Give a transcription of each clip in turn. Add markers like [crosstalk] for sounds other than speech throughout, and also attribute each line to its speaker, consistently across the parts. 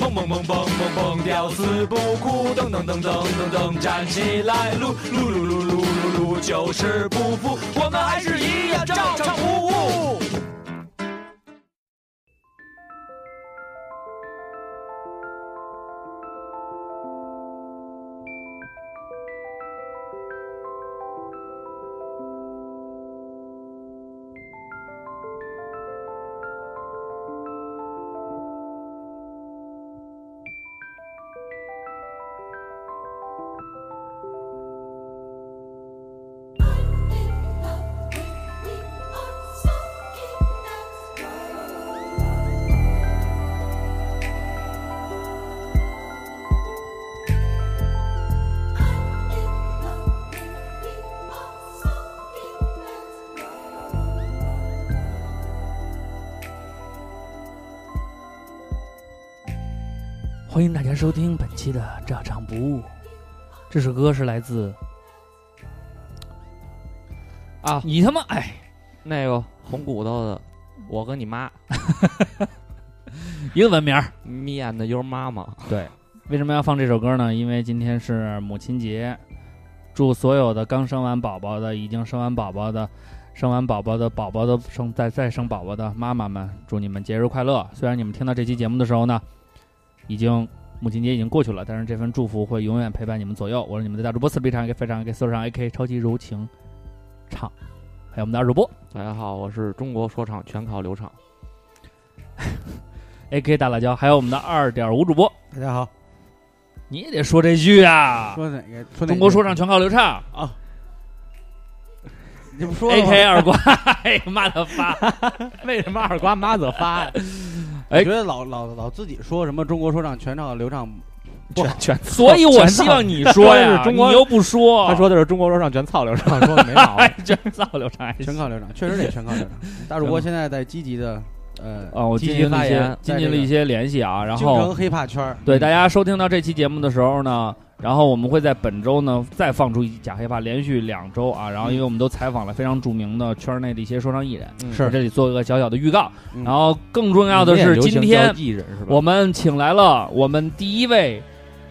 Speaker 1: 蹦蹦蹦蹦蹦蹦，吊死不哭，噔噔噔噔噔噔，站起来，撸撸撸撸撸撸撸，就是不服，我们还是一样照常服务。
Speaker 2: 欢迎大家收听本期的《照常不误》，这首歌是来自
Speaker 3: 啊
Speaker 2: 你他妈哎，
Speaker 3: 那个红骨头的，我跟你妈
Speaker 2: 英文名儿。
Speaker 3: ，Me and your 妈 [laughs] 妈，
Speaker 2: 对，为什么要放这首歌呢？因为今天是母亲节，祝所有的刚生完宝宝的、已经生完宝宝的、生完宝宝的、宝宝的生再再生宝宝的妈妈们，祝你们节日快乐！虽然你们听到这期节目的时候呢，已经母亲节已经过去了，但是这份祝福会永远陪伴你们左右。我是你们的大主播四 B 唱 A K 非常 A K 搜上 A K 超级柔情唱，还有我们的二主播
Speaker 3: 大家哎好，我是中国说唱全靠刘畅。
Speaker 2: A K 大辣椒，还有我们的二点五主播，
Speaker 4: 大家好，
Speaker 2: 你也得说这句啊！
Speaker 4: 说哪个？说哪个
Speaker 2: 中国说唱全靠流畅。
Speaker 4: 啊？你不说
Speaker 2: A
Speaker 4: 了
Speaker 2: K
Speaker 4: 吗？
Speaker 2: 二瓜，哎妈的发！
Speaker 3: [laughs]
Speaker 2: [laughs]
Speaker 3: 为什么二瓜妈子 [laughs] 发？
Speaker 2: 哎
Speaker 4: 我觉得老老老自己说什么中国说唱全唱流畅，
Speaker 3: 全全，
Speaker 2: 所以我希望你说
Speaker 3: 全
Speaker 2: 呀
Speaker 3: 是，中
Speaker 2: 你
Speaker 3: 国
Speaker 2: 又不说，
Speaker 3: 他说的是中国说唱全操刘
Speaker 4: 啊
Speaker 3: 畅，说的
Speaker 2: [laughs]
Speaker 3: 没毛
Speaker 2: 哎
Speaker 3: 病。，
Speaker 2: 真造流畅， [laughs]
Speaker 4: 全靠流畅，确实得全靠流畅。大主播现在在积极的呃，
Speaker 2: 啊！我
Speaker 3: 积
Speaker 2: 进
Speaker 3: 极
Speaker 2: 行了
Speaker 3: 发
Speaker 2: 一
Speaker 3: 言
Speaker 2: 些进行了一些联系啊，然
Speaker 4: 京城
Speaker 2: 后
Speaker 4: 黑怕圈儿
Speaker 2: 对大家收听到这期节目的时候呢，然后我们会在本周呢再放出一假黑怕，连续两周啊，然后因为我们都采访了非常著名的圈内的一些说唱艺人，
Speaker 3: 嗯
Speaker 2: 在这里做一个小小的预告，
Speaker 4: 嗯
Speaker 2: 然后更重要的是今天
Speaker 3: 艺人是吧？
Speaker 2: 我们请来了我们第一位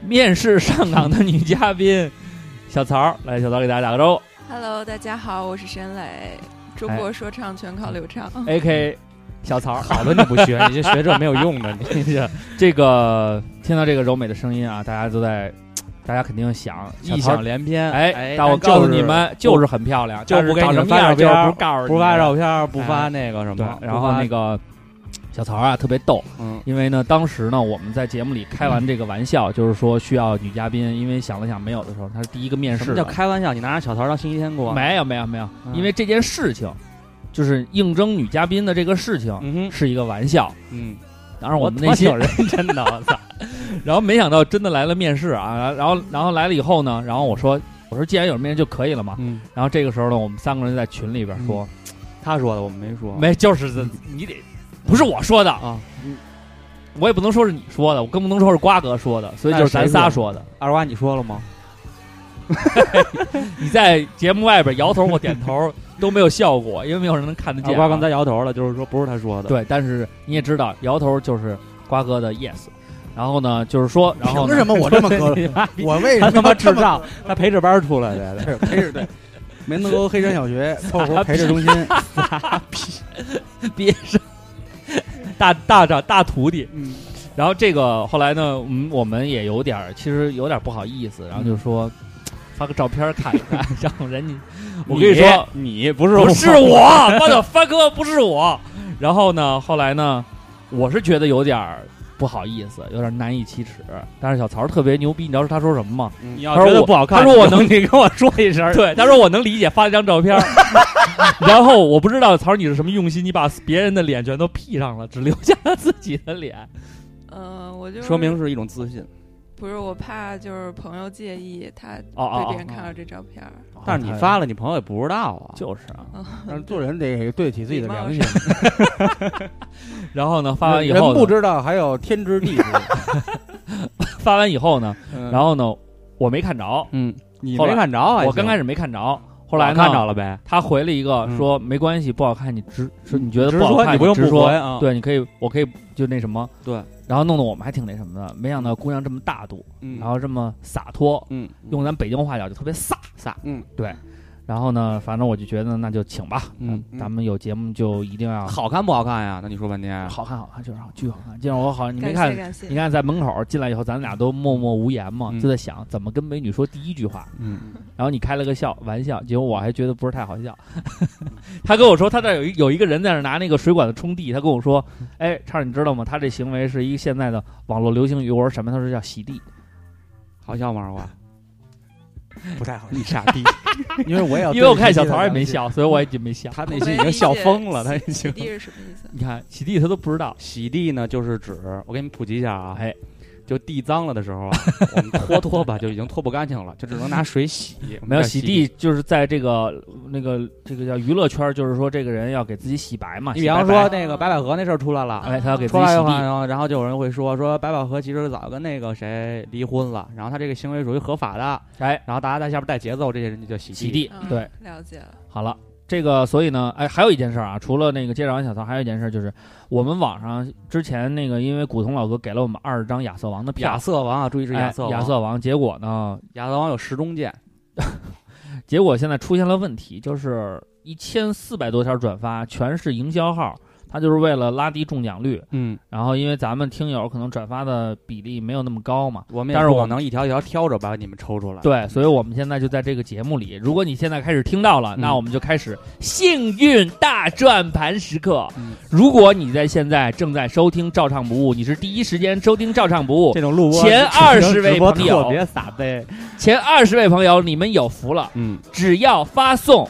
Speaker 2: 面试上岗的女嘉宾 [laughs] 小曹儿，来，小曹给大家打个招呼。哎
Speaker 5: Hello，大家好，我是沈磊。中国说唱全靠刘畅。
Speaker 2: A
Speaker 5: [laughs]
Speaker 2: K 小曹儿，
Speaker 3: 好的，你不学，你这学这没有用的， [laughs] 你这
Speaker 2: 这个听到这个柔美的声音啊，大家都在，大家肯定想
Speaker 3: 异
Speaker 2: 小曹
Speaker 3: 想
Speaker 2: 儿
Speaker 3: 连篇。
Speaker 2: 哎，但
Speaker 3: 但
Speaker 2: 我告
Speaker 3: 就
Speaker 2: 诉
Speaker 3: 是
Speaker 2: 你们，就是很漂亮，
Speaker 3: 就
Speaker 2: 但
Speaker 3: 不
Speaker 2: 是
Speaker 3: 给
Speaker 2: 长
Speaker 3: 你
Speaker 2: 什
Speaker 3: 们
Speaker 2: 么
Speaker 3: 发照
Speaker 2: 样就
Speaker 3: 片，
Speaker 2: 不告诉你
Speaker 3: 不发
Speaker 2: 们
Speaker 3: 照片，不发
Speaker 2: 哎
Speaker 3: 那个什
Speaker 2: 对
Speaker 3: 么，，
Speaker 2: 然后那个小曹儿啊特别逗，
Speaker 3: 嗯
Speaker 2: 因为呢，当时呢我们在节目里开完这个玩笑，就是说需要女嘉宾，因为想了想没有的时候，她是第一个面
Speaker 3: 什
Speaker 2: 试
Speaker 3: 么叫
Speaker 2: 的，
Speaker 3: 开玩笑？你拿着小桃当星期天过？，
Speaker 2: 没有没有没有，
Speaker 3: 嗯
Speaker 2: 因为这件事情就是应征女嘉宾的这个事情
Speaker 3: 嗯哼，
Speaker 2: 是一个玩笑，
Speaker 3: 嗯，
Speaker 2: 当然我们
Speaker 3: 我
Speaker 2: 内心 [laughs]
Speaker 3: 挺认真的，我操，
Speaker 2: 然后没想到真的来了面试啊，然后然后来了以后呢，然后我说我说既然有面试就可以了嘛。
Speaker 3: 嗯，
Speaker 2: 然后这个时候呢，我们三个人在群里边说，
Speaker 3: 他说的，我们没说，
Speaker 2: 没就是
Speaker 3: 嗯
Speaker 2: 这你得不是我说的，
Speaker 3: 啊，
Speaker 2: 我也不能说是你说的，我更不能说是瓜哥说的，所以就是咱仨说的。
Speaker 3: 二瓜你说了吗？
Speaker 2: 你在节目外边摇头或点头都没有效果，因为没有人能看得
Speaker 3: 二
Speaker 2: 见、啊
Speaker 3: 瓜刚才摇头了，就是说不是他说 [laughs] 的，，
Speaker 2: 对，但是你也知道，摇头就是瓜哥的 yes。然后呢，就是说，然后
Speaker 4: 凭
Speaker 2: 呢
Speaker 4: 什么我这
Speaker 2: [laughs]
Speaker 4: 么磕？
Speaker 3: 他
Speaker 4: 我为什么
Speaker 3: 他妈
Speaker 4: 这
Speaker 3: 智
Speaker 4: 么
Speaker 3: 障，他陪着班出来的， [laughs]
Speaker 4: 是陪着对，门头沟黑山
Speaker 2: [laughs]
Speaker 4: 小学凑合陪着中心，
Speaker 2: 别上大大长大徒弟，
Speaker 4: 嗯，
Speaker 2: 然后这个后来呢，嗯，我们也有点儿，其实有点儿不好意思，然后就说、发个照片儿看一 [laughs] 看，然后人家我跟你说，
Speaker 3: [laughs] 你不是
Speaker 2: 不是我，我的发哥不是我。然后呢，后来呢，我是觉得有点儿不好意思，有点儿难以启齿。但是小曹儿特别牛逼，你知道他说什么吗？
Speaker 3: [laughs] 你
Speaker 2: 他
Speaker 3: 要
Speaker 2: 说
Speaker 3: 啊觉得
Speaker 2: 我
Speaker 3: 不好看，
Speaker 2: 他说 [laughs] 我能
Speaker 3: 你跟我说一声，
Speaker 2: 对，他说我能理解，发了一张照片儿。 [laughs] 然后我不知道曹儿你是什么用心，你把别人的脸全都 P 上了，只留下了自己的脸。
Speaker 5: 嗯、我就是
Speaker 3: 说明是一种自信。
Speaker 5: 不是我怕就是朋友介意，他
Speaker 2: 哦哦
Speaker 5: 被别
Speaker 2: 哦
Speaker 5: 人看到这照片儿，嗯
Speaker 3: 但是你发了，你朋友也不知道啊。
Speaker 2: 就是啊。
Speaker 4: 但是做人得对得起自己的
Speaker 2: [laughs]
Speaker 4: 良心。
Speaker 2: 然后呢，发啊完以
Speaker 4: 人
Speaker 2: 后呢
Speaker 4: 不知道还有天知
Speaker 2: [laughs]
Speaker 4: 地知，
Speaker 2: 发完以后呢，
Speaker 4: 然
Speaker 3: 嗯
Speaker 2: 然后呢，我没看着，
Speaker 3: 嗯，你
Speaker 2: 后来
Speaker 3: 没看着啊？
Speaker 2: 我刚开始没看着，后来呢
Speaker 6: 看着了呗，
Speaker 2: 他回了一个
Speaker 6: 嗯
Speaker 2: 说没关系，不好看，你直说你觉得
Speaker 6: 直
Speaker 2: 不好
Speaker 6: 说
Speaker 2: 看，
Speaker 6: 你不用
Speaker 2: 直
Speaker 6: 补
Speaker 2: 说
Speaker 6: 回，啊。
Speaker 2: 对，你可以，我可以就那什么，
Speaker 6: 对，
Speaker 2: 然后弄得我们还挺那什么的，没想到姑娘这么大度，
Speaker 6: 嗯，
Speaker 2: 然后这么洒脱，
Speaker 4: 嗯，
Speaker 2: 用咱北京话讲就特别飒飒，
Speaker 4: 嗯，
Speaker 2: 对。然后呢，反正我就觉得那就请吧，
Speaker 6: 嗯
Speaker 2: 咱咱们有节目就一定要
Speaker 6: 好看不好看呀？那你说半天，啊
Speaker 2: 好看，好看就是好，巨好看。就让我好，你没
Speaker 3: 感谢
Speaker 2: 看，
Speaker 3: 感谢
Speaker 2: 你。看在门口进来以后，咱俩都默默无言嘛，
Speaker 6: 嗯
Speaker 2: 就在想怎么跟美女说第一句话。
Speaker 4: 嗯，
Speaker 2: 然后你开了个笑玩笑，结果我还觉得不是太好
Speaker 6: [laughs]
Speaker 2: 笑。他跟我说，他这儿有一有一个人在那儿拿那个水管子冲地，他跟我说：“
Speaker 6: 嗯
Speaker 2: 哎，畅，你知道吗？他这行为是一个现在的网络流行语。”我说什么？他说叫洗地。
Speaker 6: 好笑吗？我
Speaker 7: 不太好。
Speaker 6: [laughs] 你傻
Speaker 7: [laughs]
Speaker 6: 逼，
Speaker 4: 因为我也
Speaker 6: 哦
Speaker 4: 要，
Speaker 2: 因为我看小曹也没，笑，所以我也就没笑。
Speaker 4: 他
Speaker 3: 我
Speaker 4: 内
Speaker 3: 不
Speaker 4: 心
Speaker 3: 太
Speaker 4: 已经
Speaker 3: 理
Speaker 4: 笑
Speaker 3: 解
Speaker 4: 疯了，
Speaker 3: 洗
Speaker 4: 他已经
Speaker 3: 洗地是什么
Speaker 2: [laughs]
Speaker 3: 意思？
Speaker 2: 你看洗地他都不知道，
Speaker 6: 洗地呢就是指我给你普及一下啊，
Speaker 2: 哎，
Speaker 6: 就地脏了的时候啊，我们拖拖吧，就已经拖不干净了，就只能拿水洗。我们
Speaker 2: 没有
Speaker 6: 叫
Speaker 2: 洗地，就是在这个那个这个叫娱乐圈，就是说这个人要给自己洗白嘛。
Speaker 6: 你比方
Speaker 2: 洗白
Speaker 6: 说
Speaker 2: 白
Speaker 6: 那个白百合那事儿出来了。
Speaker 2: 哎，他要给自
Speaker 6: 出
Speaker 2: 己
Speaker 6: 来
Speaker 2: 洗
Speaker 6: 的话，
Speaker 2: 地，
Speaker 6: 然后然后就有人会说说白百合其实早跟那个谁离婚了，然后他这个行为属于合法的，
Speaker 2: 哎，
Speaker 6: 然后大家在下边带节奏，这些人就叫洗
Speaker 2: 洗地，
Speaker 3: 嗯
Speaker 2: 对。，
Speaker 3: 了解了。
Speaker 2: 好了，这个所以呢，哎，还有一件事儿啊，除了那个接着玩小曹，还有一件事儿就是，我们网上之前那个，因为古潼老哥给了我们二十张亚瑟王的票
Speaker 6: 亚，瑟王啊，注意是
Speaker 2: 哎
Speaker 6: 亚瑟王，
Speaker 2: 亚瑟王，结果呢，
Speaker 6: 亚瑟王有时钟键，
Speaker 2: 结果现在出现了问题，就是一千四百多条转发全是营销号，他就是为了拉低中奖率，
Speaker 6: 嗯，
Speaker 2: 然后因为咱们听友可能转发的比例没有那么高嘛。
Speaker 6: 我们
Speaker 2: 但
Speaker 6: 也
Speaker 2: 是
Speaker 6: 不
Speaker 2: 我
Speaker 6: 可能一条一条挑着把你们抽出
Speaker 4: 啊
Speaker 6: 来，
Speaker 2: 对，所以我们现在就在这个节目里。如果你现在开始听到了，
Speaker 6: 嗯
Speaker 2: 那我们就开始幸运大转盘时刻。
Speaker 6: 嗯
Speaker 2: 如果你在现在正在收听《照唱不误》，你是第一时间收听《照唱不误》
Speaker 4: 这种录播
Speaker 2: 前 [laughs] 二十位
Speaker 4: 直播
Speaker 2: 朋友
Speaker 4: 特别撒贝，
Speaker 2: 前二十位朋友，你们有福了，
Speaker 4: 嗯，
Speaker 2: 只要发送，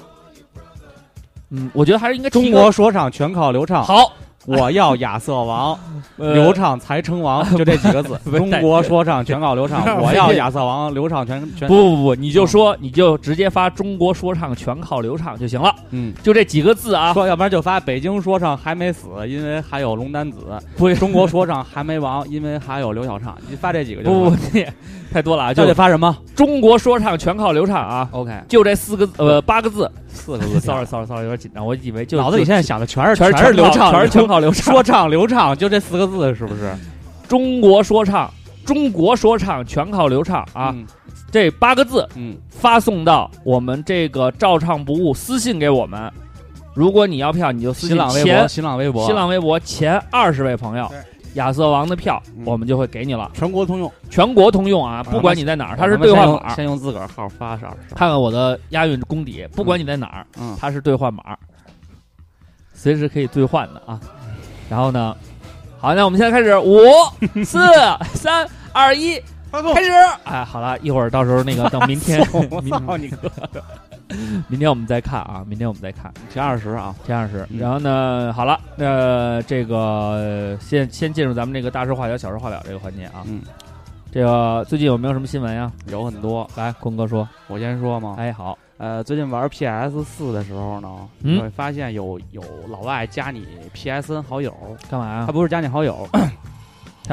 Speaker 2: 嗯，我觉得还是应该提
Speaker 4: 中
Speaker 2: 个
Speaker 4: 国说唱全靠刘畅，
Speaker 2: 好
Speaker 4: 我要亚瑟王，
Speaker 2: [laughs] 呃
Speaker 4: 刘畅才称王，就这几个
Speaker 2: [laughs]
Speaker 4: 字。
Speaker 2: 是
Speaker 4: 中国说唱全靠刘
Speaker 2: [laughs]
Speaker 4: 畅，我要亚瑟王，刘畅全全
Speaker 2: 不不不，你
Speaker 4: 嗯
Speaker 2: 就说你就直接发“中国说唱全靠刘畅”就行了，
Speaker 4: 嗯，
Speaker 2: 就这几个字啊，
Speaker 4: 说，要不然就发北京说唱还没死，因为还有龙丹子；
Speaker 2: 不
Speaker 4: 中国说唱还没亡，因为还有刘小畅。你发这几个就
Speaker 2: 不
Speaker 4: 行
Speaker 2: 不
Speaker 4: 了。，
Speaker 2: 这也 [laughs] 太多了啊，
Speaker 4: 那
Speaker 2: 就
Speaker 4: 得发什么
Speaker 2: 中国说唱全靠刘畅啊，
Speaker 4: ？OK，
Speaker 2: 就这四个字呃八个字。
Speaker 4: 四个字
Speaker 2: [laughs] sorry sorry sorry，有点紧张，我以为就
Speaker 4: 脑子里
Speaker 2: 就
Speaker 4: 现在想的全是
Speaker 2: 全
Speaker 4: 是刘畅，
Speaker 2: 全是全靠刘畅。
Speaker 4: 说唱刘畅，就这四个字是不是？
Speaker 2: 中国说唱，中国说唱全靠刘畅啊！
Speaker 4: 嗯
Speaker 2: 这八个字
Speaker 4: 嗯，
Speaker 2: 发送到我们这个“照唱不误”私信给我们。如果你要票，你就私
Speaker 4: 新
Speaker 2: 信
Speaker 4: 浪微博，
Speaker 2: 前
Speaker 4: 新浪微博，
Speaker 2: 新浪微博前二十位朋友
Speaker 4: 对。
Speaker 2: 亚瑟王的票，
Speaker 4: 嗯
Speaker 2: 我们就会给你了，
Speaker 4: 全国
Speaker 2: [laughs]
Speaker 4: 通用。
Speaker 2: 全国通用啊！不管你在哪儿，它是兑换
Speaker 6: 我们
Speaker 2: 码。
Speaker 6: 先用先用自个儿号发上，
Speaker 2: 看看我的押韵功底，不管你在哪儿，
Speaker 4: 嗯
Speaker 2: 它是兑换码，随时可以兑换的啊。然后呢，好，那我们现在开始，
Speaker 6: [laughs]
Speaker 2: 五、四、三、二、一，开始。哎，好了，一会儿到时候那个等明
Speaker 6: [laughs]
Speaker 2: 天，明
Speaker 4: 你个
Speaker 2: 明天我们再看啊，明天我们再看，
Speaker 6: 前二十啊，
Speaker 2: 这样是。
Speaker 6: 嗯
Speaker 2: 然后呢，好了，那、这个呃先先进入咱们这个大事化小、小事化了这个环节啊。
Speaker 4: 嗯。
Speaker 2: 这个最近有没有什么新闻呀？
Speaker 6: 有很多，
Speaker 2: 来，坤哥说。
Speaker 6: 我先说嘛，
Speaker 2: 哎，好，
Speaker 6: 呃，最近玩 PS 四的时候呢，
Speaker 2: 嗯
Speaker 6: 你会发现有有老外加你 PSN 好友，
Speaker 2: 干嘛
Speaker 4: 啊
Speaker 2: 呀
Speaker 6: 他？不是加你好友，
Speaker 2: 他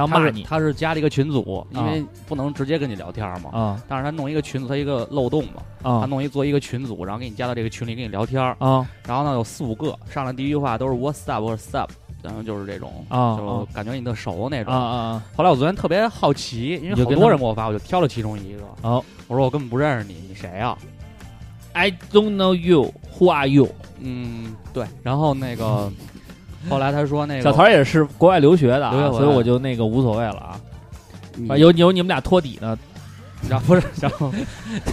Speaker 2: 要
Speaker 6: 他
Speaker 2: 骂
Speaker 6: 是
Speaker 2: 你
Speaker 6: 他是加了一个群组，因为不能直接跟你聊天嘛，
Speaker 2: 啊
Speaker 6: 但是他弄一个群组，他一个漏洞嘛，他
Speaker 2: 啊
Speaker 6: 弄一做一个群组，然后给你加到这个群里跟你聊天，
Speaker 2: 啊
Speaker 6: 然后呢有四五个，上来第一句话都是 What's up What's up，然后就是这种，
Speaker 2: 啊啊
Speaker 6: 就感觉你特熟那
Speaker 2: 啊
Speaker 6: 种。
Speaker 2: 啊！
Speaker 6: 后来我昨天特别好奇，因
Speaker 2: 你
Speaker 6: 为
Speaker 2: 就
Speaker 6: 好
Speaker 2: 跟
Speaker 6: 多
Speaker 2: 他
Speaker 6: 人给我发，我就挑了其中一个，
Speaker 2: 好
Speaker 6: 我说我根本不认识你，你谁啊？
Speaker 2: I don't know you, who are you？
Speaker 6: 嗯，对。然后那个，
Speaker 2: [laughs]
Speaker 6: 后来他说那个
Speaker 2: 小曹也是国外留学的啊
Speaker 6: 留学回来
Speaker 2: 所以我就那个无所谓了啊。
Speaker 4: 你
Speaker 2: 啊有有你们俩托底呢，
Speaker 6: 嗯然后不是，然后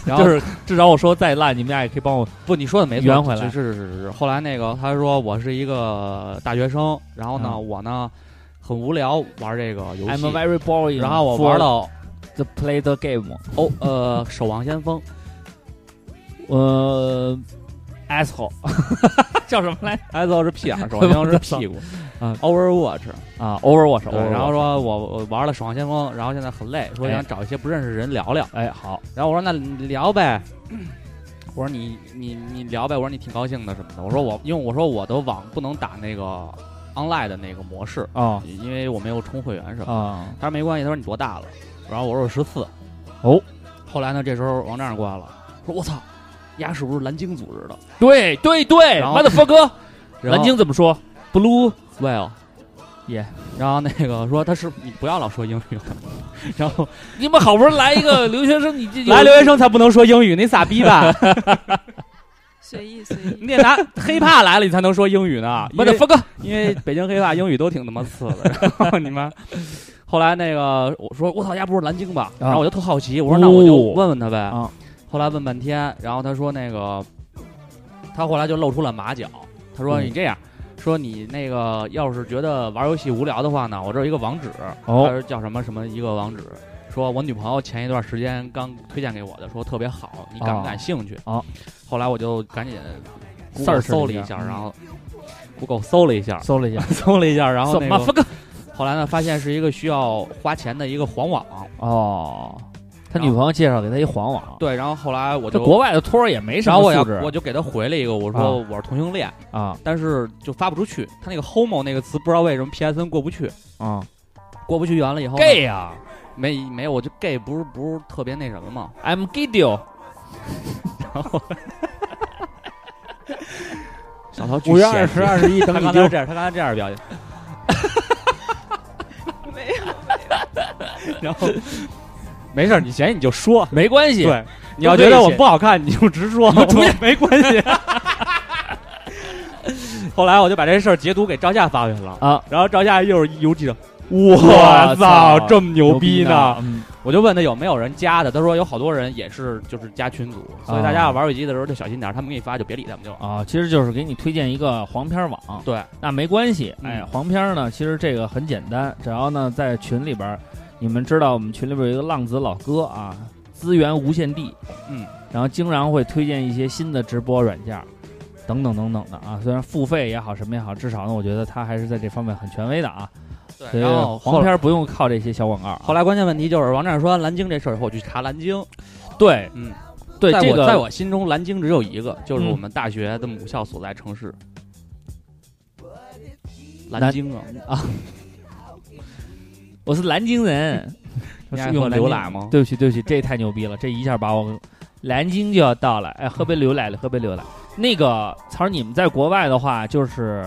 Speaker 6: 然后
Speaker 2: 就是至少我说再烂，你们俩也可以帮我。
Speaker 6: 不，你说的没错，
Speaker 2: 圆回来
Speaker 6: 是是是是是。后来那个他说我是一个大学生，然后呢、
Speaker 2: 啊
Speaker 6: 我呢很无聊玩这个游
Speaker 2: I'm
Speaker 6: 戏，
Speaker 2: very boring。
Speaker 6: 然后我玩到
Speaker 2: the play the game，
Speaker 6: 哦呃守望先锋，
Speaker 2: 呃，asshole，叫什么来着？
Speaker 6: 挨揍是屁眼儿，守望先锋是
Speaker 2: [laughs]
Speaker 6: 屁股
Speaker 2: 啊
Speaker 6: ，Overwatch。
Speaker 2: 啊，Overwatch。
Speaker 6: 对，然后，说我我玩了守望先锋，然后现在很累，说想找一些不认识人聊聊。
Speaker 2: 哎，好，
Speaker 6: 然后我说那你聊呗，我说你你你聊呗，我说你挺高兴的什么的。我说我因为我说我的网不能打那个 online 的那个模式，
Speaker 2: 啊
Speaker 6: 因为我没有充会员什么的。
Speaker 2: 啊
Speaker 6: 他说没关系，他说你多大了？然后我说我十四。
Speaker 2: 哦，
Speaker 6: 后来呢，这时候王站过来了，说我操，丫是不是蓝鲸组织的？
Speaker 2: 对对对，
Speaker 6: 然后
Speaker 2: 妈的佛哥，
Speaker 6: 然后
Speaker 2: 蓝鲸怎么说？Blue
Speaker 6: Well，
Speaker 2: Yeah
Speaker 6: 然后那个说他是你不要老说英语了， [laughs] 然后
Speaker 2: 你们好不容易来一个留学生，你这有
Speaker 6: 来留学生才不能说英语，那傻逼吧，
Speaker 3: [laughs] 随意随意
Speaker 6: 你。得拿黑怕来了你才能说英语呢。
Speaker 2: 妈的佛哥，
Speaker 6: 嗯因为北京黑怕英语都挺他妈次 [laughs] 的，然后你妈。后来那个我说我操，丫不是蓝鲸吧？然后我就特好奇，我说那我就问问他呗。
Speaker 2: 啊
Speaker 6: 后来问半天，然后他说那个，他后来就露出了马脚，他说
Speaker 2: 嗯
Speaker 6: 你这样，说你那个要是觉得玩游戏无聊的话呢，我这儿有一个网址，他
Speaker 2: 哦
Speaker 6: 是叫什么什么一个网址，说我女朋友前一段时间刚推荐给我的，说特别好，你感不感兴趣？
Speaker 2: 哦
Speaker 6: 后来我就赶紧
Speaker 2: Search
Speaker 6: Google 搜了一下，
Speaker 2: 嗯
Speaker 6: 然后 Google 搜了一下，
Speaker 2: 搜了一下，
Speaker 6: [laughs] 搜了一下，然后
Speaker 2: 搜
Speaker 6: 那
Speaker 2: 妈
Speaker 6: 个
Speaker 2: 佛哥
Speaker 6: [laughs] 后来呢，发现是一个需要花钱的一个黄网，
Speaker 2: 哦，他女朋友介绍给他一黄网，
Speaker 6: 对，然后后来我
Speaker 2: 这
Speaker 6: 就
Speaker 2: 国外的托儿也没什
Speaker 6: 然后
Speaker 2: 么
Speaker 6: 我
Speaker 2: 素
Speaker 6: 要
Speaker 2: 质
Speaker 6: 我就给他回了一个，我
Speaker 2: 啊
Speaker 6: 说我是同性恋，
Speaker 2: 啊
Speaker 6: 但是就发不出去，他那个 homo 那个词不知道为什么 PSN 过不去，
Speaker 2: 啊
Speaker 6: 过不去完了以后呢
Speaker 2: ，gay 啊
Speaker 6: 没没有，我就 gay 不是不是特别那什么嘛，
Speaker 2: ，I'm Gidio， [laughs]
Speaker 6: 小桃巨
Speaker 4: 五月
Speaker 6: 嫌
Speaker 4: 二
Speaker 6: 弃
Speaker 4: 十、二十一
Speaker 6: 他
Speaker 4: 等你
Speaker 6: 刚才
Speaker 4: 丢
Speaker 6: 是。这样，他刚才这样的表情，
Speaker 3: [laughs] 没有，
Speaker 6: 然后没事儿，你嫌弃你就说，
Speaker 2: 没关系，
Speaker 6: 对，你要觉得我不好看，你就直说，
Speaker 2: 你们出去
Speaker 6: 我没关系。 [laughs] 后来我就把这事儿截图给赵夏发过去了
Speaker 2: 啊，
Speaker 6: 然后赵夏又是一邮寄的，
Speaker 2: 我
Speaker 6: 我
Speaker 2: 操
Speaker 6: 操，这么牛逼
Speaker 2: 呢
Speaker 6: 呢！，
Speaker 2: 嗯
Speaker 6: 我就问他有没有人加的，他说有好多人也是就是加群组，所以大家要玩手机的时候就小心点儿，他们给你发就别理他们就。
Speaker 2: 啊，其实就是给你推荐一个黄片网，
Speaker 6: 对，
Speaker 2: 那没关系，
Speaker 6: 嗯
Speaker 2: 哎，黄片呢，其实这个很简单，只要呢在群里边儿，你们知道我们群里边有一个浪子老哥啊，资源无限地，
Speaker 6: 嗯，
Speaker 2: 然后经常会推荐一些新的直播软件儿，等等等等的啊，虽然付费也好，什么也好，至少呢，我觉得他还是在这方面很权威的啊，所
Speaker 6: 对，
Speaker 2: 以
Speaker 6: 然后
Speaker 2: 黄
Speaker 6: 后来
Speaker 2: 片不用靠这些小广告啊。
Speaker 6: 后来关键问题就是王战说完蓝鲸这事儿以后，我去查蓝鲸，
Speaker 2: 对，
Speaker 6: 嗯，
Speaker 2: 对
Speaker 6: 在
Speaker 2: 这
Speaker 6: 我
Speaker 2: 个
Speaker 6: 在我心中，蓝鲸只有一个，就是
Speaker 2: 嗯
Speaker 6: 我们大学的母校所在城市。
Speaker 2: 南
Speaker 6: 嗯蓝鲸啊，
Speaker 2: 我是南京 [laughs] 人，
Speaker 6: 你
Speaker 2: 是
Speaker 6: 爱
Speaker 2: 用
Speaker 6: 喝
Speaker 2: 南京
Speaker 6: 牛奶吗
Speaker 2: 对不起，对不起，这太牛逼了，这一下把我南京就要到了，哎，喝杯牛奶了，喝杯牛奶。那个曹儿，你们在国外的话，就是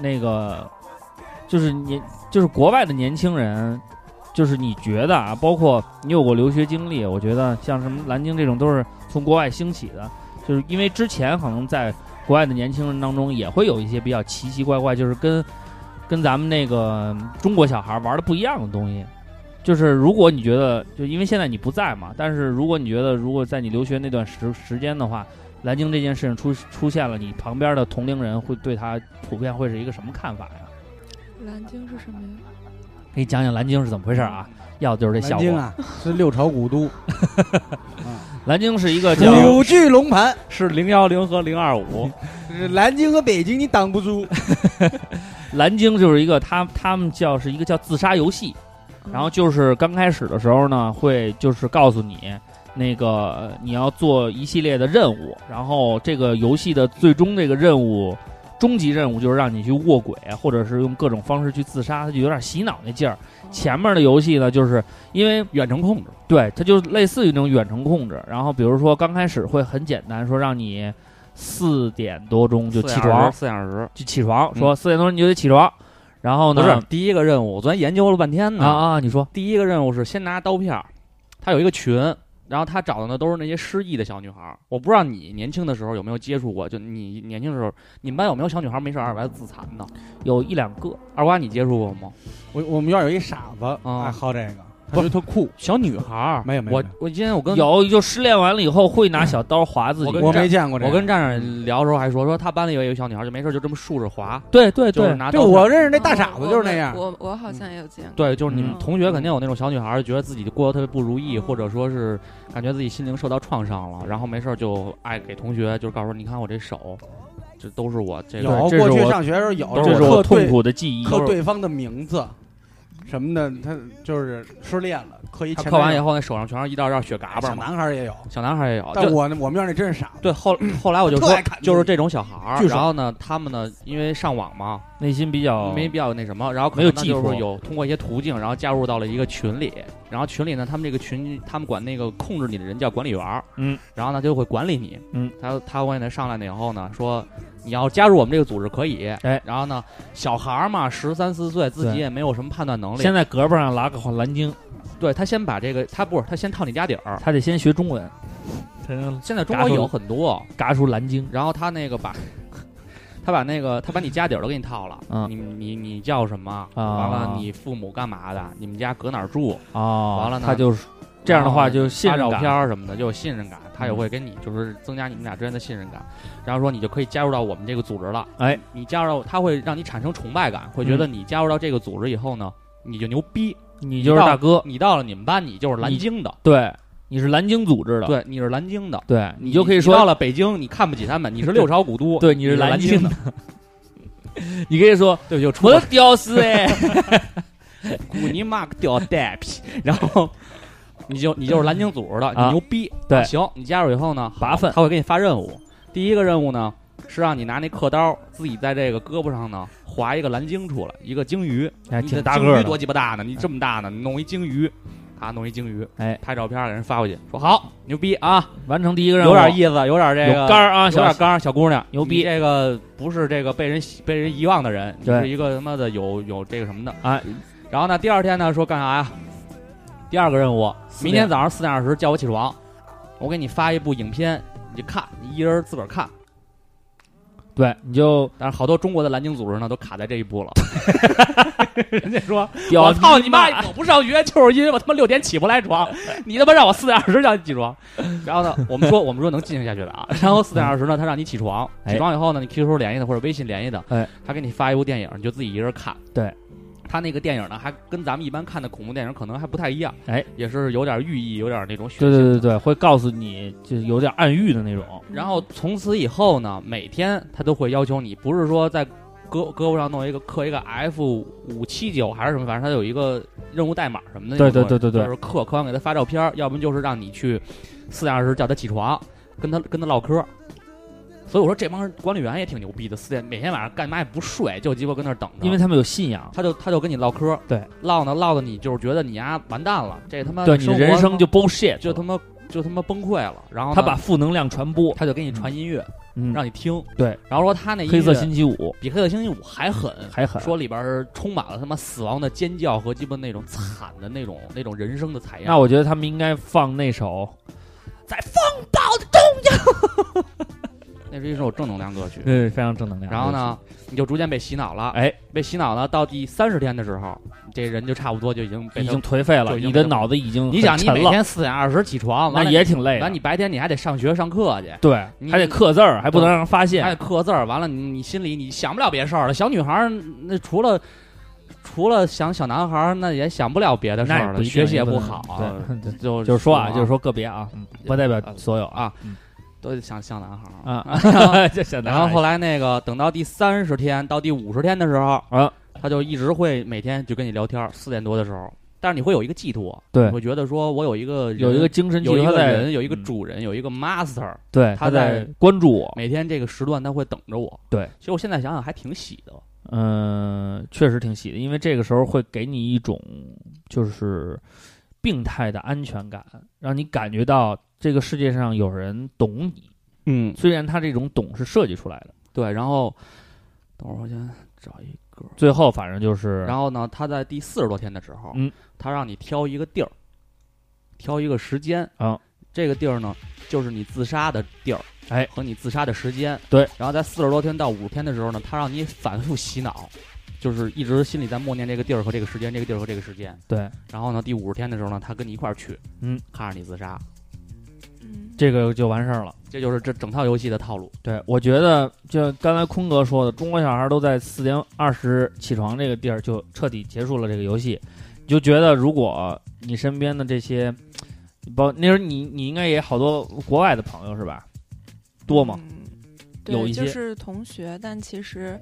Speaker 2: 那个，就是年，就是国外的年轻人，就是你觉得啊，包括你有过留学经历，我觉得像什么南京这种都是从国外兴起的，就是因为之前可能在国外的年轻人当中也会有一些比较奇奇怪怪，就是跟跟咱们那个中国小孩玩的不一样的东西。就是如果你觉得，就因为现在你不在嘛，但是如果你觉得，如果在你留学那段时时间的话，蓝鲸这件事情出出现了，你旁边的同龄人会对他普遍会是一个什么看法呀？
Speaker 3: 蓝鲸是什么呀？
Speaker 2: 给你讲讲蓝鲸是怎么回事啊？要的就是这效
Speaker 4: 南
Speaker 2: 果。
Speaker 4: 京啊，是六朝古都，
Speaker 2: 蓝鲸是一 [laughs] 啊个叫
Speaker 4: 九聚龙盘，
Speaker 6: 是零幺零和零二五，
Speaker 4: 是南京和北京你挡不住。
Speaker 2: 蓝鲸，就是一个他他们叫是一个叫自杀游戏，然后就是刚开始的时候呢，会就是告诉你，那个呃你要做一系列的任务，然后这个游戏的最终这个任务，终极任务就是让你去卧轨，或者是用各种方式去自杀，它就有点洗脑那劲儿。前面的游戏呢，就是因为
Speaker 6: 远程控制。
Speaker 2: 对，它就类似于那种远程控制。然后比如说刚开始会很简单，说让你四点多钟就起床，
Speaker 6: 四小时。
Speaker 2: 就起床，说四点多钟你就得起床。然后
Speaker 6: 嗯不
Speaker 2: 呢？
Speaker 6: 是嗯第一个任务，我昨天研究了半天呢。
Speaker 2: 啊啊，你说
Speaker 6: 第一个任务是先拿刀片儿，他有一个群，然后他找的呢都是那些失忆的小女孩儿。我不知道你年轻的时候有没有接触过，就你年轻的时候，你们班有没有小女孩儿没事儿二百自残呢？
Speaker 2: 有一两个，
Speaker 6: 二瓜，你接触过吗？
Speaker 4: 我我们院有一傻子，
Speaker 6: 啊
Speaker 4: 啊，好这个，
Speaker 6: 不
Speaker 4: 他觉得特酷。
Speaker 6: 小女孩儿
Speaker 4: 没有没有
Speaker 6: 我
Speaker 4: 没有
Speaker 6: 我今天我跟
Speaker 2: 有就失恋完了以后会拿小刀划自己。
Speaker 6: 我跟
Speaker 4: 我
Speaker 6: 这
Speaker 4: 没见过这
Speaker 6: 我
Speaker 4: 个，
Speaker 6: 跟站长聊的时候还说，说他班里有一个小女孩，就没事就这么竖着滑，
Speaker 2: 对对
Speaker 6: 就是，拿刀
Speaker 4: 就
Speaker 6: 片
Speaker 4: 我认识那哎大傻子就是那样。
Speaker 3: 哦我我好像也有见过。
Speaker 6: 对，就是你们
Speaker 3: 嗯
Speaker 6: 同学肯定有那种小女孩，觉得自己过得特别不如意，
Speaker 3: 嗯
Speaker 6: 或者说是感觉自己心灵受到创伤了，然后没事儿就爱给同学就是告诉说，你看我这手，这都是我这个
Speaker 4: 有
Speaker 2: 对这是
Speaker 4: 过去
Speaker 2: 我
Speaker 4: 上学的时候有，
Speaker 2: 都
Speaker 4: 就是是
Speaker 2: 我
Speaker 4: 刻
Speaker 2: 痛
Speaker 4: 对
Speaker 2: 苦的记忆。
Speaker 4: 刻对方的名字什么的，他就是失恋了，刻一
Speaker 6: 他
Speaker 4: 前
Speaker 6: 刻完以
Speaker 4: 后，
Speaker 6: 后，那手上全是一道道血嘎巴
Speaker 4: 小
Speaker 6: 嘛，
Speaker 4: 男孩儿也有。
Speaker 6: 小男孩也有，
Speaker 4: 但
Speaker 6: 就
Speaker 4: 我那我们院那真是傻子，
Speaker 6: 对后后来我就
Speaker 4: 特
Speaker 6: 说
Speaker 4: 爱看，
Speaker 6: 就是这种小孩儿，
Speaker 4: 巨爽
Speaker 6: 然后呢，他们呢，因为上网嘛，
Speaker 2: 内心比较
Speaker 6: 没必要那什么，然后可
Speaker 2: 哦没有
Speaker 6: 能呢
Speaker 2: 技
Speaker 6: 就是
Speaker 2: 术
Speaker 6: 有通过一些途径，然后加入到了一个群里，然后群里呢，他们这个群，他们管那个控制你的人叫管理员儿
Speaker 2: 嗯，
Speaker 6: 然后呢就会管理你，
Speaker 2: 嗯，
Speaker 6: 他他会呢上来呢以后呢说你要加入我们这个组织可以，
Speaker 2: 哎
Speaker 6: 然后呢小孩儿嘛十三四岁，自己
Speaker 2: 对
Speaker 6: 也没有什么判断能力
Speaker 2: 先，在胳膊上拉个蓝鲸，
Speaker 6: 对他先把这个他不是他先套你家底儿，
Speaker 2: 他得先学中文，才能
Speaker 6: 现在中
Speaker 2: 嘎
Speaker 6: 国
Speaker 2: 出
Speaker 6: 有很多，
Speaker 2: 嘎出蓝鲸。
Speaker 6: 然后他那个把，他把那个他把你家底儿都给你套了，
Speaker 2: 嗯
Speaker 6: 你你你叫什么？
Speaker 2: 啊
Speaker 6: 完了，你父母干嘛的？你们家搁哪儿住？
Speaker 2: 哦，
Speaker 6: 完了呢
Speaker 2: 他就是这样的话
Speaker 6: 然后
Speaker 2: 就信
Speaker 6: 发
Speaker 2: 任
Speaker 6: 照
Speaker 2: 感
Speaker 6: 片儿什么的就有信任感，他也
Speaker 2: 嗯
Speaker 6: 会跟你就是增加你们俩之间的信任感，然后说你就可以加入到我们这个组织了。
Speaker 2: 哎，嗯
Speaker 6: 你加入到他会让你产生崇拜感，会觉得你加入到这个组织以后呢，你就牛逼，
Speaker 2: 你就是大哥，
Speaker 6: 你到了你们班你就是蓝鲸的，
Speaker 2: 对，你是蓝鲸组织的，
Speaker 6: 对，你是蓝鲸的，
Speaker 2: 对，你就可以
Speaker 6: 你到
Speaker 2: 说，
Speaker 6: 了北京你看不起他们，你是六朝古都，
Speaker 2: 对，你
Speaker 6: 你
Speaker 2: 是蓝
Speaker 6: 蓝
Speaker 2: 鲸
Speaker 6: 的
Speaker 2: 的，， [laughs] 你可以说
Speaker 6: 对，就 [laughs] 出
Speaker 2: 我的屌丝
Speaker 6: [laughs]
Speaker 2: 哎，
Speaker 6: 古尼玛克 [laughs] 屌带皮，然后你就你就是蓝鲸组织的，
Speaker 2: 啊
Speaker 6: 你牛逼，
Speaker 2: 对
Speaker 6: 啊行，你加入以后呢，
Speaker 2: 拔粪
Speaker 6: [laughs] 他会给你发任务，第一个任务呢是让你拿那刻刀，自己在这个胳膊上呢划一个蓝鲸出来，一个鲸鱼，
Speaker 2: 还
Speaker 6: 你
Speaker 2: 哎挺
Speaker 6: 的
Speaker 2: 大
Speaker 6: 鲸
Speaker 2: 个儿
Speaker 6: 鱼多
Speaker 2: 的，
Speaker 6: 鸡巴大呢，你这么大呢，你弄一鲸鱼，啊，弄一鲸鱼，
Speaker 2: 哎，
Speaker 6: 拍照片给人发过去，说好牛逼啊，
Speaker 2: 完成第一个任务
Speaker 6: 有点意思，有点这
Speaker 2: 有
Speaker 6: 个
Speaker 2: 杆儿啊，
Speaker 6: 有
Speaker 2: 小
Speaker 6: 点刚，小姑娘
Speaker 2: 牛逼
Speaker 6: 你这个不是这个被人被人遗忘的人，你
Speaker 2: 对
Speaker 6: 是一个他妈的有有这个什么的
Speaker 2: 哎。
Speaker 6: 然后呢，第二天呢说干啥呀？第二个任务，
Speaker 2: 四
Speaker 6: 明
Speaker 2: 点
Speaker 6: 天早上四点二十叫我起床，我给你发一部影片，你就看，你一人自个儿看。
Speaker 2: 对，你就
Speaker 6: 但是好多中国的蓝鲸组织呢都卡在这一步了。人家说
Speaker 2: 屌
Speaker 6: [laughs] 我操你
Speaker 2: 妈，
Speaker 6: 妈！我不上学就是因为我他妈六点起不来床， [laughs] 你他妈让我四点二十叫你起床。然后呢，我们说我们说能进行下去的啊。然后四点二十呢，他让你起床，
Speaker 2: 哎
Speaker 6: 起床以后呢，你 QQ 联系的或者微信联系的，
Speaker 2: 哎，
Speaker 6: 他给你发一部电影，你就自己一人看。
Speaker 2: 对。
Speaker 6: 他那个电影呢，还跟咱们一般看的恐怖电影可能还不太一样，
Speaker 2: 哎，
Speaker 6: 也是有点寓意，有点那种血腥。
Speaker 2: 对对对对，会告诉你就是有点暗喻的那种，
Speaker 6: 然后从此以后呢，每天他都会要求你，不是说在胳胳膊上弄一个刻一个 F 五七九还是什么，反正他有一个任务代码什么的。
Speaker 2: 对
Speaker 6: 那种
Speaker 2: 对对对对
Speaker 6: 就是刻，刻完给他发照片儿，要不然就是让你去四点二十叫他起床，跟他跟他唠嗑儿。所以我说这帮管理员也挺牛逼的，四点每天晚上干嘛也不睡，就鸡巴跟那儿等着。
Speaker 2: 因为他们有信仰，
Speaker 6: 他就他就跟你唠嗑儿，
Speaker 2: 对，
Speaker 6: 唠呢唠的你就是觉得你呀、完蛋了，这他妈
Speaker 2: 对你的
Speaker 6: 啊活
Speaker 2: 人
Speaker 6: 他
Speaker 2: 生
Speaker 6: 妈
Speaker 2: 就 bullshit，
Speaker 6: 就他妈就他妈崩溃了。然后
Speaker 2: 他
Speaker 6: 呢
Speaker 2: 把负能量传播，
Speaker 6: 他就给你传音乐，
Speaker 2: 嗯，
Speaker 6: 让你听。
Speaker 2: 对，
Speaker 6: 然后说他那音乐
Speaker 2: 黑色星期五
Speaker 6: 比黑色星期五还狠，
Speaker 2: 还狠，
Speaker 6: 说里边儿充满了他妈死亡的尖叫和鸡巴那种惨的那种那种人生的采
Speaker 2: 啊那
Speaker 6: 样。
Speaker 2: 我觉得他们应该放那首
Speaker 6: 那是一首正能量歌曲。
Speaker 2: 对，非常正能量。
Speaker 6: 嗯然后呢，啊你就逐渐被洗脑了。
Speaker 2: 哎，
Speaker 6: 被洗脑了，到第三十天的时候，这人就差不多就已经
Speaker 2: 就
Speaker 6: 被
Speaker 2: 已
Speaker 6: 他
Speaker 2: 经颓废了，
Speaker 6: 就已经
Speaker 2: 你的脑子已经
Speaker 6: 你想，你
Speaker 2: 很
Speaker 6: 每
Speaker 2: 沉了，
Speaker 6: 天四点二十起床，完
Speaker 2: 那
Speaker 6: 了
Speaker 2: 也挺累的。
Speaker 6: 完了你白天你还得上学上课去，
Speaker 2: 对，
Speaker 6: 你
Speaker 2: 还得刻字儿，还不能让人发现
Speaker 6: 还。得刻字儿，完了你你心里你想不了别事儿了。小女孩儿那除了除了想小男孩儿，那也想不了别的事
Speaker 2: 那
Speaker 6: 儿
Speaker 2: 也
Speaker 6: 了，
Speaker 2: 不一定
Speaker 6: 学习也
Speaker 2: 因为
Speaker 6: 不好，啊
Speaker 2: 对，对
Speaker 6: 就
Speaker 2: 就是说啊，就是是说个别啊，嗯不代表所有啊
Speaker 6: 啊都想像男孩儿。
Speaker 2: [laughs]
Speaker 6: [laughs]
Speaker 2: 啊。这小男
Speaker 6: 然
Speaker 2: 孩
Speaker 6: 后后来那个等到第三十天到第五十天的时候，
Speaker 2: 啊，
Speaker 6: 他就一直会每天就跟你聊天儿，四点多的时候，但是你会有一个寄托，
Speaker 2: 对
Speaker 6: 你会觉得说我有一个人
Speaker 2: 有一个精神寄
Speaker 6: 有一
Speaker 2: 托
Speaker 6: 个
Speaker 2: 在，
Speaker 6: 人，有一个
Speaker 2: 嗯
Speaker 6: 主人，有一个 master，
Speaker 2: 对，
Speaker 6: 他
Speaker 2: 他
Speaker 6: 在
Speaker 2: 在关注我。
Speaker 6: 每天这个时段他会等着我。
Speaker 2: 对，
Speaker 6: 其实我现在想想还挺喜的。
Speaker 2: 嗯，确实挺喜的，因为这个时候会给你一种就是病态的安全感，让你感觉到这个世界上有人懂你。
Speaker 6: 嗯，
Speaker 2: 虽然他这种懂是设计出来的，
Speaker 6: 对，然后等会儿我先找一个。
Speaker 2: 最后反正就是，
Speaker 6: 然后呢，他在第四十多天的时候，
Speaker 2: 嗯，
Speaker 6: 他让你挑一个地儿，挑一个时间
Speaker 2: 啊
Speaker 6: 这个地儿呢，就是你自杀的地儿，
Speaker 2: 哎，
Speaker 6: 和你自杀的时间。
Speaker 2: 对，
Speaker 6: 然后在四十多天到五十天的时候呢，他让你反复洗脑，就是一直心里在默念这个地儿和这个时间，这个地儿和这个时间。
Speaker 2: 对
Speaker 6: 然后呢，第五十天的时候呢，他跟你一块儿去，
Speaker 2: 嗯，
Speaker 6: 看着你自杀，
Speaker 5: 嗯，
Speaker 2: 这个就完事儿了。
Speaker 6: 这就是这整套游戏的套路。
Speaker 2: 对，我觉得就刚才坤哥说的，中国小孩都在四点二十起床这个地儿就彻底结束了这个游戏。你就觉得，如果你身边的这些，包那时候你你应该也好多国外的朋友是吧？多吗？
Speaker 5: 嗯？
Speaker 2: 有
Speaker 5: 对，
Speaker 2: 一
Speaker 5: 就
Speaker 2: 些
Speaker 5: 是同学，但其实，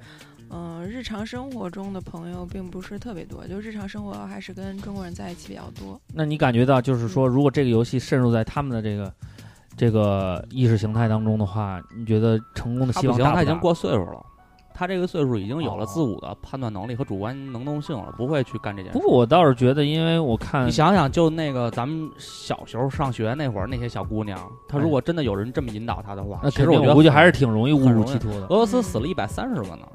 Speaker 5: 嗯、日常生活中的朋友并不是特别多，就日常生活还是跟中国人在一起比较多。
Speaker 2: 那你感觉到就是说，如果这个游戏渗入在他们的这个这个意识形态当中的话，你觉得成功的
Speaker 6: 他
Speaker 2: 希
Speaker 6: 不
Speaker 2: 望
Speaker 6: 行，
Speaker 2: 大不大
Speaker 6: 他已经过岁数了，
Speaker 3: 他这个岁数已经
Speaker 2: 哦
Speaker 3: 有了自我的判断能力和主观能动性了，不会去干这件事
Speaker 2: 不。过我倒是觉得，因为我看
Speaker 3: 你想想，就那个咱们小时候上学那会儿，那些小姑娘，她如果真的有人这么引导她的话，
Speaker 2: 哎那
Speaker 3: 其
Speaker 2: 肯
Speaker 3: 实
Speaker 2: 定
Speaker 3: 觉得
Speaker 2: 估计
Speaker 3: 很
Speaker 2: 还是挺容易误
Speaker 3: 很
Speaker 2: 入
Speaker 3: 容易
Speaker 2: 歧途的。
Speaker 3: 俄罗斯死了一百三十个呢，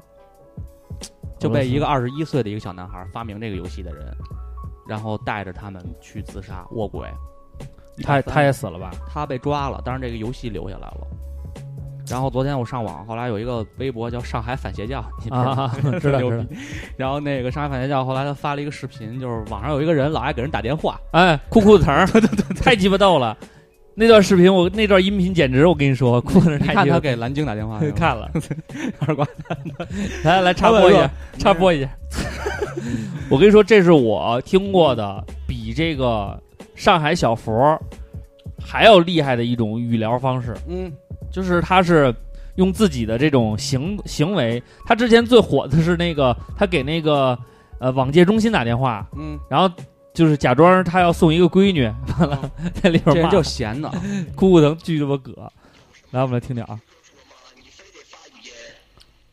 Speaker 3: 就被一个二十一岁的一个小男孩发明这个游戏的人，然后带着他们去自杀卧轨。
Speaker 2: 他他
Speaker 3: 也
Speaker 2: 也死了吧？
Speaker 3: 他被抓了，但是这个游戏留下来了。然后昨天我上网，后来有一个微博叫“上海反邪教”， [laughs] 你知道吗？
Speaker 2: 啊， [laughs] 知道
Speaker 3: [laughs] 牛
Speaker 2: 知道
Speaker 3: 逼。然后那个上海反邪教后来他发了一个视频，就是网上有一个人老爱给人打电
Speaker 2: [laughs]
Speaker 3: 话，
Speaker 2: 哎，酷酷的疼儿，太鸡巴逗了。那段视频我那段音频简直，我跟
Speaker 3: [laughs]
Speaker 2: 你说，酷的
Speaker 3: 你
Speaker 2: 太
Speaker 3: 看
Speaker 2: 鸡
Speaker 3: 他
Speaker 2: 巴，
Speaker 3: 给蓝鲸打电话
Speaker 2: [laughs] 看了。
Speaker 3: 二瓜
Speaker 2: 来来插播
Speaker 3: [laughs]
Speaker 2: 一下，插播一下。我跟你说，这是我听过的比这个上海小佛还要厉害的一种语疗方式，
Speaker 4: 嗯，
Speaker 2: 就是他是用自己的这种行行为。他之前最火的是那个，他给那个呃网戒中心打电话，
Speaker 4: 嗯，
Speaker 2: 然后就是假装他要送一个闺女，完了 [laughs] 在里
Speaker 3: 嗯这
Speaker 2: 边
Speaker 3: 人
Speaker 2: 骂
Speaker 3: 就闲的，
Speaker 2: 酷酷疼巨他妈葛。来，我们来听听啊，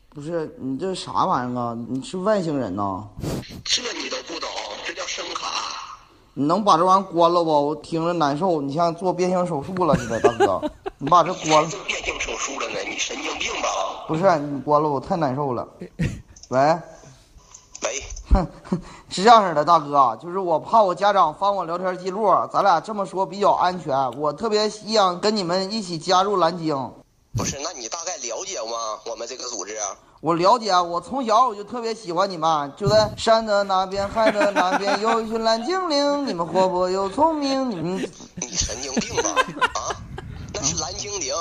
Speaker 8: 不是你这啥玩意儿啊？你是外星人呐？
Speaker 9: 这你都不懂，这叫声卡。
Speaker 8: 你能把这玩意儿关了不？我听着难受，你像做变性手术了似的，大哥。
Speaker 9: [laughs]
Speaker 8: 你把这关了，
Speaker 9: 做变性手术了呢，你神经病吧？
Speaker 8: 不是你关了我太难受
Speaker 9: [laughs]
Speaker 8: 了。喂，
Speaker 9: 喂，
Speaker 8: [laughs] 是这样式的，大哥，啊就是我怕我家长翻我聊天记录，咱俩这么说比较安全。我特别想跟你们一起加入蓝鲸。
Speaker 9: 不是，那你大概了解吗？我们这个组织，啊
Speaker 8: 我了解，啊我从小我就特别喜欢你们。就在山的那边，海的那边，有一群蓝精灵，你们活泼又聪明，你们
Speaker 9: 你神经病吧？啊，那是蓝精灵，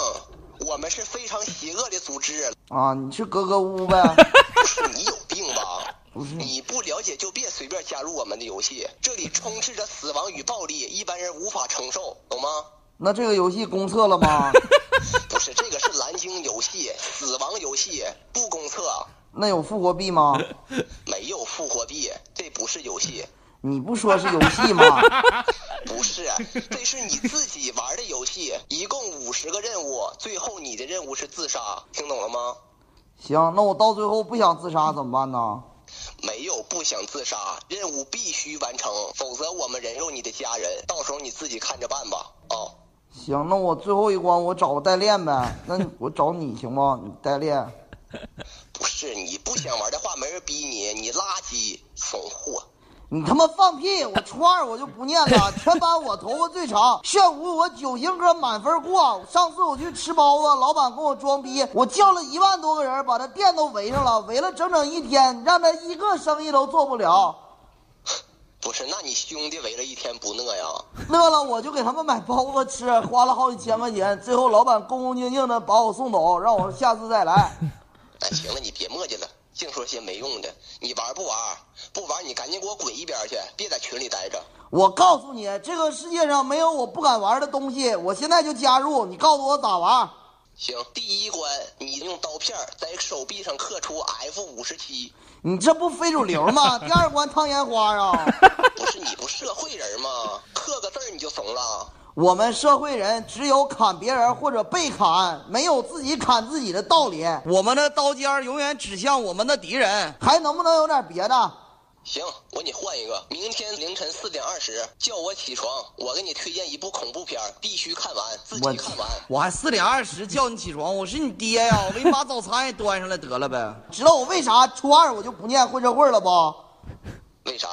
Speaker 9: 我们是非常邪恶的组织，
Speaker 8: 啊，你是格格巫呗？
Speaker 9: 是你有病吧？
Speaker 8: 不是
Speaker 9: 你不了解就别随便加入我们的游戏，这里充斥着死亡与暴力，一般人无法承受，懂吗？
Speaker 8: 那这个游戏公测了吗？
Speaker 9: 不是，这个是蓝鲸游戏，死亡游戏，不公测，
Speaker 8: 那有复活币吗？
Speaker 9: 没有复活币，这不是游戏。
Speaker 8: 你不说是游戏吗？
Speaker 9: 不是，这是你自己玩的游戏，一共五十个任务，最后你的任务是自杀，听懂了吗？
Speaker 8: 行，那我到最后不想自杀怎么办呢？
Speaker 9: 没有不想自杀，任务必须完成，否则我们人肉你的家人，到时候你自己看着办吧。哦，
Speaker 8: 行，那我最后一关我找个代练呗。那你我找你行吗？你代练。
Speaker 9: 不是你不想玩的话，没人逼你，你垃圾，怂货。
Speaker 8: 你他妈放屁！我初二我就不念了，全班我头发最长。炫舞我九型哥满分过。上次我去吃包子，老板跟我装逼，我叫了一万多个人把他店都围上了，围了整整一天，让他一个生意都做不了。
Speaker 9: 不是，那你兄弟围了一天不饿呀？
Speaker 8: 乐了，我就给他们买包子吃，花了好几千块钱，最后老板恭恭敬敬的把我送走，让我下次再来。
Speaker 9: 哎，行了，你别磨叽了，净说些没用的。你玩不玩？不玩你赶紧给我滚一边去，别在群里待着。
Speaker 8: 我告诉你，这个世界上没有我不敢玩的东西，我现在就加入，你告诉我咋玩。
Speaker 9: 行，第一关你用刀片儿在手臂上刻出 F 五十七，
Speaker 8: 你这不非主流 [laughs] 吗？第二关烫烟花啊！
Speaker 9: 不是你不社会人吗？刻个字儿你就怂了？
Speaker 8: 我们社会人只有砍别人或者被砍，没有自己砍自己的道理。我们的刀尖儿永远指向我们的敌人，还能不能有点别的？
Speaker 9: 行，我给你换一个，明天凌晨四点二十叫我起床，我给你推荐一部恐怖片儿，必须看完，自己看完。
Speaker 8: 我还四点二十叫你起床，我是你爹呀、我给你把早餐也端上来得了呗。知道我为啥初二我就不念混社会了不？
Speaker 9: 为啥？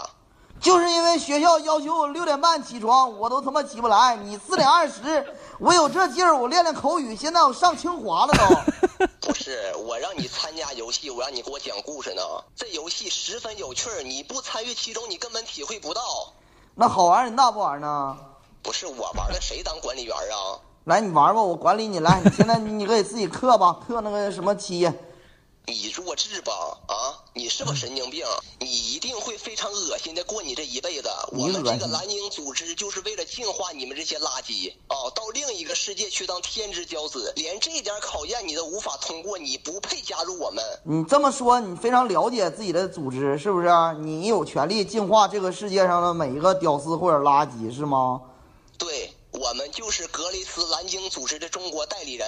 Speaker 8: 就是因为学校要求我六点半起床，我都他妈起不来。你四点二十，我有这劲儿，我练练口语，现在我上清华了都。
Speaker 9: 不是我让你参加游戏，我让你给我讲故事呢。这游戏十分有趣儿，你不参与其中，你根本体会不到。
Speaker 8: 那好玩儿你那不玩儿呢？
Speaker 9: 不是我玩的，谁当管理员啊？
Speaker 8: 来，你玩吧，我管理你。来，你现在 [laughs] 你你给自己刻吧，刻那个什么七。
Speaker 9: 你弱智吧？啊，你是个神经病！你一定会非常恶心的过你这一辈子。
Speaker 8: 你
Speaker 9: 我
Speaker 8: 恶
Speaker 9: 们这
Speaker 8: 心
Speaker 9: 个蓝鲸组织就是为了净化你们这些垃圾哦，到另一个世界去当天之骄子，连这点考验你都无法通过，你不配加入我们。
Speaker 8: 你这么说，你非常了解自己的组织，是不是啊、你有权利净化这个世界上的每一个屌丝或者垃圾，是吗？
Speaker 9: 对我们就是格雷斯蓝鲸组织的中国代理人。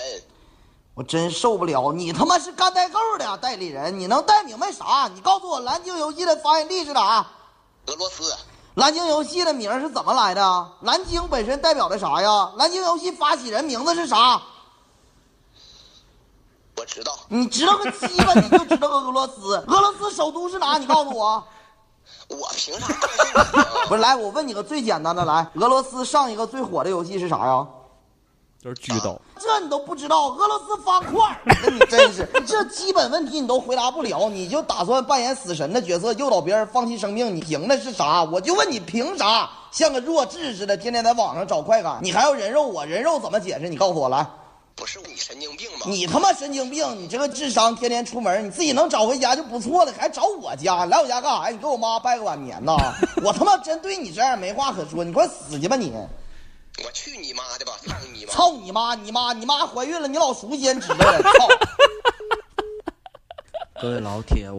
Speaker 8: 我真受不了，你他妈是干代购的代理人，你能带明白啥？你告诉我，蓝鲸游戏的发源地是哪？
Speaker 9: 俄罗斯
Speaker 8: 蓝鲸游戏的名儿是怎么来的啊？蓝鲸本身代表着啥呀？蓝鲸游戏发起人名字是啥？
Speaker 9: 我知道，
Speaker 8: 你知道个鸡巴，你就知道俄罗 [laughs] 斯。俄罗斯首都是哪？你告诉我。
Speaker 9: 我凭啥告诉
Speaker 8: [laughs]
Speaker 9: 你啊？
Speaker 8: 不是，来，我问你个最简单的，来，俄罗斯上一个最火的游戏是啥呀？
Speaker 6: 就是巨斗。
Speaker 8: 这你都不知道，俄罗斯方块儿，那 [laughs] 你真是这基本问题你都回答不了，你就打算扮演死神的角色，诱导别人放弃生命，你凭的是啥？我就问你凭啥？像个弱智似的，天天在网上找快感，你还要人肉我？人肉怎么解释？你告诉我来。
Speaker 9: 不是你神经病吗？
Speaker 8: 你他妈神经病！你这个智商，天天出门，你自己能找回家就不错了，还找我家？来我家干啥呀？你给我妈拜个晚年
Speaker 4: [laughs]
Speaker 8: 呐！我他妈真对你这样没话可说，你快死去吧你！
Speaker 9: 我去你妈的吧！操你妈！
Speaker 8: 操你妈！你妈！你妈怀孕了，你老熟先知道了，操！
Speaker 10: 各位老铁，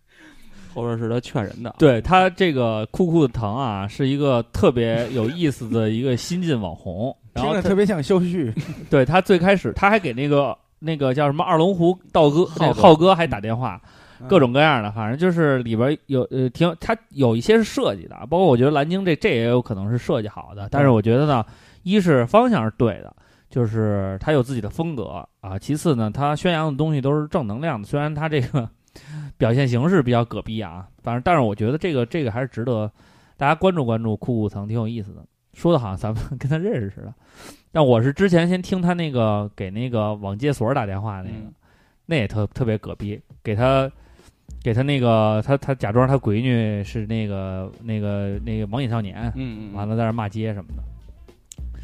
Speaker 6: 后边是他劝人的，
Speaker 2: 对他这个酷酷的疼啊，是一个特别有意思的一个新晋网红。然
Speaker 4: 听
Speaker 2: 后
Speaker 4: 着
Speaker 2: 他嗯
Speaker 4: 特别像肖
Speaker 2: [laughs]
Speaker 4: 旭，
Speaker 2: 对他最开始他还给那个那个叫什么二龙湖道哥浩
Speaker 6: 浩哥
Speaker 2: 浩哥还打电话，
Speaker 4: 嗯
Speaker 2: 各种各样的，反正就是里边有呃挺他有一些是设计的，啊包括我觉得蓝鲸这这也有可能是设计好的，但是我觉得呢，一是方向是对的。就是他有自己的风格啊，其次呢，他宣扬的东西都是正能量的，虽然他这个 [laughs] 表现形式比较葛逼啊，反正但是我觉得这个这个还是值得大家关注关注酷酷腾，挺有意思的。说的好像咱们 [laughs] 跟他认识似的，但我是之前先听他那个给那个网戒所打电话那个，
Speaker 6: 嗯
Speaker 2: 那也特特别葛逼，给他给他那个他他假装他闺女是那个那个那个网瘾少年，
Speaker 6: 嗯
Speaker 2: 完
Speaker 6: 完了
Speaker 2: 了在那骂街什么的。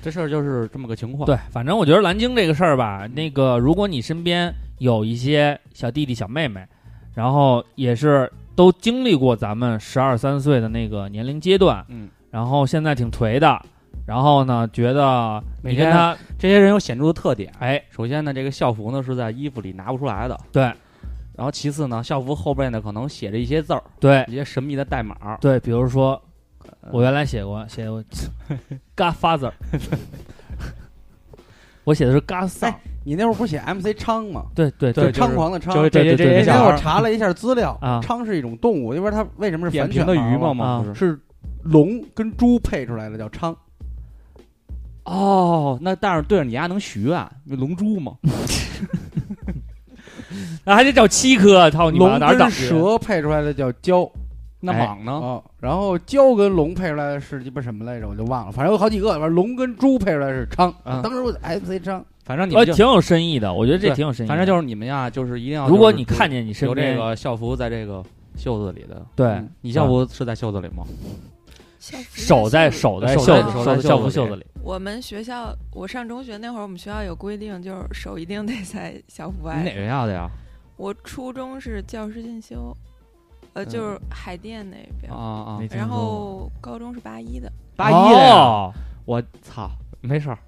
Speaker 6: 这事儿就是这么个情况。
Speaker 2: 对，反正我觉得蓝鲸这个事儿吧，那个如果你身边有一些小弟弟小妹妹，然后也是都经历过咱们十二三岁的那个年龄阶段，
Speaker 6: 嗯，
Speaker 2: 然后现在挺颓的，然后呢觉得
Speaker 6: 每
Speaker 2: 你
Speaker 6: 天
Speaker 2: 跟他
Speaker 6: 这些人有显著的特点，
Speaker 2: 哎
Speaker 6: 首先呢，这个校服呢是在衣服里拿不出来的，
Speaker 2: 对
Speaker 6: 然后其次呢，校服后边呢可能写着一些字儿，
Speaker 2: 对
Speaker 6: 一些神秘的代码。
Speaker 2: 对，比如说
Speaker 6: 呃
Speaker 2: 我原来写过写
Speaker 6: [laughs]
Speaker 2: 过 Godfather，我写的是 Godson，
Speaker 4: 哎你那会儿不写 MC 昌吗？
Speaker 2: 对对
Speaker 4: 就
Speaker 2: 对
Speaker 4: 是猖狂的猖。
Speaker 6: 就是这些这
Speaker 2: 对
Speaker 4: 那
Speaker 2: 对
Speaker 6: 些
Speaker 4: 天
Speaker 6: 小
Speaker 4: 我
Speaker 6: 孩
Speaker 4: 查了一下资料，
Speaker 2: 啊
Speaker 4: 昌是一种动物，因为它为什么是
Speaker 6: 扁
Speaker 4: 反
Speaker 6: 平
Speaker 4: 犬
Speaker 6: 的鱼嘛
Speaker 4: 嘛？
Speaker 6: 嘛
Speaker 2: 啊
Speaker 6: 不是？
Speaker 4: 是龙跟猪配出来的，叫昌。
Speaker 6: 哦，那但是对着你丫能许愿，那龙珠嘛，
Speaker 2: 那啊还得找七颗，操你妈
Speaker 4: 龙
Speaker 2: 哪儿找哦
Speaker 4: 跟
Speaker 2: 去？
Speaker 4: 蛇配出来的叫蛟
Speaker 6: 那
Speaker 2: 哎
Speaker 6: 蟒呢？
Speaker 4: 哦，然后蛟跟龙配出来的是鸡巴什么来着？我就忘了，反正有好几个。反正龙跟猪配出来是昌，
Speaker 6: 嗯
Speaker 4: 当时我 MC 昌
Speaker 6: 反正你
Speaker 2: 呃，
Speaker 6: 们就
Speaker 2: 挺有深意的，我觉得这
Speaker 6: 对
Speaker 2: 挺有深意的。
Speaker 6: 反正就是你们呀，就是一定要就是。
Speaker 2: 如果你看见你身
Speaker 6: 有这
Speaker 2: 边啊
Speaker 6: 个啊校服在这个袖子里的，
Speaker 2: 对
Speaker 4: 嗯
Speaker 6: 你校服是在袖子里吗？
Speaker 5: 校服
Speaker 2: 手在
Speaker 5: 袖子
Speaker 2: 手在
Speaker 6: 手
Speaker 2: 袖
Speaker 6: 在
Speaker 2: 子手
Speaker 6: 手在
Speaker 2: 在
Speaker 6: 袖
Speaker 2: 校
Speaker 6: 子
Speaker 2: 服
Speaker 6: 里
Speaker 2: 袖子里，
Speaker 5: 我们学校，我上中学那会儿，我们学校有规定，就是手一定得在校服
Speaker 6: 你哪
Speaker 5: 外。
Speaker 6: 个校的呀？
Speaker 5: 我初中是教师进修，呃，就是海淀那边
Speaker 6: 啊。啊！
Speaker 2: 没听
Speaker 5: 然
Speaker 2: 说过
Speaker 5: 后高中是八一的，
Speaker 6: 八一的呀，
Speaker 2: 哦
Speaker 6: 我操，没事儿，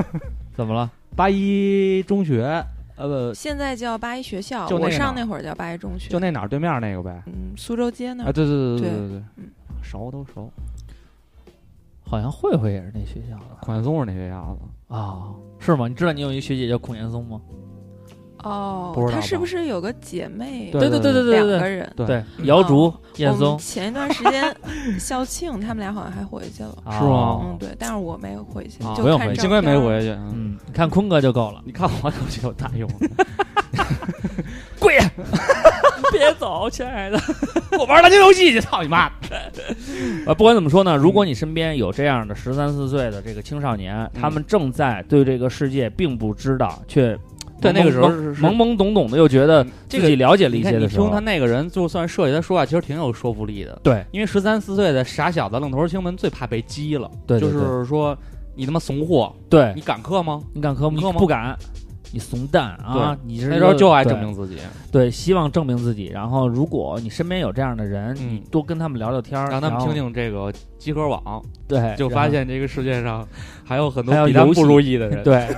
Speaker 6: [laughs]
Speaker 2: 怎么了？
Speaker 6: 八一中学，呃不，
Speaker 5: 现在叫八一学校。
Speaker 6: 就那个
Speaker 5: 我上
Speaker 6: 哪儿
Speaker 5: 那会儿叫八一中学，
Speaker 6: 就那哪儿对面那个呗。
Speaker 5: 嗯苏州街那
Speaker 6: 啊，
Speaker 5: 儿。
Speaker 6: 对对对
Speaker 5: 对
Speaker 6: 对对
Speaker 5: 嗯，
Speaker 6: 熟都熟，
Speaker 2: 好像慧慧也是那学校的
Speaker 6: 孔彦松是那学校的，
Speaker 2: 啊？是吗？你知道你有一学姐叫孔岩松吗？
Speaker 5: 哦
Speaker 6: 不知，道
Speaker 5: 他是
Speaker 6: 吧
Speaker 5: 不是有个姐妹？
Speaker 6: 对
Speaker 2: 对
Speaker 6: 对
Speaker 2: 对
Speaker 5: 两
Speaker 2: 对
Speaker 5: 个
Speaker 2: 对
Speaker 5: 人。
Speaker 6: 对
Speaker 2: 对，姚竹
Speaker 5: 哦、
Speaker 2: 燕
Speaker 5: 我
Speaker 2: 松
Speaker 5: 们前一段时
Speaker 6: [laughs]
Speaker 5: 间校庆，他们俩好像还回去了。
Speaker 2: 啊
Speaker 6: 是吗
Speaker 5: 嗯，对，但是我没回去，
Speaker 6: 啊
Speaker 5: 就
Speaker 2: 不用
Speaker 5: 看
Speaker 2: 回去
Speaker 5: 照
Speaker 6: 幸亏没
Speaker 5: 片儿
Speaker 6: 回去。嗯，
Speaker 2: 嗯，你看坤哥就够了。 [laughs]
Speaker 6: 你看
Speaker 5: [laughs]
Speaker 6: 我可就有大用，
Speaker 2: 跪下，别走，亲爱
Speaker 6: [laughs]
Speaker 2: 的，我玩篮球游戏去，操你 [laughs] 妈！呃，不管怎么说呢，如
Speaker 6: 嗯
Speaker 2: 果你身边有这样的十三四岁的这个青少年，他
Speaker 6: 嗯
Speaker 2: 们正在对这个世界并不知道，却
Speaker 6: 对
Speaker 2: 懵
Speaker 6: 那个时候
Speaker 2: 懵
Speaker 6: 是是
Speaker 2: 懵懵懂懂的又觉得
Speaker 6: 这
Speaker 2: 自
Speaker 6: 个
Speaker 2: 己了解了
Speaker 6: 你
Speaker 2: 一
Speaker 6: 看
Speaker 2: 些
Speaker 6: 你
Speaker 2: 的时
Speaker 6: 听他
Speaker 2: 候，
Speaker 6: 那个人，就算设计他说话，其实挺有说服力的。
Speaker 2: 对
Speaker 6: 因为十三四岁的傻小子愣头青们最怕被激了，
Speaker 2: 对对
Speaker 6: 就是说你他妈怂货，
Speaker 2: 对
Speaker 6: 你，敢克吗？
Speaker 2: 你敢磕
Speaker 6: 你
Speaker 2: 吗？
Speaker 6: 磕
Speaker 2: 你
Speaker 6: 吗
Speaker 2: 不敢，你怂蛋啊！你是
Speaker 6: 那时候就爱
Speaker 2: 对
Speaker 6: 证明自己，
Speaker 2: 对，希望证明自己。然后，如果你身边有这样的人，
Speaker 6: 嗯
Speaker 2: 你多跟他们聊聊天儿，
Speaker 6: 让他
Speaker 2: 然
Speaker 6: 们
Speaker 2: 后
Speaker 6: 听，听这个集合网，
Speaker 2: 对，
Speaker 6: 就
Speaker 2: 然
Speaker 6: 发
Speaker 2: 后
Speaker 6: 现这个世界上还有很多
Speaker 2: 还有
Speaker 6: 比咱
Speaker 2: 游戏
Speaker 6: 不如意的 [laughs] 人，，
Speaker 2: 对，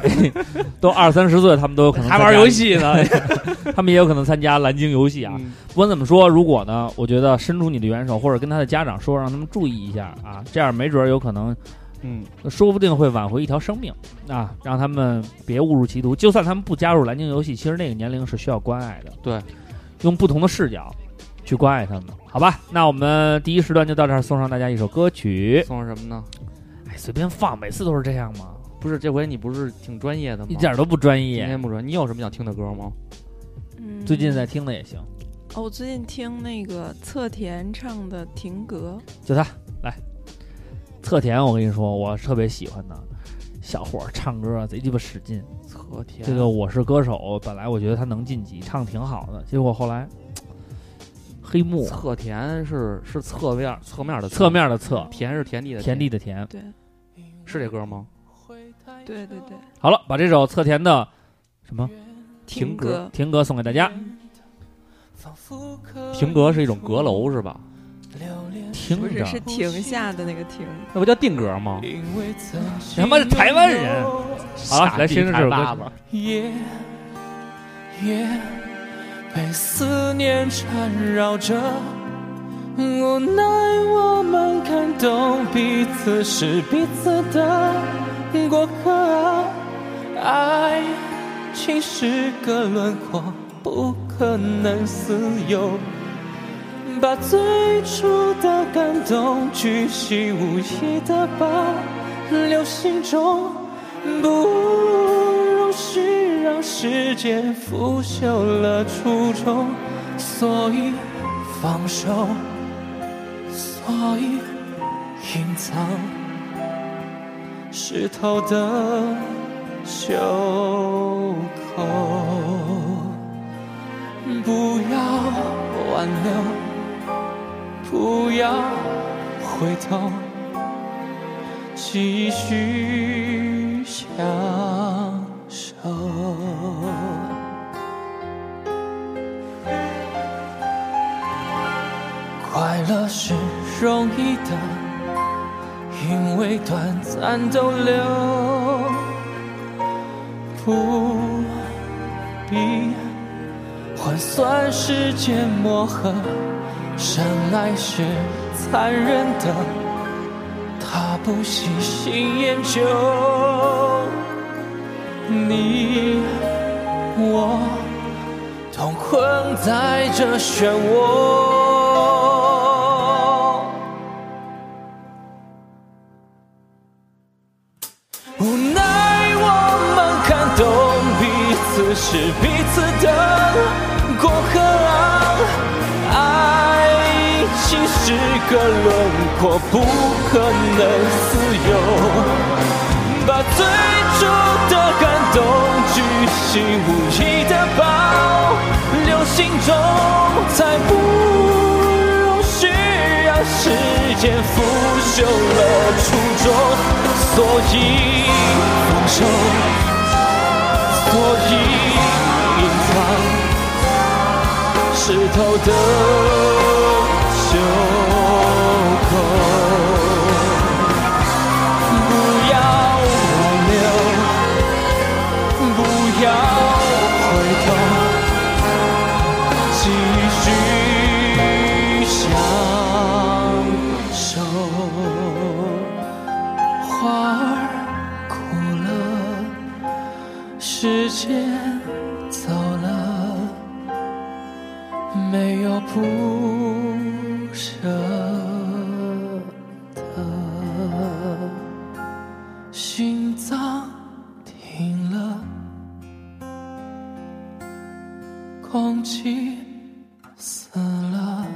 Speaker 2: 都二三十岁，他们都有可能
Speaker 6: 还
Speaker 2: 参加
Speaker 6: 玩游，戏呢。
Speaker 2: [laughs] 他们也有可能参加蓝鲸游戏啊。
Speaker 6: 嗯
Speaker 2: 不管怎么说，如果呢，我觉得伸出你的援手，或者跟他的家长说，让他们注意一下啊，这样没准儿有可能。
Speaker 3: 嗯，
Speaker 2: 说不定会挽回一条生命啊，让他们别误入歧途。就算他们不加入蓝鲸游戏，其实那个年龄是需要关爱的。
Speaker 3: 对，
Speaker 2: 用不同的视角去关爱他们，好吧？那我们第一时段就到这儿，送上大家一首歌曲。
Speaker 3: [laughs] 送什么呢？
Speaker 2: 哎，随便放，每次都是这样吗？
Speaker 3: 不是，这回你不是挺专业的吗？
Speaker 2: 一点都不专
Speaker 3: 今
Speaker 2: 业。
Speaker 3: 天不说，你有什么想听的歌吗？
Speaker 5: 嗯，
Speaker 2: 最近在听的也行，
Speaker 5: 哦，我最近听那个侧田唱的《停格
Speaker 2: 就他来。侧田，我跟你说，我特别喜欢他，小伙儿唱歌贼鸡巴使劲。
Speaker 3: 侧田
Speaker 2: 这个《我是歌手》，本来我觉得他能晋级，唱挺好的，结果后来黑幕
Speaker 3: 侧田是是侧面侧面的
Speaker 2: 侧面的侧，
Speaker 3: 田是田地的
Speaker 2: 田地的田。》，
Speaker 5: 对
Speaker 3: 是这歌吗？
Speaker 5: 对对对，
Speaker 2: 好了，把这首侧田的什么
Speaker 5: 停
Speaker 3: 格嗯
Speaker 5: 格，
Speaker 2: 停歌送给大家。
Speaker 3: 亭阁是一种阁楼是吧？
Speaker 2: 听
Speaker 5: 不是
Speaker 2: 着，
Speaker 5: 是
Speaker 6: 啊
Speaker 5: 停下的那个停。
Speaker 3: 那不叫定格吗？
Speaker 2: 你他妈是台湾人。好了，来欣赏这首
Speaker 3: 爸
Speaker 2: 歌
Speaker 3: 爸。。
Speaker 1: 夜夜被思念缠绕着，嗯无奈我们看懂彼此是彼此的过客啊。爱情是个轮廓，不可能私有。把最初的感动巨细无遗的保留心中，不容许让时间腐朽了初衷，所以放手，所以隐藏湿透的袖口，不要挽留。不要回头，继续享受。快乐是容易的，因为短暂逗留，不必换算时间磨合。相爱是残忍的，他不喜新厌旧。你我同困在这漩涡。无奈我们看懂彼此是彼此的过客啊，爱情是个轮廓，不可能自由。把最初的感动巨细无遗的保留心中，才不容许让时间腐朽了初衷，所以放手，所以隐藏湿透的袖口。不要挽留，不要回头，继续享受。花儿枯了，时间走了，没有不舍的。心脏停了，空气死了，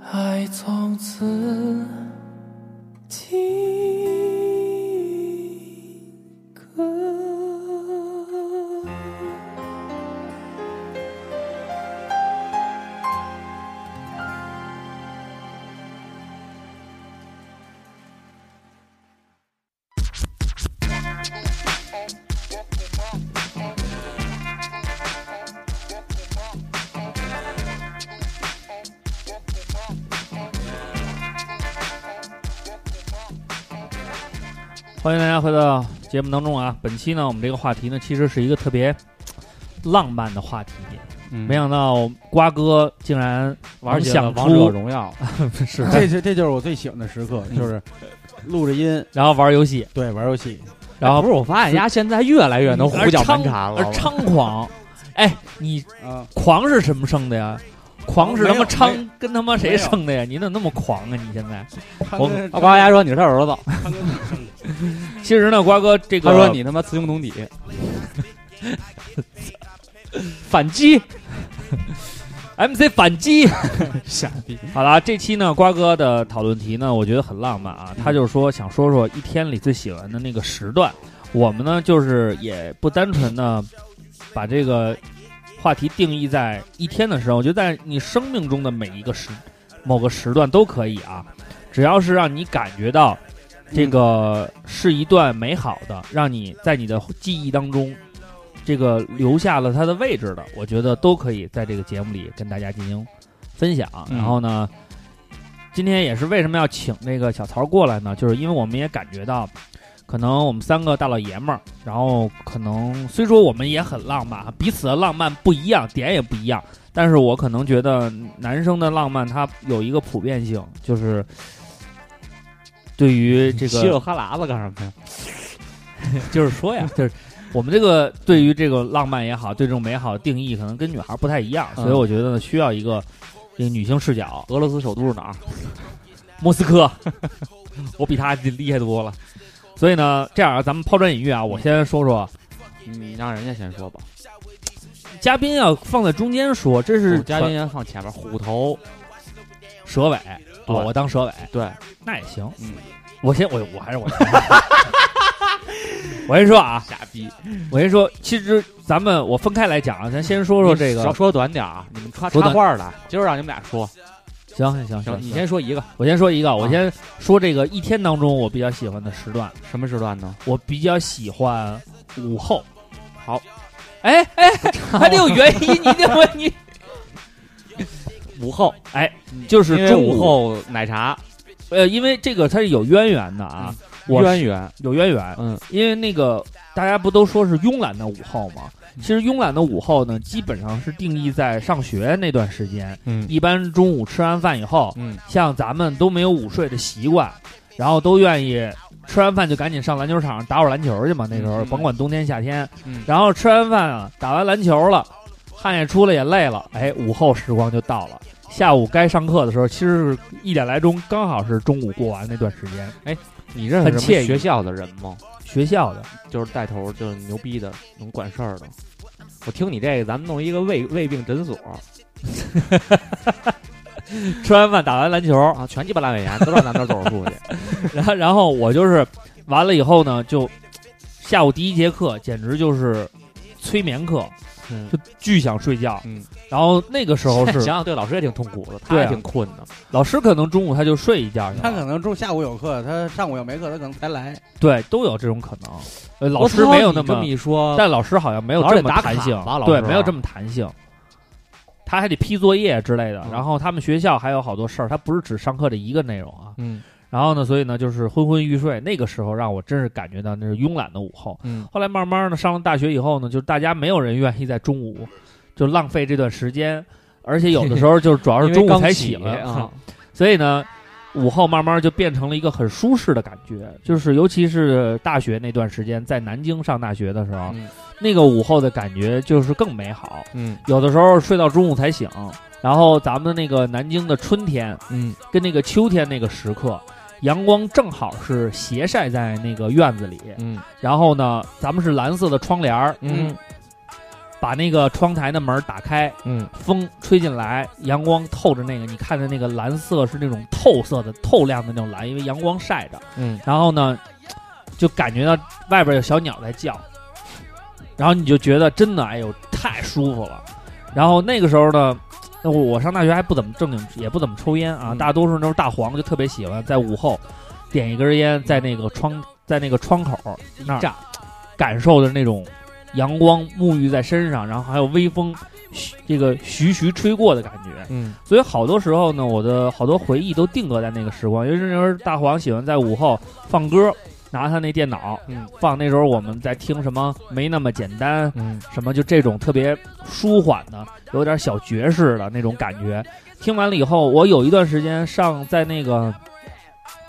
Speaker 1: 爱从此停格。
Speaker 2: 欢迎大家回到节目当中啊！本期呢，我们这个话题呢，其实是一个特别浪漫的话题，
Speaker 3: 没
Speaker 2: 没想到瓜哥竟然
Speaker 3: 嗯玩起了
Speaker 2: 想
Speaker 3: 王者
Speaker 2: 出
Speaker 3: 荣耀，
Speaker 2: 是，
Speaker 6: 啊
Speaker 4: 这是这就是我最喜欢的时刻，就是 [laughs] 录着音，
Speaker 2: 然后玩游戏，
Speaker 4: 对，玩游戏，
Speaker 2: 然后
Speaker 3: 哎不是我发现丫现在越来越能胡搅蛮缠
Speaker 2: 而
Speaker 3: 了，
Speaker 2: 猖狂。哎，你
Speaker 4: 啊，
Speaker 2: 狂是什么生的呀？狂是他
Speaker 3: 哦
Speaker 4: 没
Speaker 2: 妈
Speaker 4: 有
Speaker 2: 昌跟他妈谁生的呀？你怎么那么狂啊？你现在，
Speaker 4: 他
Speaker 2: 我
Speaker 4: 跟
Speaker 6: 啊
Speaker 3: 我告诉丫说你是他儿子，
Speaker 4: 他跟
Speaker 2: 其实呢，瓜哥这
Speaker 3: 嗯
Speaker 2: 个
Speaker 3: 他说你他妈雌雄同体，反 [laughs] 击
Speaker 2: MC 反击。
Speaker 3: [laughs] 傻逼，
Speaker 2: 好啦，这期呢，瓜哥的讨论题呢，我觉得很浪漫啊。
Speaker 3: 嗯
Speaker 2: 他就说想说说一天里最喜欢的那个时段。我们呢，就是也不单纯呢，把这个话题定义在一天的时候，我觉得在你生命中的每一个时某个时段都可以啊，只要是让你感觉到这个是一段美好的，让你在你的记忆当中。这个留下了它的位置的，我觉得都可以在这个节目里跟大家进行分享。
Speaker 3: 嗯
Speaker 2: 然后呢，今天也是为什么要请那个小曹过来呢？就是因为我们也感觉到，可能我们三个大老爷们儿，然后可能虽说我们也很浪漫，彼此的浪漫不一样，点也不一样，但是我可能觉得男生的浪漫它有一个普遍性，就是对于这
Speaker 3: 稀里
Speaker 2: 个
Speaker 3: 哈喇子干什么呀？
Speaker 2: [laughs] 就是说呀，就是。我们这个对于这个浪漫也好，对这种美好的定义，可能跟女孩不太一样，所以
Speaker 3: 嗯
Speaker 2: 我觉得呢，需要一个这个女性视角， [laughs]
Speaker 3: 俄罗斯首都是哪儿？
Speaker 2: 莫斯科，我比他厉害多了。所以呢，这样啊，咱们抛砖引玉啊，我先说说，
Speaker 3: 你让人家先说吧，
Speaker 2: 嘉宾要放在中间说，这是
Speaker 3: 我哦嘉宾先放前面，虎头
Speaker 2: 蛇尾，
Speaker 3: 对
Speaker 2: 哦，我当蛇尾，
Speaker 3: 对，
Speaker 2: 那也行。
Speaker 3: 嗯，
Speaker 2: 我先 [laughs] 我我还是我先，我先说啊，
Speaker 3: 傻逼，
Speaker 2: 我先说，其实咱们我分开来讲啊，咱先说说这个
Speaker 3: 少，说短点啊，你们插
Speaker 2: 说
Speaker 3: 插
Speaker 2: 短
Speaker 3: 话的，今儿让你们俩说，
Speaker 2: 行行行
Speaker 3: 行，你
Speaker 2: 行
Speaker 3: 先啊说一个，
Speaker 2: 我先说一个，我先说这个一天当中我比较喜欢的时段，
Speaker 3: 什么时段呢？
Speaker 2: 我比较喜欢午后。好，哎哎，还得有原因，你得我你
Speaker 3: 午后，嗯
Speaker 2: 哎，就是
Speaker 3: 因为
Speaker 2: 中午
Speaker 3: 午后奶茶
Speaker 2: 呃，因为这个它是有渊源的啊，我
Speaker 3: 渊
Speaker 2: 是
Speaker 3: 源，
Speaker 2: 有渊源，
Speaker 3: 嗯，
Speaker 2: 因为那个大家不都说是慵懒的午后吗？
Speaker 3: 嗯
Speaker 2: 其实慵懒的午后呢，基本上是定义在上学那段时间，
Speaker 3: 嗯
Speaker 2: 一般中午吃完饭以后，
Speaker 3: 嗯，
Speaker 2: 像咱们都没有午睡的习惯，然后都愿意吃完饭就赶紧上篮球场打会儿篮球去嘛。那时候
Speaker 3: 嗯
Speaker 2: 甭管冬天夏天
Speaker 3: 嗯，
Speaker 2: 然后吃完饭啊，打完篮球了，汗也出了，也累了，哎，午后时光就到了。下午该上课的时候，其实是一点来钟，刚好是中午过完那段时间。
Speaker 3: 哎你认识什
Speaker 2: 很惬
Speaker 3: 么
Speaker 2: 意
Speaker 3: 学校的人吗？
Speaker 2: 学校的
Speaker 3: 就是带头，就是牛逼的，能管事儿的。我听你这个，咱们弄一个胃胃病诊所
Speaker 2: 吃完饭打完篮球， [laughs]
Speaker 3: 啊，全鸡巴阑尾炎都让咱这儿做手术去。
Speaker 2: 然后然后我就是完了以后呢，就下午第一节课简直就是催眠课，
Speaker 3: [laughs] 嗯
Speaker 2: 就巨想睡觉。
Speaker 3: 嗯，
Speaker 2: 然后那个时候
Speaker 3: [laughs]
Speaker 2: 是 [laughs]
Speaker 3: 想想对老师也挺痛苦的，他
Speaker 2: 对
Speaker 3: 也
Speaker 2: 啊
Speaker 3: 挺困的。
Speaker 2: 老师可能中午他就睡一觉去了，
Speaker 4: 他可能中下午有课，他上午要没课，他可能才来。
Speaker 2: 对都有这种可能。呃，老
Speaker 3: 我
Speaker 2: 师
Speaker 3: 操
Speaker 2: 没有
Speaker 3: 你
Speaker 2: 那
Speaker 3: 这么
Speaker 2: 么，
Speaker 3: 一说，
Speaker 2: 但老师好像没有
Speaker 3: 老师
Speaker 2: 这
Speaker 3: 得
Speaker 2: 么
Speaker 3: 打
Speaker 2: 弹
Speaker 3: 卡
Speaker 2: 性
Speaker 3: 吧，老
Speaker 2: 对，
Speaker 3: 师
Speaker 2: 没有
Speaker 3: 啊
Speaker 2: 这么弹性。他还得批作业之类的，
Speaker 3: 嗯
Speaker 2: 然后他们学校还有好多事儿，他不是只上课的一个内容啊。
Speaker 3: 嗯
Speaker 2: 然后呢，所以呢，就是昏昏欲睡。那个时候让我真是感觉到那是慵懒的午后。
Speaker 3: 嗯，
Speaker 2: 后来慢慢的上了大学以后呢，就是大家没有人愿意在中午就浪费这段时间，而且
Speaker 3: [laughs]
Speaker 2: 有的时候就是主要
Speaker 3: 因
Speaker 2: 是
Speaker 3: 为
Speaker 2: 中午
Speaker 3: 刚
Speaker 2: 才
Speaker 3: 起
Speaker 2: 起来
Speaker 3: [laughs]
Speaker 2: [laughs]
Speaker 3: 啊，
Speaker 2: 所以呢，午后慢慢就变成了一个很舒适的感觉，就是尤其是大学那段时间，在南京上大学的时候，
Speaker 3: 嗯
Speaker 2: 那个午后的感觉就是更美好。
Speaker 3: 嗯
Speaker 2: 有的时候睡到中午才醒，然后咱们那个南京的春天
Speaker 3: 嗯
Speaker 2: 跟那个秋天那个时刻，阳光正好是斜晒在那个院子里，
Speaker 3: 嗯
Speaker 2: 然后呢，咱们是蓝色的窗帘儿，
Speaker 3: 嗯
Speaker 2: 把那个窗台的门儿打开，
Speaker 3: 嗯
Speaker 2: 风吹进来，阳光透着那个，你看着那个蓝色是那种透色的、透亮的那种蓝，因为阳光晒着。
Speaker 3: 嗯，
Speaker 2: 然后呢，就感觉到外边有小鸟在叫，然后你就觉得真的，哎呦，太舒服了。然后那个时候呢，那我我上大学还不怎么正经，也不怎么抽烟啊，
Speaker 3: 嗯
Speaker 2: 大多数都是大黄，就特别喜欢在午后点一根烟，在那个窗在那个窗口那儿
Speaker 3: 炸
Speaker 2: 感受的那种阳光沐浴在身上，然后还有微风。徐这个徐徐吹过的感觉，
Speaker 3: 嗯
Speaker 2: 所以好多时候呢，我的好多回忆都定格在那个时光。尤其是那时候大黄喜欢在午后放歌，拿他那电脑
Speaker 6: 嗯
Speaker 2: 放那时候我们在听什么没那么简单，
Speaker 6: 嗯，
Speaker 2: 什么就这种特别舒缓的，有点小爵士的那种感觉。听完了以后，我有一段时间上在那个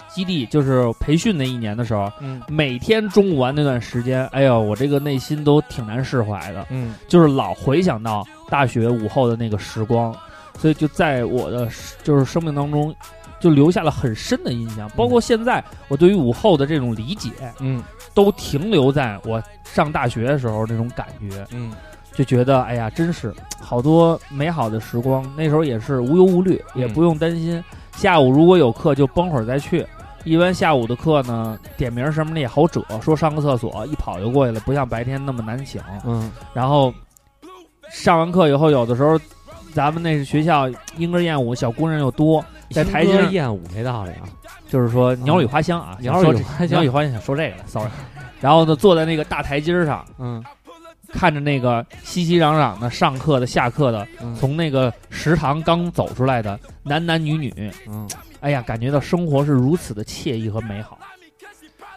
Speaker 2: 基地，就是培训那一年的时候，
Speaker 6: 嗯
Speaker 2: 每天中午完那段时间，哎呦，我这个内心都挺难释怀的，
Speaker 6: 嗯，
Speaker 2: 就是老回想到大学午后的那个时光，所以就在我的就是生命当中。就留下了很深的印象，包括现在我对于午后的这种理解，
Speaker 6: 嗯
Speaker 2: 都停留在我上大学的时候那种感觉。
Speaker 6: 嗯
Speaker 2: 就觉得哎呀，真是好多美好的时光。那时候也是无忧无虑，
Speaker 6: 嗯
Speaker 2: 也不用担心下午如果有课就崩会儿再去。一般下午的课呢，点名什么的也好折，说上个厕所一跑就过去了，不像白天那么难请。
Speaker 6: 嗯
Speaker 2: 然后上完课以后，有的时候咱们那学校莺歌燕舞，小姑娘又
Speaker 6: 嗯
Speaker 2: 多，在台阶
Speaker 6: 莺歌
Speaker 2: 上
Speaker 6: 燕舞这道理啊，
Speaker 2: 就是说鸟语花香啊，
Speaker 6: 嗯鸟
Speaker 2: 想
Speaker 6: 语
Speaker 2: 说这
Speaker 6: 花香
Speaker 2: 鸟语花香想说这个了，sorry。然
Speaker 6: [laughs]
Speaker 2: 后呢，坐在那个大台阶儿上，
Speaker 6: 嗯，
Speaker 2: 看着那个熙熙攘攘的上课的、下课的，
Speaker 6: 嗯
Speaker 2: 从那个食堂刚走出来的男男女女，
Speaker 6: 嗯
Speaker 2: 哎呀，感觉到生活是如此的惬意和美好。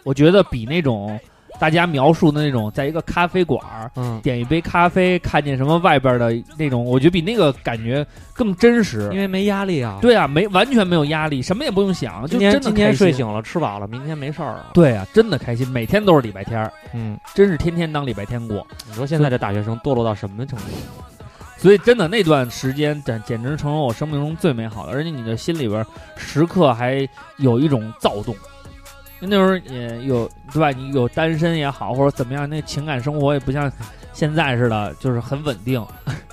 Speaker 2: 我觉得比那种大家描述的那种，在一个咖啡馆儿
Speaker 6: 嗯，
Speaker 2: 点一杯咖啡，看见什么外边的那种，我觉得比那个感觉更真
Speaker 6: 因
Speaker 2: 实。
Speaker 6: 为没压
Speaker 3: [laughs]
Speaker 6: 力啊。，
Speaker 2: 对啊，没完全没有压力，什么也不用想，就
Speaker 6: 今
Speaker 2: 真的
Speaker 6: 天今天
Speaker 2: 开心
Speaker 6: 睡。醒了，吃饱了，明天没事儿啊。
Speaker 2: 对啊，真的开心，每天都是礼拜天儿，
Speaker 6: 嗯，
Speaker 2: 真是天天当礼拜天过。
Speaker 6: 你说现在这大学生堕落到什么程度？
Speaker 2: 所以真的那段时间，简简直成为我生命中最美好的，而且你的心里边时刻还有一种躁动。因为那时候也有对吧？你有单身也好，或者怎么样，那情感生活也不像现在似的，就是很稳定。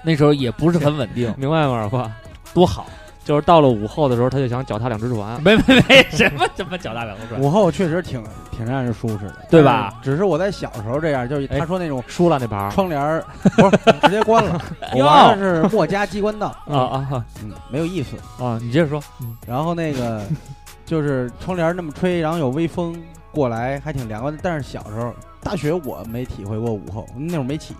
Speaker 2: 那时候也不是很稳定，
Speaker 6: 明白吗，二瓜？
Speaker 2: 多好！
Speaker 6: 就是到了午后的时候，他就想脚踏两只船。
Speaker 2: 没没没，什么什么脚踏两条船，
Speaker 4: 午后确实挺挺让人舒适的，
Speaker 2: 对吧？
Speaker 4: 只是我在小时候这样，就是他说那种
Speaker 6: 输了那盘儿
Speaker 4: 窗帘儿，不是直接关了，我玩的是墨家机关道，
Speaker 6: 啊啊
Speaker 4: 嗯，没有意思。
Speaker 6: 啊！你接着说，
Speaker 4: 然后那个 [laughs] 就是窗帘那么吹，然后有微风过来，还挺凉快的。但是小时候，大学我没体会过午后，那会儿没起，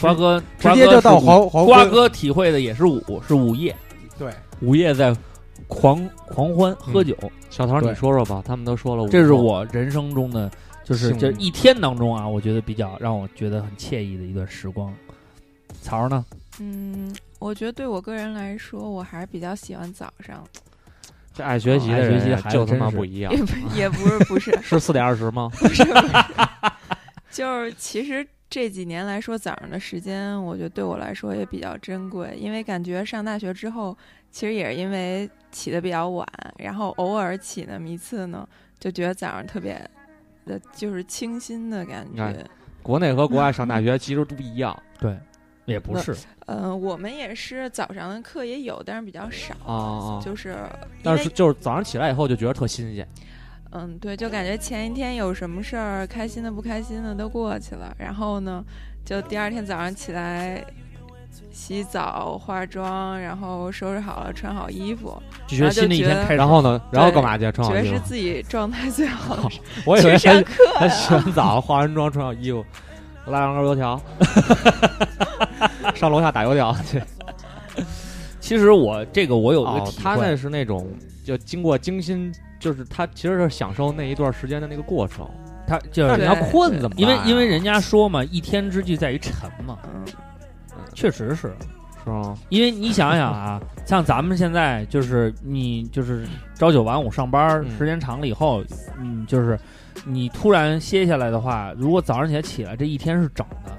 Speaker 2: 瓜哥
Speaker 4: 直接就到
Speaker 2: 黄。
Speaker 4: 黄黄
Speaker 2: 瓜哥体会的也是午，是午夜，
Speaker 4: 对，
Speaker 2: 午夜在狂狂欢喝酒，
Speaker 6: 小桃，
Speaker 4: 对
Speaker 6: 你说说吧。他们都说了午后，
Speaker 2: 这是我人生中的，就是
Speaker 6: 哦幸运
Speaker 2: 这一天当中啊，我觉得比较让我觉得很惬意的一段时光。曹儿呢？
Speaker 5: 嗯，我觉得对我个人来说，我还是比较喜欢早上，
Speaker 6: 这爱学习的人
Speaker 2: 啊爱学习的孩子
Speaker 6: 就他
Speaker 2: 真
Speaker 6: 妈
Speaker 2: 是
Speaker 6: 不一
Speaker 5: [laughs]
Speaker 6: 样
Speaker 5: 也。不也不是不是，
Speaker 6: 是四点二十吗？
Speaker 5: 就是其实这几年来说，早上的时间，我觉得对我来说也比较珍贵，因为感觉上大学之后，其实也是因为起的比较晚，然后偶尔起那么一次呢，就觉得早上特别的，就是清新的感觉。
Speaker 6: 哎国内和国外上大学其实都不一
Speaker 5: [laughs]
Speaker 6: 样
Speaker 2: 也不是，
Speaker 5: 呃，我们也是早上的课也有，但是比较少，
Speaker 6: 啊啊！啊
Speaker 5: 就是因
Speaker 6: 但是
Speaker 5: 为
Speaker 6: 就是早上起来以后就觉得特新鲜，
Speaker 5: 嗯，对，就感觉前一天有什么事儿，开心的不开心的都过去了，然后呢，就第二天早上起来洗澡、化妆，然后收拾好了，穿好衣服，
Speaker 2: 就觉得新的一
Speaker 5: 啊
Speaker 2: 天开始。
Speaker 6: 然后呢，然后
Speaker 5: 对
Speaker 6: 干嘛去？穿
Speaker 5: 觉
Speaker 6: 好
Speaker 5: 得
Speaker 6: 衣
Speaker 5: 是
Speaker 6: 服。
Speaker 5: 自己状态
Speaker 6: [laughs]
Speaker 5: 最好的时候
Speaker 6: 我以为
Speaker 5: 去
Speaker 6: 他
Speaker 5: 上课
Speaker 6: 他洗
Speaker 5: 呀。
Speaker 6: 完澡、化完妆、穿好衣服，拉上根油
Speaker 5: [laughs]
Speaker 6: 条，上楼下打油条去。
Speaker 2: 其实我这个我有一个
Speaker 6: 哦，
Speaker 2: 体
Speaker 6: 他那
Speaker 2: 会，
Speaker 6: 是那种就经过精心，就是他其实是享受那一段时间的那个过程。
Speaker 2: 他就
Speaker 6: 但
Speaker 2: 是
Speaker 6: 是
Speaker 5: 对
Speaker 6: 你要困怎么办啊？
Speaker 2: 因为因为人家说嘛，一天之计在于晨嘛，
Speaker 5: 嗯，
Speaker 2: 确实是。
Speaker 6: 是吗？
Speaker 2: 因为你想想啊，像咱们现在就是你就是朝九晚五上班，
Speaker 6: 嗯
Speaker 2: 时间长了以后，嗯，就是你突然歇下来的话，如果早上起来起来，这一天是整的，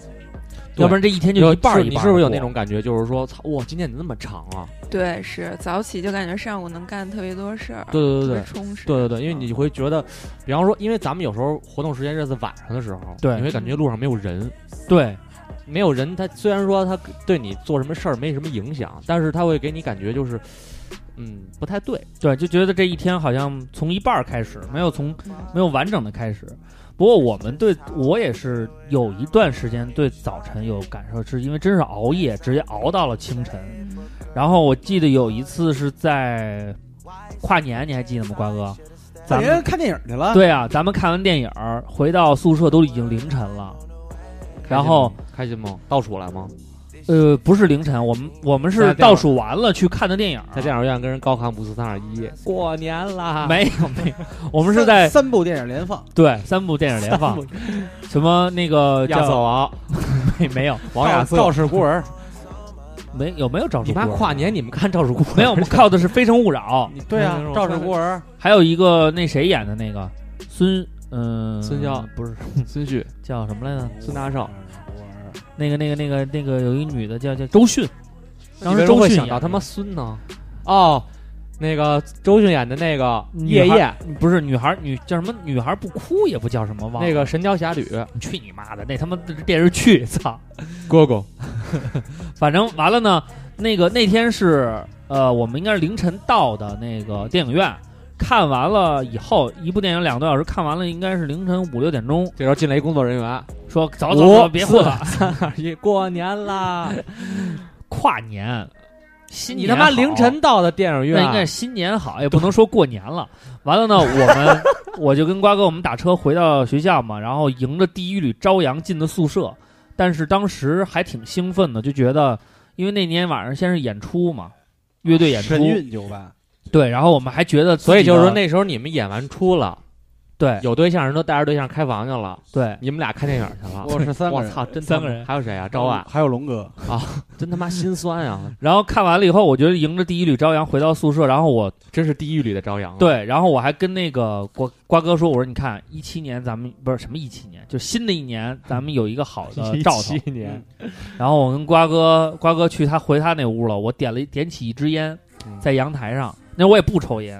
Speaker 6: 对
Speaker 2: 要不然这一天就一半儿
Speaker 6: 是
Speaker 2: 一半儿
Speaker 6: 你是不是有那
Speaker 2: 过
Speaker 6: 种感觉，就是说，操，哇，今天怎么那么长啊？
Speaker 5: 对，是早起就感觉上午能干特别多事儿，
Speaker 6: 对对对
Speaker 5: 特
Speaker 6: 对
Speaker 5: 别。充实。
Speaker 6: 对对对，因为
Speaker 2: 嗯
Speaker 6: 你会觉得，比方说，因为咱们有时候活动时间是在晚上的时候，
Speaker 2: 对
Speaker 6: 你会感觉路上没有人，
Speaker 2: 对，
Speaker 6: 没有人，他虽然说他对你做什么事儿没什么影响，但是他会给你感觉就是，嗯，不太对。
Speaker 2: 对，就觉得这一天好像从一半儿开始，没有从
Speaker 6: 嗯
Speaker 2: 没有完整的开始。不过我们对我也是有一段时间对早晨有感受，是因为真是熬夜，直接熬到了清晨。
Speaker 5: 嗯
Speaker 2: 然后我记得有一次是在跨年，你还记得吗，瓜哥？咱
Speaker 4: 人家
Speaker 2: 们
Speaker 4: 看电影去了，
Speaker 2: 对啊，咱们看完电影儿回到宿舍都已经凌晨了。然后
Speaker 6: 开心吗？开心吗？倒数来吗？
Speaker 2: 呃，不是凌晨，我们我们
Speaker 6: 在
Speaker 2: 是
Speaker 6: 电
Speaker 2: 倒
Speaker 6: 脑
Speaker 2: 数完了去看的电影儿，啊
Speaker 6: 在啊电影院跟人高亢不四三二一，过年啦！
Speaker 2: 没有没有，我们是在
Speaker 4: 三部电影连放，
Speaker 2: 对三部电影连放，什么那个
Speaker 6: 亚瑟
Speaker 2: 叫
Speaker 6: 王，
Speaker 2: [laughs] 没没有
Speaker 6: 王亚瑟，
Speaker 4: 赵氏孤儿，
Speaker 2: 没有没有赵
Speaker 6: 你
Speaker 2: 树
Speaker 6: 妈
Speaker 2: 波，
Speaker 6: 跨年你们看赵氏孤儿？
Speaker 2: 没有我们靠的是《非诚勿扰
Speaker 6: 你
Speaker 4: 对啊，赵氏孤
Speaker 6: 儿，
Speaker 4: 儿，》，
Speaker 2: 还有一个那谁演的那个孙嗯、
Speaker 6: 孙骁
Speaker 2: 不是
Speaker 6: 孙旭、
Speaker 2: 叫什么来着？
Speaker 6: 孙大
Speaker 4: [laughs]
Speaker 6: 圣，
Speaker 2: 那个那个那个那个有一女的叫叫周迅，当
Speaker 6: 你
Speaker 2: 时
Speaker 6: 为什么
Speaker 2: 周
Speaker 6: 会
Speaker 2: 迅
Speaker 6: 想
Speaker 2: 演
Speaker 6: 到他
Speaker 2: 的
Speaker 6: 妈孙呢？哦，那个周迅演的那个
Speaker 2: 女孩
Speaker 6: 夜夜，
Speaker 2: 不是女孩儿女叫什么女孩儿不哭也不叫什么忘了
Speaker 6: 那个《神雕侠侣》， [laughs]
Speaker 2: 去你妈的那他妈电视剧操。
Speaker 6: 哥哥，
Speaker 2: 反正完了呢，那个那天是呃，我们应该是凌晨到的那个电影院，看完了以后，一部电影两个多小时，看完了应该是凌晨五六点钟，
Speaker 6: 这时候进来一工作人 [laughs] 员，
Speaker 2: 说走走走，
Speaker 6: 五
Speaker 2: 别混了，
Speaker 6: 二一过年啦！
Speaker 2: 跨年，新
Speaker 6: 你
Speaker 2: 年
Speaker 6: 他妈
Speaker 2: 好
Speaker 6: 凌晨到的电影
Speaker 2: 那
Speaker 6: 院，
Speaker 2: 应该是新年好，也不能说过年了。完了呢，我们我就跟瓜哥我们打车回到学校嘛，然后迎着第一缕朝阳进的宿舍，但是当时还挺兴奋的，就觉得因为那年晚上先是演出嘛，乐队演出，
Speaker 4: 神韵酒吧，
Speaker 2: 对，然后我们还觉得自己的，
Speaker 6: 所以就是说那时候你们演完出了，
Speaker 2: 对
Speaker 6: 有对象人都带着对象开房去了，
Speaker 2: 对
Speaker 6: 你们俩看电影去了。
Speaker 4: 我是三个
Speaker 6: 我
Speaker 4: 人，
Speaker 6: 操，真他
Speaker 2: 三
Speaker 6: 妈
Speaker 2: 个人
Speaker 6: 还有谁啊？赵万，
Speaker 4: 还有龙哥，
Speaker 6: [laughs] 真他妈心酸啊！
Speaker 2: 然后看完了以后，我觉得迎着第一缕朝阳回到宿舍，然后我
Speaker 6: 真是地狱里的朝阳。，啊
Speaker 2: 对，然后我还跟那个瓜瓜哥说，我说你看一七年咱们不是什么一七年，就新的一年咱们有一个好的兆头。嗯
Speaker 6: 七年，
Speaker 2: 然后我跟瓜哥瓜哥去他回他那屋了，我点了一点起一支烟
Speaker 6: 嗯，
Speaker 2: 在阳台上，那我也不抽烟，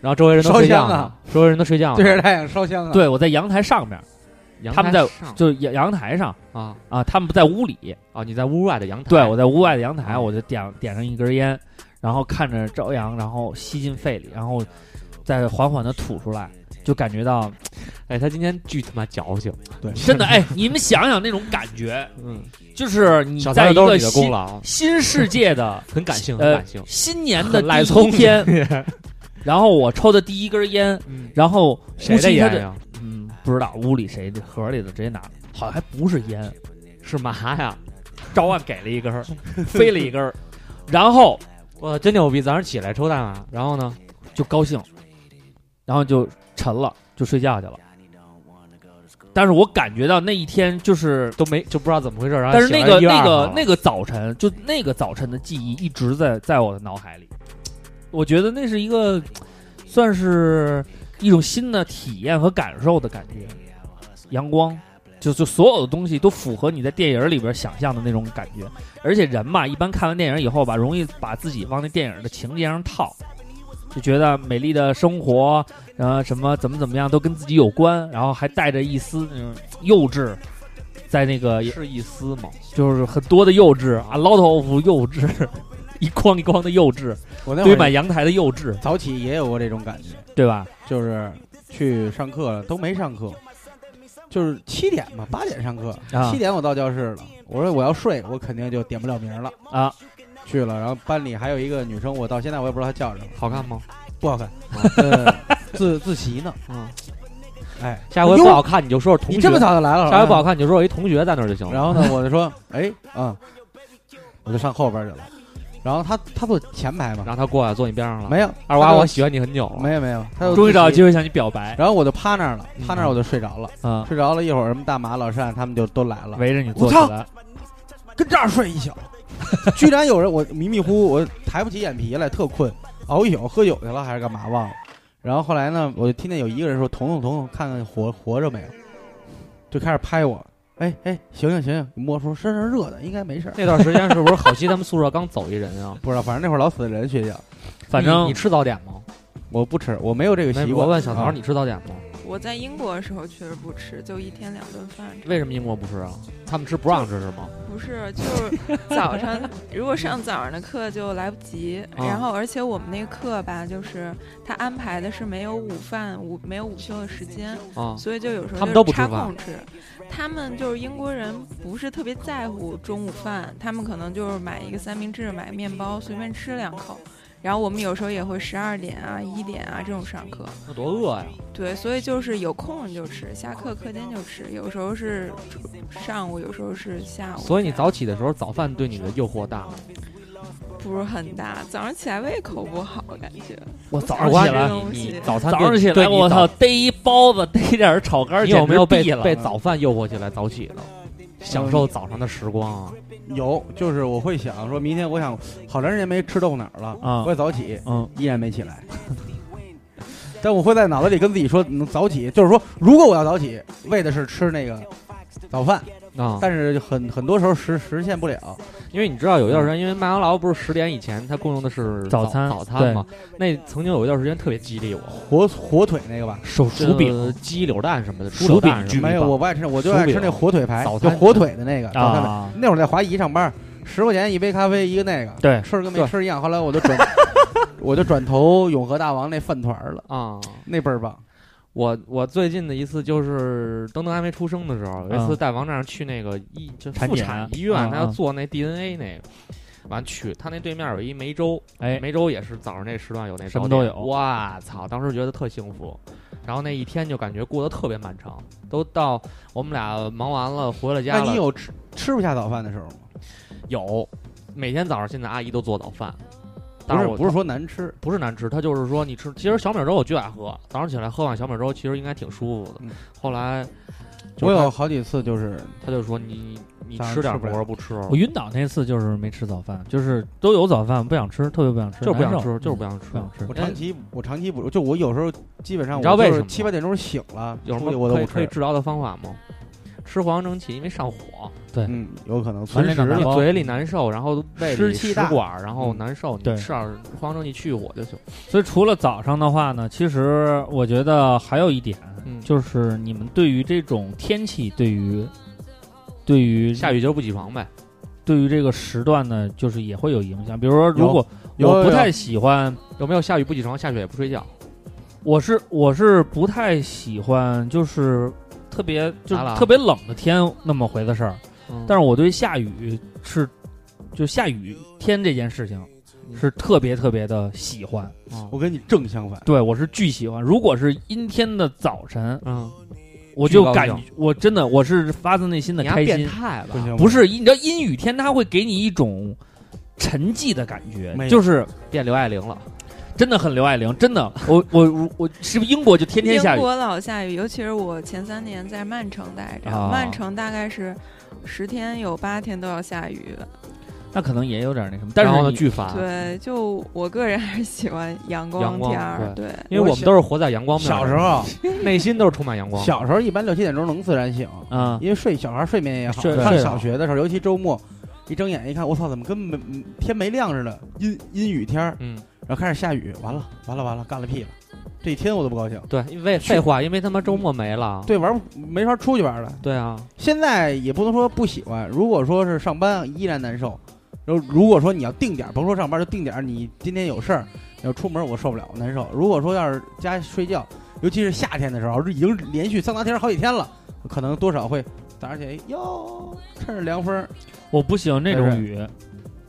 Speaker 6: 然后周围人都
Speaker 4: 烧
Speaker 6: 睡觉
Speaker 4: 香
Speaker 6: 呢
Speaker 4: 啊，
Speaker 6: 周围人都睡觉呢。
Speaker 4: 对着太阳烧香啊，
Speaker 2: 对我在阳台上面，
Speaker 6: 嗯阳
Speaker 2: 他们
Speaker 6: 台
Speaker 2: 在
Speaker 6: 上
Speaker 2: 就是阳阳台上
Speaker 6: 啊
Speaker 2: 啊，他们不在屋里，
Speaker 6: 啊！你在屋外的阳台，
Speaker 2: 对，我在屋外的阳台，
Speaker 6: 嗯
Speaker 2: 我就点点上一根烟，然后看着朝阳，然后吸进肺里，然后再缓缓的吐出来，就感觉到
Speaker 6: 哎，他今天巨他妈矫情，
Speaker 4: 对，
Speaker 2: [laughs] 真的哎，你们想想那种感觉，
Speaker 6: 嗯，
Speaker 2: 就是你
Speaker 6: 小
Speaker 2: 在
Speaker 6: 三
Speaker 2: 一
Speaker 6: 都是
Speaker 2: 个
Speaker 6: 你的功
Speaker 2: 新
Speaker 6: 劳，呃
Speaker 2: 新世界 [laughs] 的
Speaker 6: 很感性，很
Speaker 2: 呃
Speaker 6: 感性，
Speaker 2: 新年 [laughs] 的
Speaker 6: 很赖
Speaker 2: 第一
Speaker 6: 聪
Speaker 2: 天，然后我抽的第一根烟，
Speaker 6: 嗯
Speaker 2: 然后呼
Speaker 6: 谁的
Speaker 2: 吸他
Speaker 6: 烟
Speaker 2: 的
Speaker 6: 呀？
Speaker 2: 嗯，不知道屋里谁的盒里的直接拿了，好像还不是烟，
Speaker 6: 是麻呀！
Speaker 2: 照万给了一
Speaker 6: [laughs]
Speaker 2: 根儿，飞了一根儿，然后呃
Speaker 6: 我真牛逼！早上起来抽大麻，啊然后呢？
Speaker 2: 就高兴，然后就沉了，就睡觉去了。但是我感觉到那一天就是，
Speaker 6: 都没就不知道怎么回事，然后
Speaker 2: 但是那个
Speaker 6: 醒来
Speaker 2: 那
Speaker 6: 啊1月2号
Speaker 2: 个
Speaker 6: 了
Speaker 2: 那个早晨，就那个早晨的记忆一直在在我的脑海里。我觉得那是一个算是一种新的体验和感受的感觉，阳光，就就所有的东西都符合你在电影里边想象的那种感觉。而且人嘛，一般看完电影以后吧，容易把自己往那电影的情节上套，就觉得美丽的生活，然后什么怎么怎么样都跟自己有关，然后还带着一丝那种幼稚，在那个
Speaker 6: 是一丝吗？
Speaker 2: 就是很多的幼稚啊，lot of 幼稚， [laughs] 一筐一筐的幼稚，
Speaker 4: 我那会
Speaker 2: 堆满
Speaker 4: 儿
Speaker 2: 阳台的幼稚，
Speaker 4: 早起也有过这种感觉，
Speaker 2: 对吧？
Speaker 4: 就是去上课了都没上课，就是七点吧，八点上课，
Speaker 2: 啊
Speaker 4: 七点我到教室了，我说我要睡，我肯定就点不了名了
Speaker 2: 啊，
Speaker 4: 去了，然后班里还有一个女生，我到现在我也不知道她叫什么，
Speaker 6: 好看吗？
Speaker 4: 不好看，呃，自自习呢，
Speaker 6: 嗯，
Speaker 4: 哎，
Speaker 6: 下回不
Speaker 4: 哟
Speaker 6: 好看你就说是同学，
Speaker 4: 你这么早就来了，
Speaker 6: 下回不好看你就说我一同学在那儿就
Speaker 2: 哦
Speaker 6: 行了。
Speaker 4: 然后呢，我就说，哎，啊、我就上后边去了，然后她她坐前排嘛，
Speaker 6: 然后他过来坐你边上了。
Speaker 4: 没有，
Speaker 6: 二娃，
Speaker 4: 她就
Speaker 6: 我喜欢你很久了。
Speaker 4: 没有没有，她就
Speaker 2: 哦终于找到
Speaker 4: 自习
Speaker 2: 机会向你表白
Speaker 4: 然后我就趴那儿了，趴那儿
Speaker 6: 嗯
Speaker 4: 我就睡着了，
Speaker 2: 啊，
Speaker 4: 睡着了一会儿，什么大马老善他们就都来了，
Speaker 2: 嗯围着你坐起
Speaker 4: 我
Speaker 2: 来，
Speaker 4: 跟这儿睡一宿， [laughs] 居然有人我迷迷糊糊，我抬不起眼皮来，特困，熬一宿喝酒去了还是干嘛忘了。然后后来呢，我就听见有一个人说：“彤彤，彤彤，看看活活着没有？”就开始拍我，哎哎，醒醒醒醒！摸出身上热的，应该没事儿。
Speaker 6: 那段时间是不是好期他们宿舍刚走一人啊？
Speaker 4: 不知道，反正那会儿老死人学校，
Speaker 2: [laughs] 反
Speaker 6: 你
Speaker 2: 正
Speaker 6: 你吃早点吗？
Speaker 4: 我不吃，我没有这个习
Speaker 6: 没嗯
Speaker 4: 惯。
Speaker 6: 我问小桃，
Speaker 4: 啊
Speaker 6: 你吃早点吗？
Speaker 5: 我在英国的时候确实不吃，就一天两顿饭，
Speaker 6: 为什么英国不吃啊？他们吃不让吃是吗？
Speaker 5: 不是就是
Speaker 6: [laughs]
Speaker 5: 早上如果上早上的课就来不及，
Speaker 6: 啊
Speaker 5: 然后而且我们那个课吧，就是他安排的是没有午饭午没有午休的时间，
Speaker 6: 啊，
Speaker 5: 所以就有时候
Speaker 6: 他们都不
Speaker 5: 就是
Speaker 6: 吃
Speaker 5: 插
Speaker 6: 饭
Speaker 5: 空吃。他们就是英国人，不是特别在乎中午饭，他们可能就是买一个三明治，买面包，随便吃两口，然后我们有时候也会十二点啊、一点啊这种上课。
Speaker 3: 那多饿呀！
Speaker 5: 对，所以就是有空就吃，下课课间就吃，有时候是上午，有时候是下午。
Speaker 6: 所以你早起的时候，早饭对你的诱惑大吗？
Speaker 5: 不是很大，早上起来胃口不好，感觉。
Speaker 2: 我早上
Speaker 6: 我告
Speaker 2: 起
Speaker 6: 诉
Speaker 2: 来，
Speaker 5: 东
Speaker 6: 你
Speaker 5: 西
Speaker 6: 你早餐
Speaker 2: 早
Speaker 6: 对
Speaker 2: 上起
Speaker 6: 对
Speaker 2: 来
Speaker 6: 你
Speaker 2: 我操
Speaker 6: 早，
Speaker 2: 逮一包子，逮点儿炒肝儿，
Speaker 6: 你有没有
Speaker 2: 简
Speaker 6: 被
Speaker 2: 直毙了？
Speaker 6: 被早饭诱惑起来早起了？享受早上的时光啊！
Speaker 4: 有，就是我会想说，明天我想好长时间没吃豆腐脑了，
Speaker 6: 啊
Speaker 4: 我也早起，
Speaker 6: 嗯，
Speaker 4: 依然没起来。 [laughs] 但我会在脑子里跟自己说，能早起，就是说，如果我要早起，为的是吃那个早饭，
Speaker 6: 啊，
Speaker 4: 但是很很多时候实实现不了。
Speaker 6: 因为你知道有一段时间，因为麦当劳不是十点以前它供应的是
Speaker 2: 早餐
Speaker 6: 餐早嘛？那曾经有一段时间特别激励我，
Speaker 4: 火火腿那个吧，
Speaker 2: 手
Speaker 6: 就是
Speaker 2: 薯饼，
Speaker 6: 鸡柳蛋什么的，
Speaker 2: 薯
Speaker 6: 猪柳蛋
Speaker 2: 饼
Speaker 6: 什么
Speaker 4: 没
Speaker 6: 的
Speaker 4: 有，我不爱吃，我就爱吃那火腿哦排，
Speaker 6: 早
Speaker 4: 就
Speaker 6: 餐
Speaker 4: 火腿的那个早餐排。
Speaker 2: 啊，
Speaker 4: 那会儿在华谊上班，十块钱一杯咖啡，一个那个，
Speaker 2: 对
Speaker 4: 吃跟没吃一样。后来我就 [laughs] 转，我就转投永和大王那饭团儿了，
Speaker 6: 啊。
Speaker 4: 那倍儿棒。
Speaker 6: 我我最近的一次就是登登还没出生的时候，有一次带王丈去那个医就
Speaker 2: 嗯产
Speaker 6: 妇
Speaker 2: 检
Speaker 6: 产医院
Speaker 2: 啊，
Speaker 6: 他要
Speaker 2: 啊
Speaker 6: 做那 DNA 那个，完去他那对面有一梅州，
Speaker 2: 哎，
Speaker 6: 梅州也是早上那时段有那
Speaker 2: 什么
Speaker 6: 早
Speaker 2: 都
Speaker 6: 点
Speaker 2: 有
Speaker 6: 哇操！当时觉得特幸福，然后那一天就感觉过得特别漫长，都到我们俩忙完了回了家
Speaker 4: 那
Speaker 6: 了，
Speaker 4: 你有吃吃不下早饭的时候吗？
Speaker 6: 有每天早上现在阿姨都做早饭，但
Speaker 4: 不是
Speaker 6: 我
Speaker 4: 不是说难吃，
Speaker 6: 不是难吃，它就是说你吃，其实小米粥我就爱喝，早上起来喝碗小米粥其实应该挺舒服的
Speaker 4: 嗯。
Speaker 6: 后来就
Speaker 4: 我
Speaker 6: 他
Speaker 4: 有好几次就是
Speaker 6: 他就说你你
Speaker 4: 早上
Speaker 6: 吃点
Speaker 4: 吃不
Speaker 6: 活
Speaker 4: 了
Speaker 6: 儿不吃，
Speaker 2: 我晕倒那次就是没吃早饭，就是都有早饭，不想吃，特别不想吃，
Speaker 6: 就是不想
Speaker 2: 难
Speaker 6: 吃
Speaker 2: 受，
Speaker 6: 就是不
Speaker 2: 嗯
Speaker 6: 想吃
Speaker 2: 不。想吃
Speaker 4: 我。长期我长期不就我有时候基本上
Speaker 6: 你知道
Speaker 4: 我就
Speaker 6: 为什
Speaker 4: 是
Speaker 6: 么吗
Speaker 4: 七八点钟醒了，
Speaker 6: 有什
Speaker 4: 出去
Speaker 6: 么
Speaker 4: 我都
Speaker 6: 可以
Speaker 4: 不
Speaker 6: 可以
Speaker 4: 吃。
Speaker 6: 治疗的方法吗？吃藿香正气，因为上火，
Speaker 4: 嗯，有可能
Speaker 2: 满
Speaker 4: 存
Speaker 2: 脸
Speaker 4: 食
Speaker 2: 长大
Speaker 6: 你
Speaker 2: 包
Speaker 6: 嘴里难受，然后胃里
Speaker 4: 湿气
Speaker 6: 食
Speaker 4: 大嗯
Speaker 6: 管，然后难受，你
Speaker 2: 对
Speaker 6: 吃点藿香正气去火就行。
Speaker 2: 所以除了早上的话呢，其实我觉得还有一点，
Speaker 6: 嗯
Speaker 2: 就是你们对于这种天气，对于对于
Speaker 6: 下雨就是不起床呗，
Speaker 2: 对于这个时段呢，就是也会有影响。比如说，如果
Speaker 4: 有
Speaker 2: 我
Speaker 4: 有
Speaker 2: 不
Speaker 4: 有
Speaker 2: 太喜欢，
Speaker 6: 有没有下雨不起床，下雪也不睡觉？
Speaker 2: 我是我是不太喜欢，就是特别就是
Speaker 6: 咋了
Speaker 2: 特别冷的天那么回的事儿。
Speaker 6: 嗯
Speaker 2: 但是我对下雨是，就下雨天这件事情
Speaker 6: 嗯
Speaker 2: 是特别特别的喜欢，
Speaker 4: 我跟你正相反，
Speaker 2: 对我是巨喜欢。如果是阴天的早晨，
Speaker 6: 嗯，
Speaker 2: 我就
Speaker 6: 高
Speaker 2: 感
Speaker 6: 兴
Speaker 2: 我真的我是发自内心的
Speaker 6: 你还
Speaker 2: 开
Speaker 6: 变
Speaker 2: 心，
Speaker 6: 态吧
Speaker 4: 不？行，
Speaker 2: 不是你知道阴雨天它会给你一种沉寂的感觉
Speaker 4: 没，有
Speaker 2: 就是
Speaker 6: 变刘爱玲了，
Speaker 2: 真的很刘爱玲，真的，我我我我是不是英国就天天下
Speaker 5: 英
Speaker 2: 雨？
Speaker 5: 国老下雨，尤其是我前三年在曼城待着，
Speaker 2: 啊
Speaker 5: 曼城大概是十天有八天都要下雨。
Speaker 2: 那可能也有点那什么，但
Speaker 6: 然后
Speaker 2: 是
Speaker 6: 呢
Speaker 2: 你
Speaker 6: 巨烦，
Speaker 5: 对，就我个人还是喜欢阳
Speaker 6: 啊阳
Speaker 5: 光
Speaker 6: 光
Speaker 5: 天儿。对，
Speaker 6: 因为我们都是活在阳光面儿
Speaker 4: 小
Speaker 6: 的
Speaker 4: 时候
Speaker 6: 内心都是充满阳光。
Speaker 4: 小时候一般六七点钟能自然醒，
Speaker 2: 啊，
Speaker 4: 因为睡小孩睡眠也好，
Speaker 2: 睡
Speaker 4: 上
Speaker 2: 睡
Speaker 4: 小
Speaker 2: 好
Speaker 4: 学的时候，尤其周末，一睁眼一看，我操，怎么跟没嗯天没亮似的，阴阴雨天儿，
Speaker 6: 嗯，
Speaker 4: 然后开始下雨，完了完了完了，干了屁了，这一天我都不高兴，
Speaker 6: 对，因为
Speaker 4: 去
Speaker 6: 废话，因为他妈周末没了。
Speaker 4: 对，玩不没法出去玩了。
Speaker 6: 对啊，
Speaker 4: 现在也不能说不喜欢，如果说是上班依然难受，然后如果说你要定点儿，甭说上班就定点儿，你今天有事儿要出门，我受不了难受。如果说要是家睡觉，尤其是夏天的时候，已经连续桑拿天好几天了，可能多少会早上起来哟，趁着凉风儿。
Speaker 6: 啊
Speaker 2: 我不喜欢那
Speaker 4: 但
Speaker 2: 种
Speaker 4: 是
Speaker 2: 雨，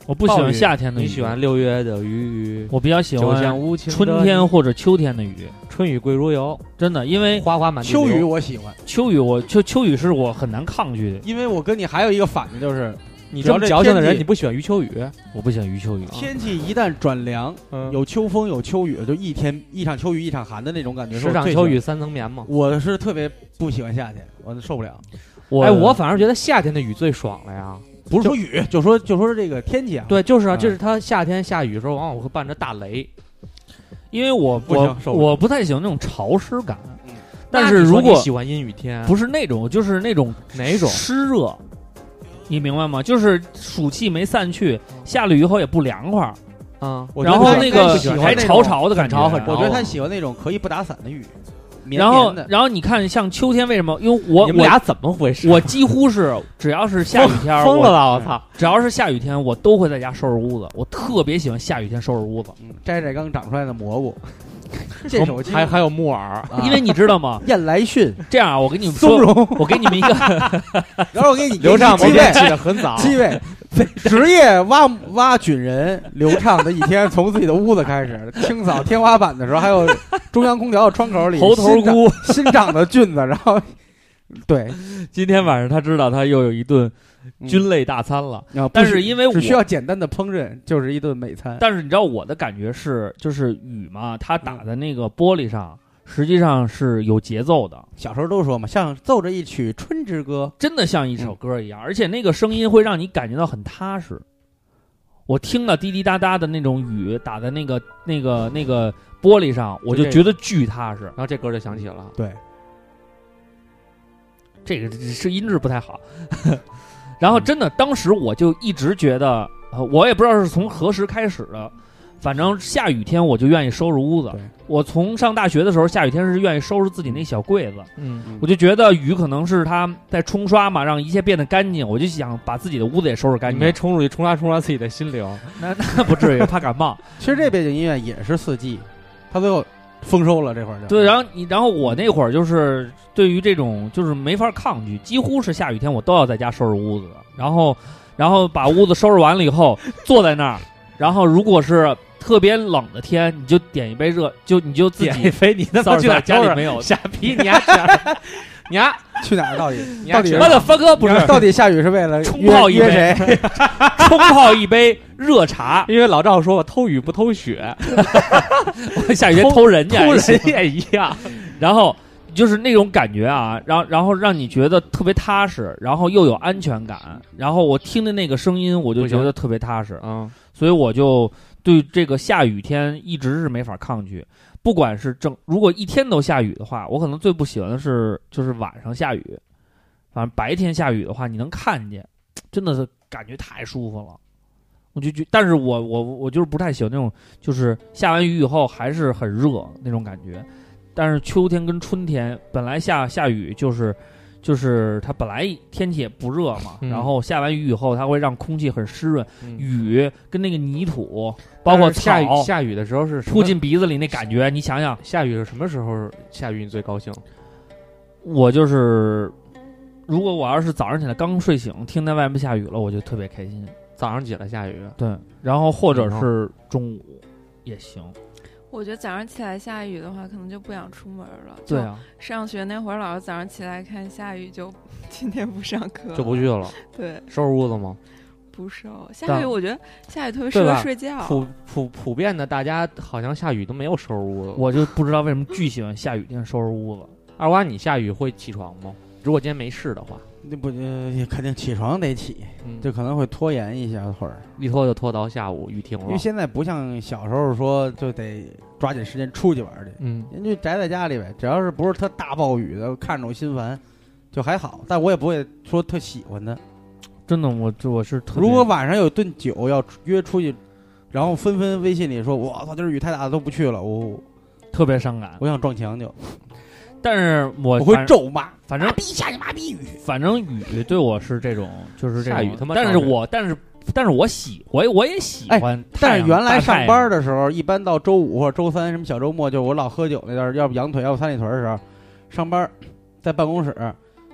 Speaker 2: 我不喜欢夏天的雨，
Speaker 6: 你喜欢六月的雨雨，
Speaker 2: 我比较喜
Speaker 6: 九江
Speaker 2: 欢
Speaker 6: 无情的
Speaker 2: 春天或者秋天的雨，
Speaker 6: 春雨贵如油，
Speaker 2: 真的，因为
Speaker 6: 花花满地
Speaker 4: 秋雨
Speaker 6: 流，
Speaker 4: 我喜欢，
Speaker 2: 秋雨我秋秋雨是我很难抗拒的，
Speaker 4: 因为我跟你还有一个反应就是，
Speaker 6: 你
Speaker 4: 只要
Speaker 6: 这么
Speaker 4: 这
Speaker 6: 矫情的
Speaker 4: 天
Speaker 6: 人，
Speaker 4: 气
Speaker 6: 你不喜欢余秋雨？
Speaker 2: 我不喜欢于秋雨。
Speaker 4: 天气一旦转凉，
Speaker 6: 嗯，
Speaker 4: 有秋风有秋雨，就一天一场秋雨一场寒的那种感觉。
Speaker 6: 十场秋雨，三层棉嘛。
Speaker 4: 我是特别不喜欢夏天，我受不了。
Speaker 2: 我
Speaker 6: 哎，我反嗯而觉得夏天的雨最爽了呀。
Speaker 4: 不是说雨，就说就说这个天气啊。，
Speaker 6: 对，就是啊，
Speaker 4: 嗯
Speaker 6: 就是它夏天下雨的时候，往往会伴着大雷。
Speaker 2: 因为我
Speaker 4: 不
Speaker 2: 我
Speaker 4: 行受不了
Speaker 2: 我不太喜欢那种潮湿感
Speaker 4: 嗯，
Speaker 2: 但
Speaker 6: 那
Speaker 2: 是
Speaker 6: 你说
Speaker 2: 如
Speaker 6: 你
Speaker 2: 果
Speaker 6: 喜欢阴雨天，
Speaker 2: 不是那种，就是那种
Speaker 6: 哪种
Speaker 2: 湿热，你明白吗？就是暑气没散去，
Speaker 6: 嗯
Speaker 2: 下了雨后也不凉快儿，
Speaker 6: 啊，
Speaker 4: 我觉
Speaker 2: 然
Speaker 4: 得
Speaker 2: 后
Speaker 4: 他
Speaker 2: 那
Speaker 4: 应该
Speaker 2: 个
Speaker 4: 是喜欢
Speaker 2: 还
Speaker 4: 那
Speaker 2: 潮
Speaker 4: 种
Speaker 2: 潮的感觉，啊
Speaker 6: 潮很潮
Speaker 4: 我觉得他
Speaker 6: 哦
Speaker 4: 喜欢那种可以不打伞的雨，绵
Speaker 2: 然后
Speaker 4: 绵，的。
Speaker 2: 然后你看，像秋天为什么？因为我
Speaker 6: 你们
Speaker 2: 我
Speaker 6: 俩怎么回事？
Speaker 2: 我几乎是只要是下雨天儿，
Speaker 6: 疯
Speaker 2: 我
Speaker 6: 了
Speaker 2: 嗯
Speaker 6: 吧！我操！
Speaker 2: 只要是下雨天，我都会在家收拾屋子。我特别喜欢下雨天收拾屋子，
Speaker 4: 嗯摘摘刚长出来的蘑菇，见手机啊
Speaker 6: 还还有木耳， [laughs]
Speaker 2: 因为你知道吗？
Speaker 4: 燕
Speaker 2: [laughs]
Speaker 4: 来逊、
Speaker 2: 这样啊，我给你们
Speaker 4: 松
Speaker 2: 说，
Speaker 4: 茸，
Speaker 6: [laughs]
Speaker 2: 我给你们一个 [laughs]
Speaker 4: 然后我给你
Speaker 6: 刘
Speaker 4: 给你
Speaker 6: 畅
Speaker 4: 机
Speaker 6: 今天
Speaker 4: 位，
Speaker 6: 起得很早，
Speaker 4: 机位职业挖挖菌人流畅的一天，从自己的屋子开始清扫天花板的时候，还有中央空调的窗口里
Speaker 2: 猴头菇。
Speaker 4: 新长新长的菌子，然后对，
Speaker 2: 今天晚上他知道他又有一顿
Speaker 6: 嗯
Speaker 2: 菌类大餐了，
Speaker 4: 啊不
Speaker 2: 但
Speaker 4: 需
Speaker 2: 是因为我
Speaker 4: 只需要简单的烹饪，就是一顿美餐。
Speaker 2: 但是你知道我的感觉是，就是雨嘛，它
Speaker 6: 嗯
Speaker 2: 打在那个玻璃上，实际上是有节奏的，
Speaker 4: 小时候都说嘛，像奏着一曲《春之歌
Speaker 2: 真的像一
Speaker 6: 嗯
Speaker 2: 首歌一样，而且那个声音会让你感觉到很踏实。我听了滴滴答答的那种雨打在那个那个那个玻璃上，我就
Speaker 6: 就这
Speaker 2: 觉得巨踏实。
Speaker 6: 然后这歌就响起了》。。
Speaker 4: 对，
Speaker 2: 这个是音质不太好。然后真的，当时我就一直觉得，呃我也不知道是从何时开始的，反正下雨天我就愿意收拾屋子
Speaker 4: 对。
Speaker 2: 我从上大学的时候，下雨天是愿意收拾自己那小柜子。
Speaker 6: 嗯，
Speaker 2: 我就觉得雨可能是它在冲刷嘛，让一切变得干净。我就想把自己的屋子也收拾干
Speaker 6: 哎你
Speaker 2: 净。
Speaker 6: 没冲出去冲刷冲刷自己的心 [laughs] 灵，
Speaker 2: 那那不至于，怕感冒。
Speaker 4: 其实这背景音乐也是四季，他最后丰收了这会儿就。
Speaker 2: 对，然后你，然后我那会儿就是对于这种就是没法抗拒，几乎是下雨天我都要在家收拾屋子的，然后，然后把屋子收拾完了以后坐在那儿，然后如果是特别冷的天，你就点一杯热，就你就自己
Speaker 6: 肥你他
Speaker 2: 扫
Speaker 6: 妈
Speaker 2: 帚
Speaker 6: 去哪
Speaker 2: 在家
Speaker 6: 家
Speaker 2: 里 [laughs]
Speaker 6: 里
Speaker 2: 没有，
Speaker 6: 傻逼你丫想你丫
Speaker 4: 去哪儿
Speaker 2: [laughs]
Speaker 4: 到底
Speaker 6: 你
Speaker 4: 到
Speaker 6: 丫
Speaker 4: 底
Speaker 6: 知
Speaker 2: 妈
Speaker 6: 道
Speaker 2: 的翻哥不是
Speaker 4: [laughs] 到底下雨是为了
Speaker 2: [laughs] 冲
Speaker 4: 约
Speaker 2: 泡一
Speaker 4: 约
Speaker 2: 杯
Speaker 4: 谁？
Speaker 2: [laughs] 冲泡一杯热茶，
Speaker 6: 因为老赵说我偷雨不偷雪，
Speaker 2: [laughs] 下雨天
Speaker 6: 偷
Speaker 2: 偷人家
Speaker 6: 偷
Speaker 2: 也行
Speaker 6: 人也一样。
Speaker 2: [laughs] 然后就是那种感觉啊，然后然后让你觉得特别踏实，然后又有安全感，然后我听的那个声音我就
Speaker 6: 不行
Speaker 2: 觉得特别踏实，
Speaker 6: 嗯，
Speaker 2: 所以我就对这个下雨天一直是没法抗拒。不管是正，如果一天都下雨的话，我可能最不喜欢的是就是晚上下雨，反正白天下雨的话你能看见，真的是感觉太舒服了。我就觉，但是我我我就是不太喜欢那种，就是下完雨以后还是很热那种感觉。但是秋天跟春天本来下下雨就是，就是它本来天气也不热嘛，
Speaker 6: 嗯
Speaker 2: 然后下完雨以后它会让空气很湿润，
Speaker 6: 嗯
Speaker 2: 雨跟那个泥土，包括
Speaker 6: 但是下雨
Speaker 2: 草
Speaker 6: 下雨的时候是什么
Speaker 2: 扑进鼻子里那感觉，你想想，
Speaker 6: 下雨是什么时候下雨你最高兴？
Speaker 2: 我就是，如果我要是早上起来刚睡醒，听见外面下雨了，我就特别开心。
Speaker 6: 早上起来下雨，
Speaker 2: 对，然后或者是中午也行。
Speaker 5: 我觉得早上起来下雨的话，可能就不想出门了。
Speaker 2: 对，啊，
Speaker 5: 上学那会儿，老是早上起来看下雨就， [laughs] 今天不上课
Speaker 6: 就不去
Speaker 5: 了
Speaker 6: 了，
Speaker 5: 对，
Speaker 6: 收拾屋子吗？
Speaker 5: 不收。
Speaker 2: 但
Speaker 5: 下雨我觉得下雨特别适
Speaker 6: 对
Speaker 5: 合
Speaker 6: 吧
Speaker 5: 睡觉。
Speaker 6: 普普普遍的，大家好像下雨都没有收拾屋子。
Speaker 2: 我就不知道为什么巨喜欢下雨天收拾屋子。
Speaker 6: 二瓜，你下雨会起床吗？如果今天没事的话，
Speaker 4: 那不呃，肯定起床得起，
Speaker 6: 嗯，
Speaker 4: 就可能会拖延一小会儿，
Speaker 6: 一拖就拖到下午，雨停
Speaker 2: 哦
Speaker 4: 因为
Speaker 6: 了。
Speaker 4: 现在不像小时候说就得抓紧时间出去玩儿去，
Speaker 6: 嗯，
Speaker 4: 人就宅在家里呗。只要是不是特大暴雨的，看着我心烦，就还好。但我也不会说特喜欢的。
Speaker 2: 真的，我这我是特别
Speaker 4: 如果晚上有顿酒要出约出去，然后纷纷微信里说：“我操，今儿雨太大了，都不去了。我”我
Speaker 2: 特别伤感，
Speaker 4: 想撞墙就，
Speaker 2: 但是我
Speaker 4: 我会
Speaker 2: 呃反
Speaker 4: 咒骂。
Speaker 2: 反正
Speaker 4: 逼下你妈逼雨！
Speaker 2: 反正雨对我是这种，就是这种
Speaker 6: 下雨他妈
Speaker 2: 但是
Speaker 6: 少人
Speaker 2: 我但是但是我喜我也我也喜
Speaker 4: 哎
Speaker 2: 欢太阳、
Speaker 4: 但是原来
Speaker 2: 大太
Speaker 4: 上
Speaker 2: 阳
Speaker 4: 班的时候，一般到周五或者周三什么小周末，就我老喝酒那段儿，要不羊腿，要不三里屯的时候，上班在办公室，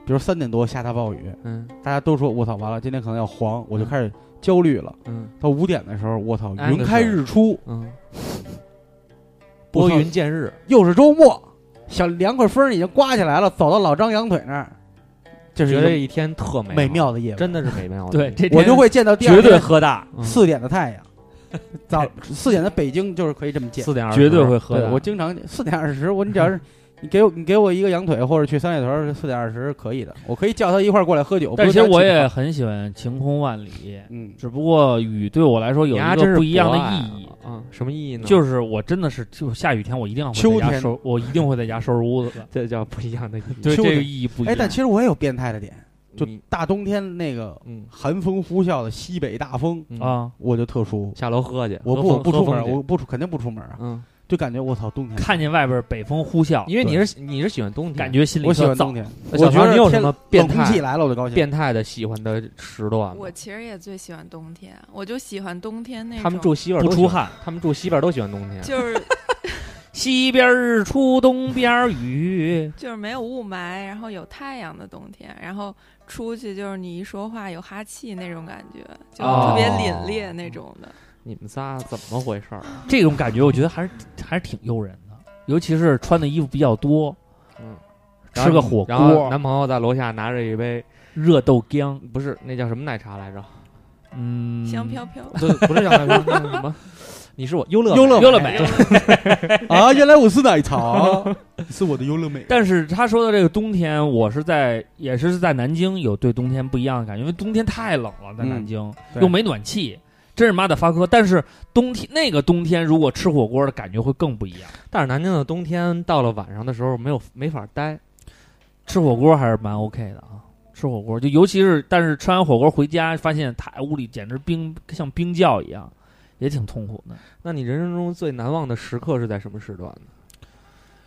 Speaker 4: 比如三点多下大暴雨，
Speaker 6: 嗯
Speaker 4: 大家都说我操完了，今天可能要黄，我就开始焦虑了。
Speaker 6: 嗯
Speaker 4: 到五点的时候，我操，
Speaker 6: 哎
Speaker 4: 云开日出，
Speaker 6: 嗯，
Speaker 4: 我
Speaker 6: 拨
Speaker 4: 操
Speaker 6: 云见日，
Speaker 4: 又是周末，小凉快风已经刮起来了，走到老张羊腿那儿，这是
Speaker 6: 觉
Speaker 4: 一
Speaker 6: 得
Speaker 4: 个
Speaker 6: 一天特美
Speaker 4: 美
Speaker 6: 好，
Speaker 4: 妙的夜晚，
Speaker 6: 真的是美妙的。
Speaker 2: 对，
Speaker 4: [laughs]
Speaker 2: 这
Speaker 4: 我
Speaker 2: 天
Speaker 4: 就会见到第二
Speaker 2: 绝对
Speaker 4: 天
Speaker 2: 喝大，
Speaker 6: 嗯
Speaker 4: 四点的太阳。
Speaker 2: [laughs]
Speaker 4: 早四点的北京就是可以这么见。
Speaker 6: 四点二
Speaker 2: 绝对会喝
Speaker 4: 对，
Speaker 2: 的。啊
Speaker 4: 我经常四点二十，我你只
Speaker 2: [laughs]
Speaker 4: 要是你给我你给我一个羊腿，或者去三里屯四点二十可以的，我可以叫他一块儿过来喝酒。
Speaker 2: 但
Speaker 4: 不
Speaker 2: 其
Speaker 4: 是
Speaker 2: 实
Speaker 4: 他
Speaker 2: 我
Speaker 4: 请
Speaker 2: 也很喜欢晴空万里，
Speaker 4: 嗯，
Speaker 2: 只不过雨对我来说有
Speaker 6: 你
Speaker 2: 一
Speaker 6: 丫真
Speaker 2: 个
Speaker 6: 是
Speaker 2: 不一样的
Speaker 6: 博爱
Speaker 2: 意义，
Speaker 6: 啊啊，什么意义呢？
Speaker 2: 就是我真的是就下雨天我一定要
Speaker 4: 秋
Speaker 2: 回家
Speaker 4: 天
Speaker 2: 收，我一定会在家收拾屋子的。
Speaker 6: [laughs] 这叫不一样的意义。
Speaker 2: 对，
Speaker 4: 秋
Speaker 2: 这个
Speaker 4: 天
Speaker 2: 意义不一
Speaker 4: 哎，
Speaker 2: 样。
Speaker 4: 但其实我也有变态的点，就
Speaker 6: 你
Speaker 4: 大冬天那个
Speaker 6: 嗯
Speaker 4: 寒风呼啸的西北大风，
Speaker 6: 嗯，
Speaker 2: 啊，
Speaker 4: 我就特舒服。
Speaker 6: 下楼喝去，
Speaker 4: 我
Speaker 6: 喝
Speaker 4: 不
Speaker 6: 风
Speaker 4: 我不出门，
Speaker 6: 喝风去
Speaker 4: 我不出肯定不出门啊，
Speaker 6: 嗯，
Speaker 4: 就感觉我操冬天。
Speaker 2: 看见外边北风呼啸，
Speaker 6: 因为你是你是喜欢冬天，
Speaker 2: 感觉心里
Speaker 4: 我喜欢
Speaker 2: 特燥
Speaker 4: 冬天，
Speaker 6: 那小
Speaker 4: 我觉
Speaker 6: 唐
Speaker 4: 得
Speaker 6: 你有
Speaker 4: 天
Speaker 6: 什么变
Speaker 4: 冷空气
Speaker 6: 态
Speaker 4: 来了我就高兴。
Speaker 6: 变态的喜欢的时段吗？
Speaker 5: 我其实也最喜欢冬天，我就喜欢冬天那种。
Speaker 6: 他们住西边儿
Speaker 2: 不
Speaker 6: 都喜
Speaker 2: 出
Speaker 6: 欢，
Speaker 2: 汗，
Speaker 6: 他们住西边儿都喜欢冬天。
Speaker 5: 就是
Speaker 6: 西边日出东边雨，
Speaker 5: 就是没有雾霾，然后有太阳的冬天，然后出去就是你一说话有哈气那种感觉，就特别
Speaker 6: 哦
Speaker 5: 凛冽那种的。
Speaker 6: 你们仨怎么回事儿？
Speaker 5: [laughs]
Speaker 2: 这种感觉我觉得还是还是挺诱人的，尤其是穿的衣服比较多，
Speaker 6: 嗯，
Speaker 2: 吃个火
Speaker 6: 然后
Speaker 2: 锅，
Speaker 6: 男朋友在楼下拿着一杯，
Speaker 2: 热豆浆，
Speaker 6: 不是那叫什么奶茶来着？
Speaker 2: 嗯，
Speaker 5: 香飘飘，
Speaker 6: 对， [laughs] 不是叫奶茶，那叫什么？ [laughs] 你是我优乐
Speaker 4: 优乐
Speaker 2: 优乐美。
Speaker 4: 啊，原来我是奶茶，
Speaker 2: [laughs]
Speaker 4: 你是我的优乐美。
Speaker 2: 但是他说的这个冬天，我是在也是在南京有对冬天不一样的感觉，因为冬天太冷了，在南京、
Speaker 4: 对
Speaker 2: 又没暖气，真是妈的发科。但是冬天那个冬天，如果吃火锅的感觉会更不一样。
Speaker 6: 但是南京的冬天到了晚上的时候没有没法待，
Speaker 2: 吃火锅还是蛮 OK 的啊，吃火锅就尤其是，但是吃完火锅回家，发现他屋里简直冰像冰窖一样，也挺痛苦的。
Speaker 6: 那你人生中最难忘的时刻是在什么时段呢？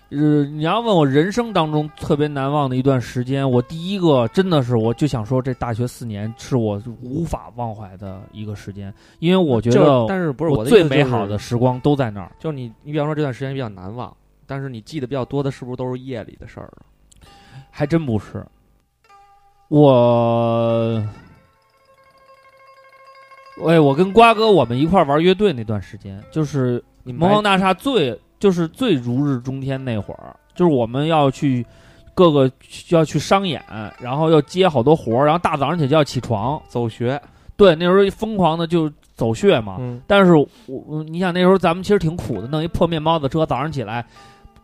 Speaker 2: 呃，你要问我人生当中特别难忘的一段时间，我第一个真的是我就想说，这大学四年是我无法忘怀的一个时间，因为我觉
Speaker 6: 就是
Speaker 2: 得
Speaker 6: 但是不是
Speaker 2: 我
Speaker 6: 我的意
Speaker 2: 最
Speaker 6: 思
Speaker 2: 美
Speaker 6: 就是
Speaker 2: 好的，时光都在那儿。
Speaker 6: 就是你你比方说这段时间比较难忘，但是你记得比较多的是不是都是夜里的事儿啊？
Speaker 2: 还真不是。我，喂，我跟瓜哥我们一块儿玩乐队那段时间，就是
Speaker 6: 你们
Speaker 2: 魔方
Speaker 6: 还
Speaker 2: 大厦最就是最如日中天那会儿，就是我们要去各个要去商演，然后要接好多活儿，然后大早上起来就要起床。
Speaker 6: 走学，
Speaker 2: 对，那时候疯狂的就走穴嘛。
Speaker 6: 嗯，
Speaker 2: 但是我我你想那时候咱们其实挺苦的，弄一破面包子车，早上起来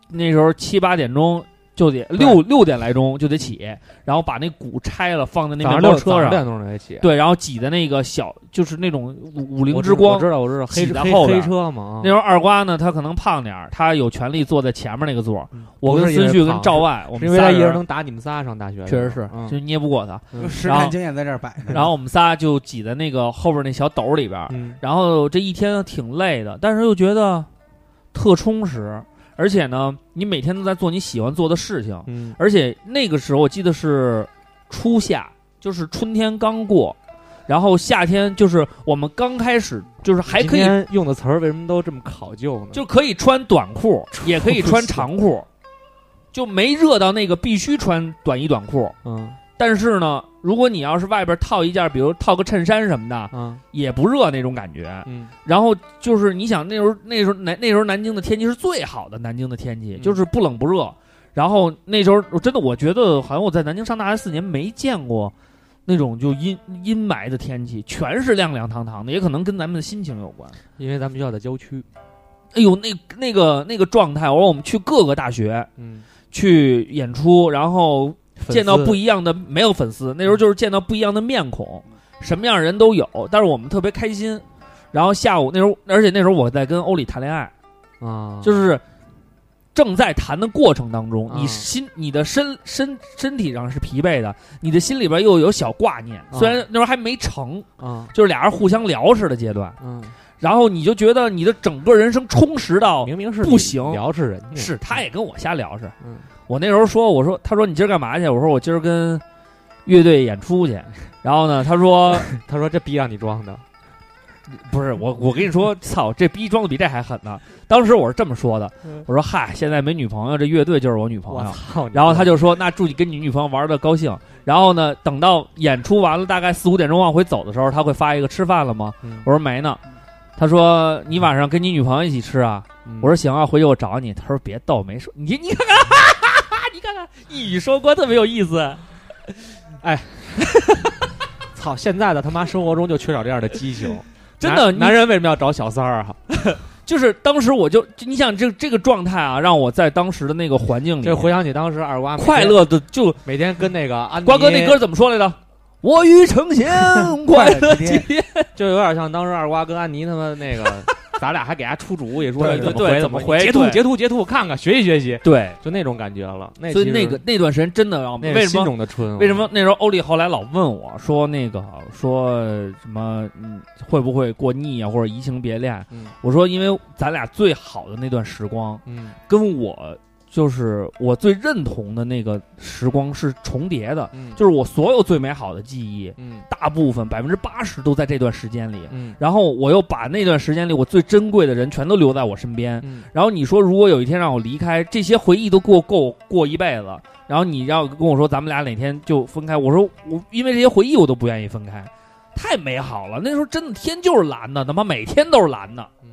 Speaker 2: 那时候七八点钟就得六六点来钟就得起，然后把那鼓拆了放在那
Speaker 6: 早
Speaker 2: 面
Speaker 6: 上六
Speaker 2: 包车
Speaker 6: 早哦六
Speaker 2: 上，
Speaker 6: 点钟就得起，啊
Speaker 2: 对，然后挤在那个小就是那种五五菱
Speaker 6: 我
Speaker 2: 之
Speaker 6: 知
Speaker 2: 光
Speaker 6: 我知道我知道黑
Speaker 2: 挤在
Speaker 6: 黑
Speaker 2: 后边
Speaker 6: 黑
Speaker 2: 儿
Speaker 6: 车嘛，啊
Speaker 2: 那时候二瓜呢，他可能胖点儿，他有权利坐在前面那个座儿。
Speaker 6: 嗯
Speaker 2: 我
Speaker 6: 不
Speaker 2: 跟
Speaker 6: 是因
Speaker 2: 孙
Speaker 6: 为
Speaker 2: 旭跟
Speaker 6: 胖
Speaker 2: 赵万，我
Speaker 6: 是
Speaker 2: 们
Speaker 6: 因为
Speaker 2: 仨
Speaker 6: 他一人
Speaker 2: 人
Speaker 6: 能打你们仨上大学，
Speaker 2: 确实是，
Speaker 6: 嗯
Speaker 2: 就捏不过他。
Speaker 4: 实
Speaker 2: 然后
Speaker 4: 战经验在这儿摆着呢。
Speaker 2: 然后我们仨就挤在那个后边那小斗里边儿，
Speaker 6: 嗯，
Speaker 2: 然后这一天挺累的，但是又觉得特充实，而且呢，你每天都在做你喜欢做的事情，
Speaker 6: 嗯，
Speaker 2: 而且那个时候我记得是初夏，就是春天刚过，然后夏天就是我们刚开始，就是还可以
Speaker 6: 今天用的词儿为什么都这么考究呢？
Speaker 2: 就可以穿短裤，也可以穿长裤，
Speaker 6: [laughs]
Speaker 2: 就没热到那个必须穿短衣短裤。
Speaker 6: 嗯
Speaker 2: 但是呢，如果你要是外边套一件，比如套个衬衫什么的，
Speaker 6: 嗯
Speaker 2: 也不热那种感觉。
Speaker 6: 嗯，
Speaker 2: 然后就是你想那时候那时候南那时候南京的天气是最好的，南京的天气
Speaker 6: 嗯
Speaker 2: 就是不冷不热。然后那时候我真的我觉得好像我在南京上大学四年没见过那种就阴阴霾的天气，全是亮亮堂堂的，也可能跟咱们的心情有关。
Speaker 6: 因为咱们学校在郊区，
Speaker 2: 哎呦，那那个那个状态，我说我们去各个大学
Speaker 6: 嗯，
Speaker 2: 去演出，然后见到不
Speaker 6: 一
Speaker 2: 一样的，没有粉丝，那时候就是见到不一样的面孔，什么样的人都有，但是我们特别开心。然后下午那时候，而且那时候我在跟欧里谈恋爱，
Speaker 6: 啊，
Speaker 2: 就是正在谈的过程当中，
Speaker 6: 啊
Speaker 2: 你心你的身身身体上是疲惫的，你的心里边又有小挂念，虽然那时候还没成，
Speaker 6: 啊
Speaker 2: 就是俩人互相聊似的阶段，
Speaker 6: 嗯，
Speaker 2: 然后你就觉得你的整个人生充实到
Speaker 6: 明明是
Speaker 2: 不
Speaker 6: 你
Speaker 2: 行
Speaker 6: 聊哦是人家，
Speaker 2: 是，他也跟我瞎聊是。
Speaker 6: 嗯
Speaker 2: 我那时候说，我说，他说你今儿干嘛去？我说我今儿跟乐队演出去。然后呢，他说 [laughs]
Speaker 6: 他说这逼让你装的，
Speaker 2: 不是我，我跟你说，操，这逼装的比这还狠呢。当时我是这么说的
Speaker 6: 嗯，
Speaker 2: 我说嗨，现在没女朋友，这乐队就是我女朋
Speaker 6: 我
Speaker 2: 友。
Speaker 6: 操！
Speaker 2: 然后他就说：“那祝你跟你女朋友玩的高兴。”然后呢，等到演出完了，大概四五点钟往回走的时候，他会发一个“吃饭了吗？”
Speaker 6: 嗯
Speaker 2: 我说：“没呢。”他说：“你晚上跟你女朋友一起吃啊？”
Speaker 6: 嗯
Speaker 2: 我说行啊，回去我找你。他说别逗，没说你你看看，你看 [laughs] 看一语双关，特别有意思。
Speaker 6: 操！现在的他妈生活中就缺少这样的激情，
Speaker 2: 真的
Speaker 6: 男
Speaker 2: 你
Speaker 6: 男人为什么要找小三儿啊？
Speaker 2: 就是当时我就，就你想这这个状态啊，让我在当时的那个环境里，
Speaker 6: 这回想起当时二瓜每天
Speaker 2: 快，乐的就
Speaker 6: 每天跟那个安妮
Speaker 2: 瓜哥那歌，怎么说来着？我欲成
Speaker 6: [laughs]
Speaker 2: 仙，快乐极天。
Speaker 6: 就有点像当时二瓜跟安妮他们
Speaker 2: [laughs]
Speaker 6: 那个，咱俩还给他出主意说
Speaker 2: 对
Speaker 6: 怎么
Speaker 2: 对
Speaker 6: 回
Speaker 2: 对怎么回
Speaker 6: 截图
Speaker 2: 对
Speaker 6: 截图截图看看学习学习，
Speaker 2: 对，
Speaker 6: 就那种感觉了。那
Speaker 2: 所以
Speaker 6: 其实
Speaker 2: 那个那段时间真的让我
Speaker 6: 那
Speaker 2: 为
Speaker 6: 是
Speaker 2: 什
Speaker 6: 心
Speaker 2: 么
Speaker 6: 中的春，
Speaker 2: 为什么那时候欧丽后来老问我说那个说什么嗯会不会过腻啊或者移情别恋？
Speaker 6: 嗯
Speaker 2: 我说因为咱俩最好的那段时光。
Speaker 6: 嗯
Speaker 2: 跟我就是我最认同的那个时光是重叠的，
Speaker 6: 嗯
Speaker 2: 就是我所有最美好的记忆，
Speaker 6: 嗯
Speaker 2: 大部分百分之八十都在这段时间里。
Speaker 6: 嗯
Speaker 2: 然后我又把那段时间里我最珍贵的人全都留在我身边。
Speaker 6: 嗯
Speaker 2: 然后你说，如果有一天让我离开，这些回忆都够够过一辈子。然后你要跟我说，咱们俩哪天就分开，我说我因为这些回忆我都不愿意分开，太美好了。那时候真的天就是蓝的，他妈每天都是蓝的。
Speaker 6: 嗯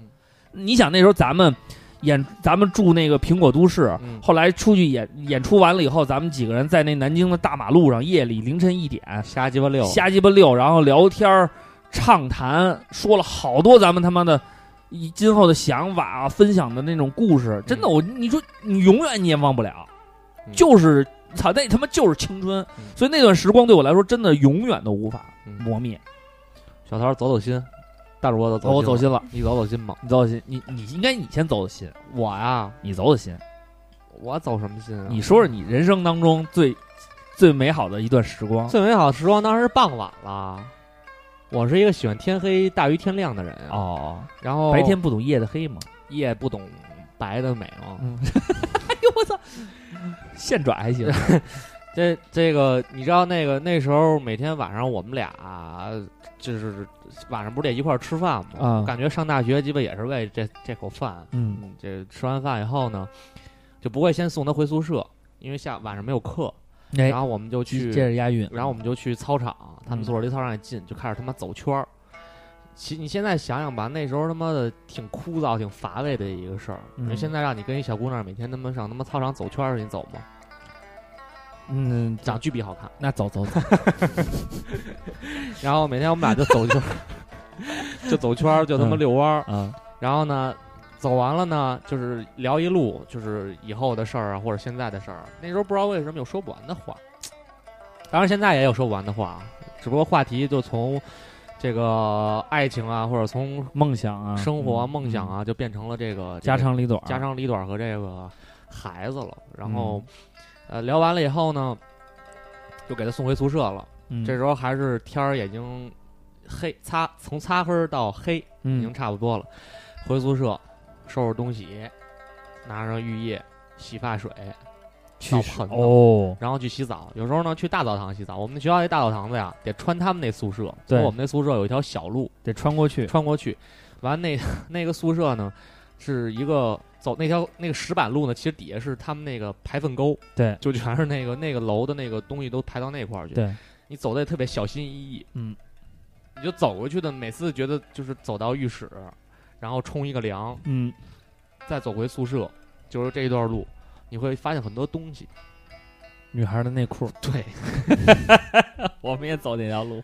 Speaker 2: 你想那时候咱们演，咱们住那个苹果都市，
Speaker 6: 嗯
Speaker 2: 后来出去演演出完了以后，咱们几个人在那南京的大马路上，夜里凌晨一点
Speaker 6: 瞎鸡巴溜，
Speaker 2: 瞎鸡巴溜，然后聊天儿、畅谈，说了好多咱们他妈的以今后的想法啊，分享的那种故事。真的，我你说你永远你也忘不了，
Speaker 6: 嗯
Speaker 2: 就是操那他妈就是青春
Speaker 6: 嗯，
Speaker 2: 所以那段时光对我来说真的永远都无法
Speaker 6: 嗯
Speaker 2: 磨灭。
Speaker 6: 小桃走走心，大主播走
Speaker 2: 走我走
Speaker 6: 心
Speaker 2: 心
Speaker 6: 了，
Speaker 2: 了，
Speaker 6: 你走走心吧。
Speaker 2: 你走心，你你应该你先走的心，啊
Speaker 6: 我呀，
Speaker 2: 你走的心。
Speaker 6: 我走什么心啊？
Speaker 2: 你说说你人生当中最最美好的一段时光
Speaker 6: 最美好的时光当然是傍晚了。我是一个喜欢天黑大于天亮的人啊，
Speaker 2: 哦，
Speaker 6: 然后
Speaker 2: 白天不懂夜的黑嘛，
Speaker 6: 夜不懂白的美哦嘛。 [laughs]
Speaker 2: 嗯，哎呦我操，现转还行，
Speaker 6: 这这个你知道那个那时候每天晚上我们俩就是晚上不是得一块儿吃饭吗？
Speaker 2: 啊
Speaker 6: 感觉上大学鸡巴也是为这这口饭。
Speaker 2: 嗯
Speaker 6: 嗯，这吃完饭以后呢，就不会先送他回宿舍，因为下晚上没有课，
Speaker 2: 哎
Speaker 6: 然，后我们就去
Speaker 2: 接着押韵，
Speaker 6: 然后我们就去操场，他
Speaker 2: 嗯
Speaker 6: 们宿舍离操场也近，就开始他妈走圈儿。其你现在想想吧，那时候他妈的挺枯燥、挺乏味的一个事儿。
Speaker 2: 嗯
Speaker 6: 你说现在让你跟一小姑娘每天他妈上他妈操场走圈儿，你走吗？
Speaker 2: 嗯，
Speaker 6: 长得巨比好
Speaker 2: [laughs]
Speaker 6: 看。
Speaker 2: 那走走走，
Speaker 6: 然后每天我们俩就走圈儿，就走圈儿，就 [laughs] 他妈
Speaker 2: 嗯
Speaker 6: 遛弯儿。
Speaker 2: 啊，
Speaker 6: 然后呢，走完了呢，就是聊一路，就是以后的事儿啊，或者现在的事儿。那时候不知道为什么有说不完的话，当然现在也有说不完的话，啊，只不过话题就从这个爱情啊，或者从
Speaker 2: 梦想啊，
Speaker 6: 生活啊、
Speaker 2: 嗯
Speaker 6: 梦想，啊，就变成了这个
Speaker 2: 嗯家长里短，
Speaker 6: 家长里短和这个孩子了。然后，
Speaker 2: 嗯
Speaker 6: 呃，聊完了以后呢，就给他送回宿舍了。
Speaker 2: 嗯，
Speaker 6: 这时候还是天儿已经黑，擦从擦黑儿到黑。已经
Speaker 2: 嗯
Speaker 6: 差不多了。回宿舍，收拾东西，拿上浴液、洗发水，
Speaker 2: 去
Speaker 6: 盆子
Speaker 2: 哦，
Speaker 6: 然后去洗澡。有时候呢，去大澡堂洗澡。我们学校那大澡堂子呀，得穿他们那宿舍。
Speaker 2: 对
Speaker 6: 从我们那宿舍有一条小路
Speaker 2: 得穿过去，
Speaker 6: 穿过去，完那 [laughs] 那个宿舍呢，是一个走那条那个石板路呢，其实底下是他们那个排粪沟，
Speaker 2: 对
Speaker 6: 就全是那个那个楼的那个东西都排到那块儿去。
Speaker 2: 对，
Speaker 6: 你走的特别小心翼翼，
Speaker 2: 嗯，
Speaker 6: 你就走过去的，每次觉得就是走到浴室，然后冲一个凉，
Speaker 2: 嗯，
Speaker 6: 再走回宿舍，就是这一段路，你会发现很多东西。
Speaker 2: 女孩的内裤，
Speaker 6: [laughs] 对，
Speaker 2: 我们也走那条路，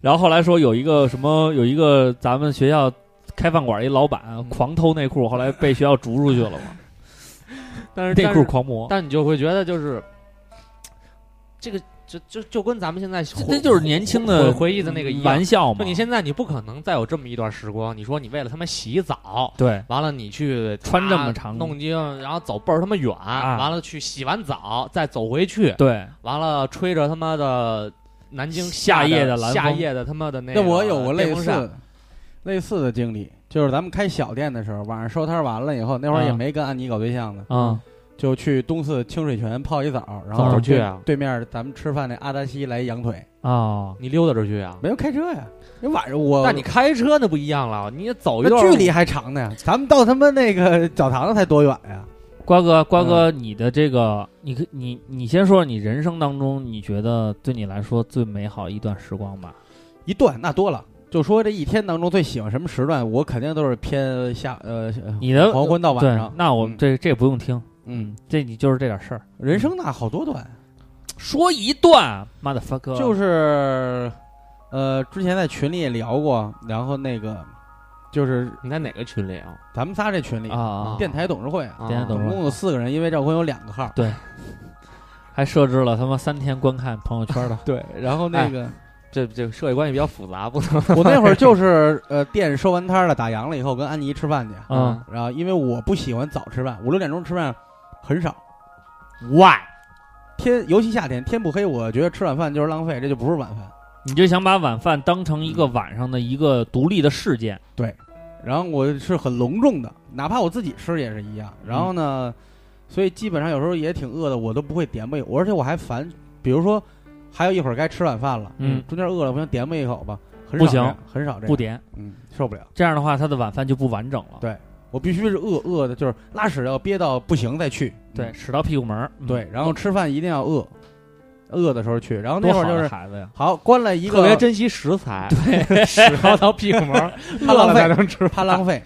Speaker 2: 然后后来说有一个什么，有一个咱们学校开饭馆一老板狂偷内裤，后来被学校逐出去了嘛，
Speaker 6: 但是
Speaker 2: [laughs] 内裤，狂魔，
Speaker 6: 但是你就会觉得就是这个，就就就跟咱们现在
Speaker 2: 这就是年轻的
Speaker 6: 回回忆的那个一样
Speaker 2: 玩。笑嘛
Speaker 6: 就，你现在你不可能再有这么一段时光，你说你为了他们洗澡。
Speaker 2: 对，
Speaker 6: 完了，你去
Speaker 2: 穿这么
Speaker 6: 啊
Speaker 2: 长啊
Speaker 6: 弄精，然后走倍儿他妈远，完了去洗完澡再走回去，
Speaker 2: 对，
Speaker 6: 完了吹着他妈的南京
Speaker 2: 夏
Speaker 6: 夜
Speaker 2: 夜的蓝
Speaker 6: 夏
Speaker 2: 风
Speaker 6: 夜的他妈的那
Speaker 4: 那
Speaker 6: 个
Speaker 4: 我有过类
Speaker 6: 电风扇
Speaker 4: 似类似的经历，就是咱们开小店的时候，晚上收摊完了以后，那会儿也
Speaker 2: 嗯
Speaker 4: 没跟安妮搞对象呢，
Speaker 2: 嗯，
Speaker 4: 就去东四清水泉泡一澡，然
Speaker 2: 怎
Speaker 4: 后
Speaker 2: 么
Speaker 6: 去啊
Speaker 4: 对对面咱们吃饭那阿达西来一羊腿，
Speaker 2: 哦，
Speaker 6: 你溜达着去啊？
Speaker 4: 没有开车呀，那晚上我
Speaker 6: 那你开车那不一样了，你也走一
Speaker 4: 那
Speaker 6: 段
Speaker 4: 距离还长呢呀，咱们到他妈那个澡堂子才多远呀？
Speaker 2: 瓜哥，瓜哥，你的这个，你可你你先说说你人生当中，你觉得对你来说最美好一段时光吧？
Speaker 4: 一段那多了。就说这一天当中最喜欢什么时段，我肯定都是偏下呃
Speaker 2: 你的
Speaker 4: 黄昏到晚
Speaker 2: 对
Speaker 4: 上，。
Speaker 2: 那我
Speaker 4: 嗯
Speaker 2: 这这不用听，
Speaker 4: 嗯，
Speaker 2: 这你就是这点事儿。
Speaker 4: 人生那好多段，
Speaker 2: 说一段，妈的发
Speaker 6: 嗯
Speaker 2: 哥，
Speaker 4: 就是呃之前在群里也聊过，然后那个就是
Speaker 6: 你在哪个群里啊？
Speaker 4: 咱们仨这群里
Speaker 2: 啊，啊，
Speaker 4: 电台董事会，
Speaker 6: 啊
Speaker 2: 电台董
Speaker 4: 总
Speaker 2: 事会
Speaker 4: 共有四个人，因为赵坤有两个号，，
Speaker 2: 还设置了他妈三天观看朋友圈的
Speaker 4: [laughs] 对，
Speaker 6: 哎
Speaker 4: 然后
Speaker 6: [laughs]
Speaker 4: 那个
Speaker 6: 这这社会关系比较复杂，不能
Speaker 4: 我那会儿就是呃店收完摊了，打烊了以后跟安妮吃饭去，
Speaker 2: 嗯，
Speaker 4: 然后因为我不喜欢早吃饭，五六点钟吃饭很少，
Speaker 6: why？
Speaker 4: 天尤其夏天天不黑，我觉得吃晚饭就是浪费，这就不是晚饭。
Speaker 2: 你就想把晚饭当成一
Speaker 4: 嗯
Speaker 2: 个晚上的一个独立的事件，嗯
Speaker 4: 然后我是很隆重的，哪怕我自己吃也是一样。然后呢，所以基本上有时候也挺饿的，我都不会点吧一，我而且我还烦，比如说还有一会儿该吃晚饭了，
Speaker 2: 嗯
Speaker 4: 中间饿了不行点吧一口吧，很
Speaker 2: 不
Speaker 4: 少这样
Speaker 2: 行，
Speaker 4: 很少这样，
Speaker 2: 不，点，
Speaker 4: 嗯，受不了，
Speaker 2: 这样的话他的晚饭就不完整了。
Speaker 4: 对我必须是饿饿的，就是拉屎要憋到不行再去，
Speaker 2: 对，屎到屁股门儿。嗯，
Speaker 4: 对，然后吃饭一定要饿，饿的时候去，然后那
Speaker 2: 多好
Speaker 4: 会儿就
Speaker 2: 的
Speaker 4: 是
Speaker 2: 孩子呀！
Speaker 4: 好关了一个，
Speaker 6: 特别珍惜食材，对，屎泡到
Speaker 2: [laughs]
Speaker 6: 屁股毛，
Speaker 4: 怕浪
Speaker 6: 才
Speaker 4: 费，
Speaker 6: 能吃。
Speaker 4: 怕浪费，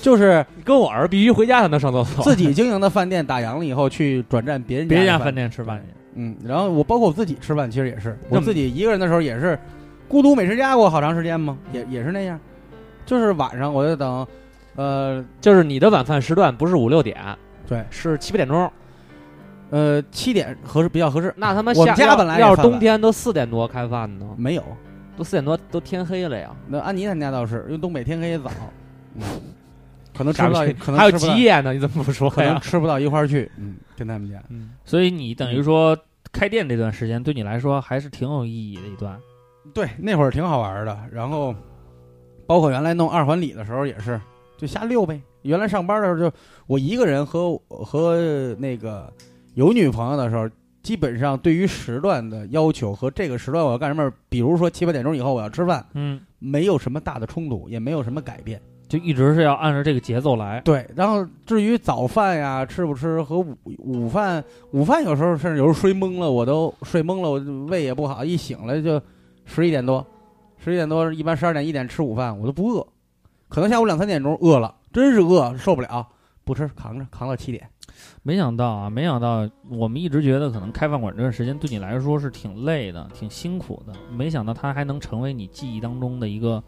Speaker 4: 就是
Speaker 6: 跟我儿必须回家才能上厕所。
Speaker 4: 自己经营的饭店打烊了以后去转战别人
Speaker 2: 别人家
Speaker 4: 的
Speaker 2: 饭店吃饭去，
Speaker 4: 嗯，然后我包括我自己吃饭，其实也是我
Speaker 6: 那么
Speaker 4: 自己一个人的时候也是，孤独美食家过好长时间吗？也也是那样，就是晚上我就等，呃
Speaker 6: 就是你的晚饭时段不是五六点，
Speaker 4: 对，
Speaker 6: 是七八点钟。
Speaker 4: 呃七点合适比较合适，
Speaker 6: 那他妈
Speaker 4: 我
Speaker 6: 下
Speaker 4: 们家
Speaker 6: 要
Speaker 4: 本来也
Speaker 6: 要是
Speaker 4: 饭晚
Speaker 6: 冬天都四点多开饭呢，
Speaker 4: 没有。
Speaker 6: 都四点多都天黑了呀。
Speaker 4: 那安妮他们家倒是，因为东北天黑也早，嗯可能吃不到，可能
Speaker 6: 还有
Speaker 4: 吃不到
Speaker 6: 极夜呢，你怎么不说
Speaker 4: 可能
Speaker 6: 呀？
Speaker 4: 吃不到一块儿去，嗯，跟他们家。
Speaker 2: 所以你
Speaker 4: 嗯
Speaker 2: 等于说开店这段时间对你来说还是挺有意义的一段。
Speaker 4: 对，那会儿挺好玩的。然后，包括原来弄二环里的时候也是，就瞎溜呗。原来上班的时候就我一个人和和那个有女朋友的时候，基本上对于时段的要求和这个时段我要干什么，比如说七八点钟以后我要吃饭，
Speaker 2: 嗯，
Speaker 4: 没有什么大的冲突，也没有什么改变。
Speaker 2: 就一直是要按照这个节奏来。
Speaker 4: 对，然后至于早饭呀，吃不吃和午午饭，午饭有时候甚至有时候睡懵了，我都睡懵了，我就胃也不好，一醒来就十一点多，十一点多一般十二点一点吃午饭，我都不饿，可能下午两三点钟饿了，真是饿受不了，不吃扛着扛到七点，
Speaker 2: 没想到啊，没想到，我们一直觉得可能开饭馆这段时间对你来说是挺累的、挺辛苦的，没想到它还能成为你记忆当中的一个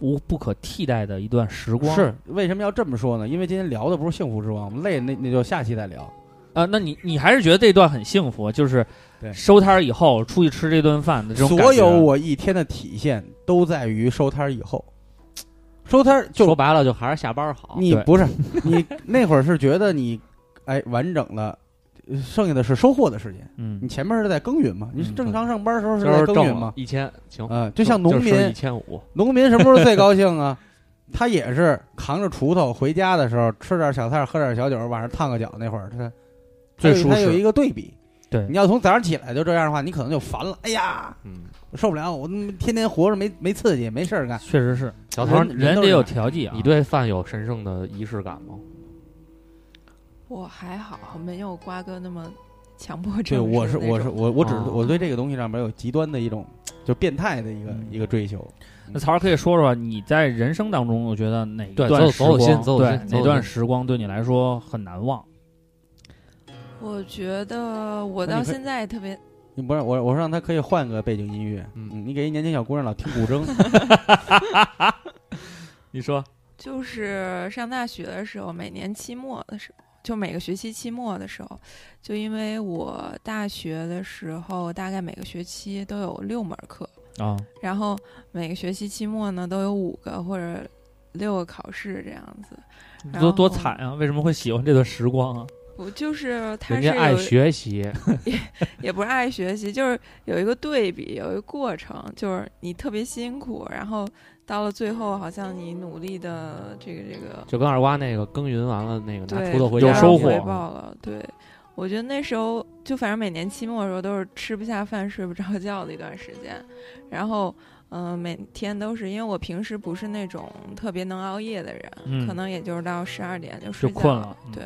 Speaker 2: 无不可替代的一段时光。
Speaker 4: 是为什么要这么说呢？因为今天聊的不是幸福之王，我们累那那就下期再聊。
Speaker 2: 啊、那你你还是觉得这段很幸福，就是
Speaker 4: 对
Speaker 2: 收摊儿以后出去吃这顿饭的这种感觉啊
Speaker 4: 所有我一天的体现都在于收摊儿以后，收摊儿就
Speaker 6: 说白了，就还是下班好。
Speaker 4: 你
Speaker 2: 对
Speaker 4: 不是你那会儿是觉得你哎完整的，呃剩下的是收获的时间。
Speaker 2: 嗯
Speaker 4: 你，前面是在耕耘嘛？你是
Speaker 2: 嗯
Speaker 4: 正常上班的时候是
Speaker 6: 就
Speaker 4: 在
Speaker 6: 是
Speaker 4: 耕
Speaker 6: 挣
Speaker 4: 耘
Speaker 6: 了
Speaker 4: 嘛？
Speaker 6: 一千，行，
Speaker 2: 啊
Speaker 4: 嗯，就像农民，
Speaker 6: 一千五，
Speaker 4: 农民什么时候最高兴啊？他也是扛着锄头回家的时候，吃点小菜，喝点小酒，晚上烫个脚，那会儿他
Speaker 2: 最
Speaker 4: 他有
Speaker 2: 舒
Speaker 4: 他有
Speaker 2: 适
Speaker 4: 一个对比。
Speaker 2: 对
Speaker 4: 你要从早上起来就这样的话，你可能就烦了。 [laughs] 哎呀，
Speaker 6: 嗯，
Speaker 4: 我受不了，我他妈天天活着没没刺激，没事儿干。
Speaker 2: 确实是
Speaker 6: 小
Speaker 4: 人
Speaker 6: 唐，
Speaker 2: 人
Speaker 4: 都
Speaker 2: 得
Speaker 4: 是
Speaker 2: 有
Speaker 4: 这
Speaker 2: 调剂啊。
Speaker 6: 你对饭有神圣的仪式感吗？
Speaker 5: 我还好，没有瓜哥那么强迫
Speaker 4: 对，
Speaker 5: 症。
Speaker 4: 我是我是，我我只
Speaker 6: 哦
Speaker 4: 我对这个东西上面有极端的一种就变态的一个一个追求。
Speaker 2: 那曹儿可以说说你在人生当中，我觉得哪
Speaker 6: 对
Speaker 2: 段
Speaker 6: 走
Speaker 2: 时
Speaker 6: 走
Speaker 2: 光
Speaker 6: 走心走
Speaker 2: 对
Speaker 6: 心走
Speaker 2: 哪段
Speaker 6: 心
Speaker 2: 时光对你来说很难忘？
Speaker 5: 我觉得我
Speaker 4: 那你
Speaker 5: 到
Speaker 4: 可以
Speaker 5: 现在也特别
Speaker 4: 你不是我，我说让他可以换个背景音乐。
Speaker 6: 嗯
Speaker 4: 你给一年轻小姑娘老听古 [laughs] 筝，
Speaker 6: 你说
Speaker 5: 就是上大学的时候，每年期末的时候，就每个学期期末的时候，就因为我大学的时候，大概每个学期都有六门课，
Speaker 2: 啊，
Speaker 5: 然后每个学期期末呢都有五个或者六个考试这样子。然
Speaker 2: 多多
Speaker 5: 后
Speaker 2: 惨啊！为什么会喜欢这段时光啊？
Speaker 5: 我就是他
Speaker 6: 人
Speaker 5: 是
Speaker 6: 家爱
Speaker 5: 有
Speaker 6: 学习，
Speaker 5: 也不是爱学习，就是有一个对比，有一个过程，就是你特别辛苦，然后到了最后，好像你努力的这个这个
Speaker 6: 就跟二瓜那个耕耘完了那个拿
Speaker 5: 对，
Speaker 6: 锄头回
Speaker 2: 有
Speaker 6: 家
Speaker 5: 得到
Speaker 2: 收
Speaker 5: 回
Speaker 2: 获
Speaker 5: 报了。对，我觉得那时候就反正每年期末的时候都是吃不下饭、睡不着觉的一段时间，然后嗯、呃每天都是因为我平时不是那种特别能熬夜的人，
Speaker 2: 嗯
Speaker 5: 可能也就是到十二点就睡觉
Speaker 2: 困了嗯
Speaker 5: 对。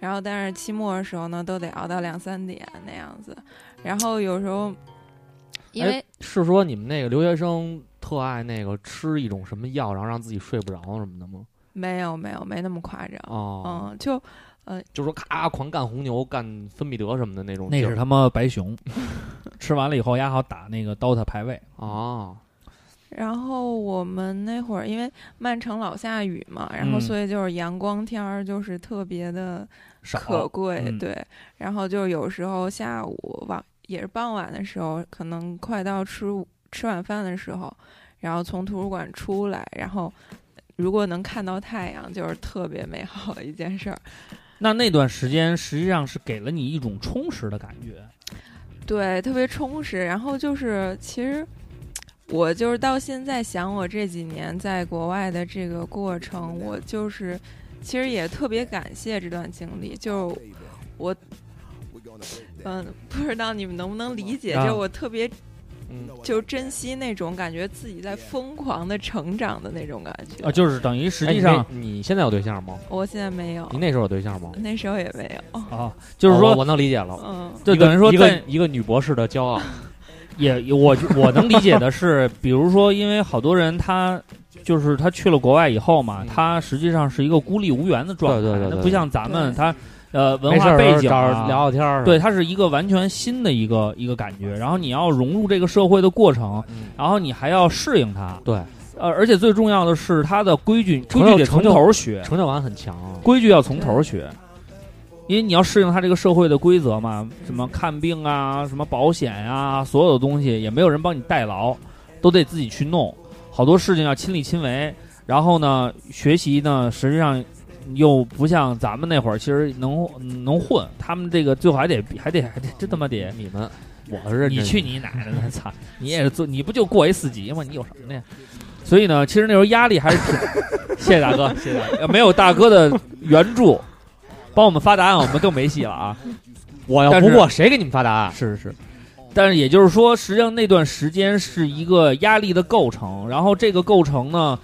Speaker 5: 然后，但是期末的时候呢，都得熬到两三点那样子。然后有时候，因
Speaker 6: 哎
Speaker 5: 为
Speaker 6: 是说你们那个留学生特爱那个吃一种什么药，然后让自己睡不着什么的吗？
Speaker 5: 没有没有没那么夸张，
Speaker 6: 哦，
Speaker 5: 嗯，就
Speaker 6: 就说咔狂干红牛、干芬必得什么的那种
Speaker 2: 那
Speaker 6: 劲儿，
Speaker 2: 是他妈白熊， [laughs] 吃完了以后丫好打那个 DOTA 排位，
Speaker 6: 哦，
Speaker 5: 然后我们那会儿因为曼城老下雨嘛，然后
Speaker 2: 嗯
Speaker 5: 所以就是阳光天儿就是特别的
Speaker 2: 少
Speaker 5: 可贵，
Speaker 2: 嗯
Speaker 5: 对。然后就有时候下午晚也是傍晚的时候，可能快到吃午吃晚饭的时候，然后从图书馆出来，然后如果能看到太阳，就是特别美好的一件事儿。
Speaker 2: 那那段时间实际上是给了你一种充实的感觉。
Speaker 5: 对，特别充实。然后就是，其实我就是到现在想我这几年在国外的这个过程，我就是其实也特别感谢这段经历。就我，嗯，不知道你们能不能理解，
Speaker 2: 啊
Speaker 5: 就我特别
Speaker 6: 嗯，
Speaker 5: 就珍惜那种感觉自己在疯狂的成长的那种感觉。
Speaker 2: 啊，就是等于实际
Speaker 6: 哎
Speaker 2: 上
Speaker 6: 你那你现在有对象吗？
Speaker 5: 我现在没有
Speaker 6: 你，那时候有对象吗？
Speaker 5: 那时候也没有，
Speaker 2: 啊，就是
Speaker 6: 哦我
Speaker 2: 说，
Speaker 6: 我能理解了，
Speaker 5: 嗯，
Speaker 2: 就
Speaker 6: 一个
Speaker 2: 等于说
Speaker 6: 一个
Speaker 2: 在
Speaker 6: 一个女博士的骄傲，
Speaker 2: 也也我我能理解的是，比如说，因为好多人他就是他去了国外以后嘛，
Speaker 6: 嗯
Speaker 2: 他实际上是一个孤立无援的状态，
Speaker 6: 对对对对
Speaker 2: 那不像咱们他呃文
Speaker 6: 没事
Speaker 2: 化
Speaker 6: 儿
Speaker 2: 背景、
Speaker 6: 找
Speaker 2: 啊、
Speaker 6: 人聊聊天儿，
Speaker 2: 对，它是一个完全新的一个一个感觉。然后你要融入这个社会的过程，
Speaker 6: 嗯
Speaker 2: 然后你还要适应它。
Speaker 6: 对，
Speaker 2: 呃，而且最重要的是它的规矩，规
Speaker 6: 成就
Speaker 2: 矩得从头儿学，
Speaker 6: 成就感很强啊，
Speaker 2: 规矩要从头儿学，因为你要适应它这个社会的规则嘛，什么看病啊，什么保险啊，所有的东西也没有人帮你代劳，都得自己去弄，好多事情要亲力亲为。然后呢，学习呢，实际上又不像咱们那会儿，其实能能混，他们这个最后还得还得还得真他妈得。
Speaker 6: 你们，我是认
Speaker 2: 你
Speaker 6: 真
Speaker 2: 去你奶奶的！操，你也是做，你不就过一四级吗？你有什么的
Speaker 6: [laughs]
Speaker 2: 呀？所以呢，其实那时候压力还是挺……谢谢大
Speaker 6: [laughs]
Speaker 2: 哥，谢谢大哥，没有大哥的援助，帮我们发答案，我们更没戏了啊！
Speaker 6: 我要
Speaker 2: 但
Speaker 6: 呃不
Speaker 2: 是
Speaker 6: 过谁给你们发答案？
Speaker 2: 是是，但是也就是说，实际上那段时间是一个压力的构成，然后这个构成呢，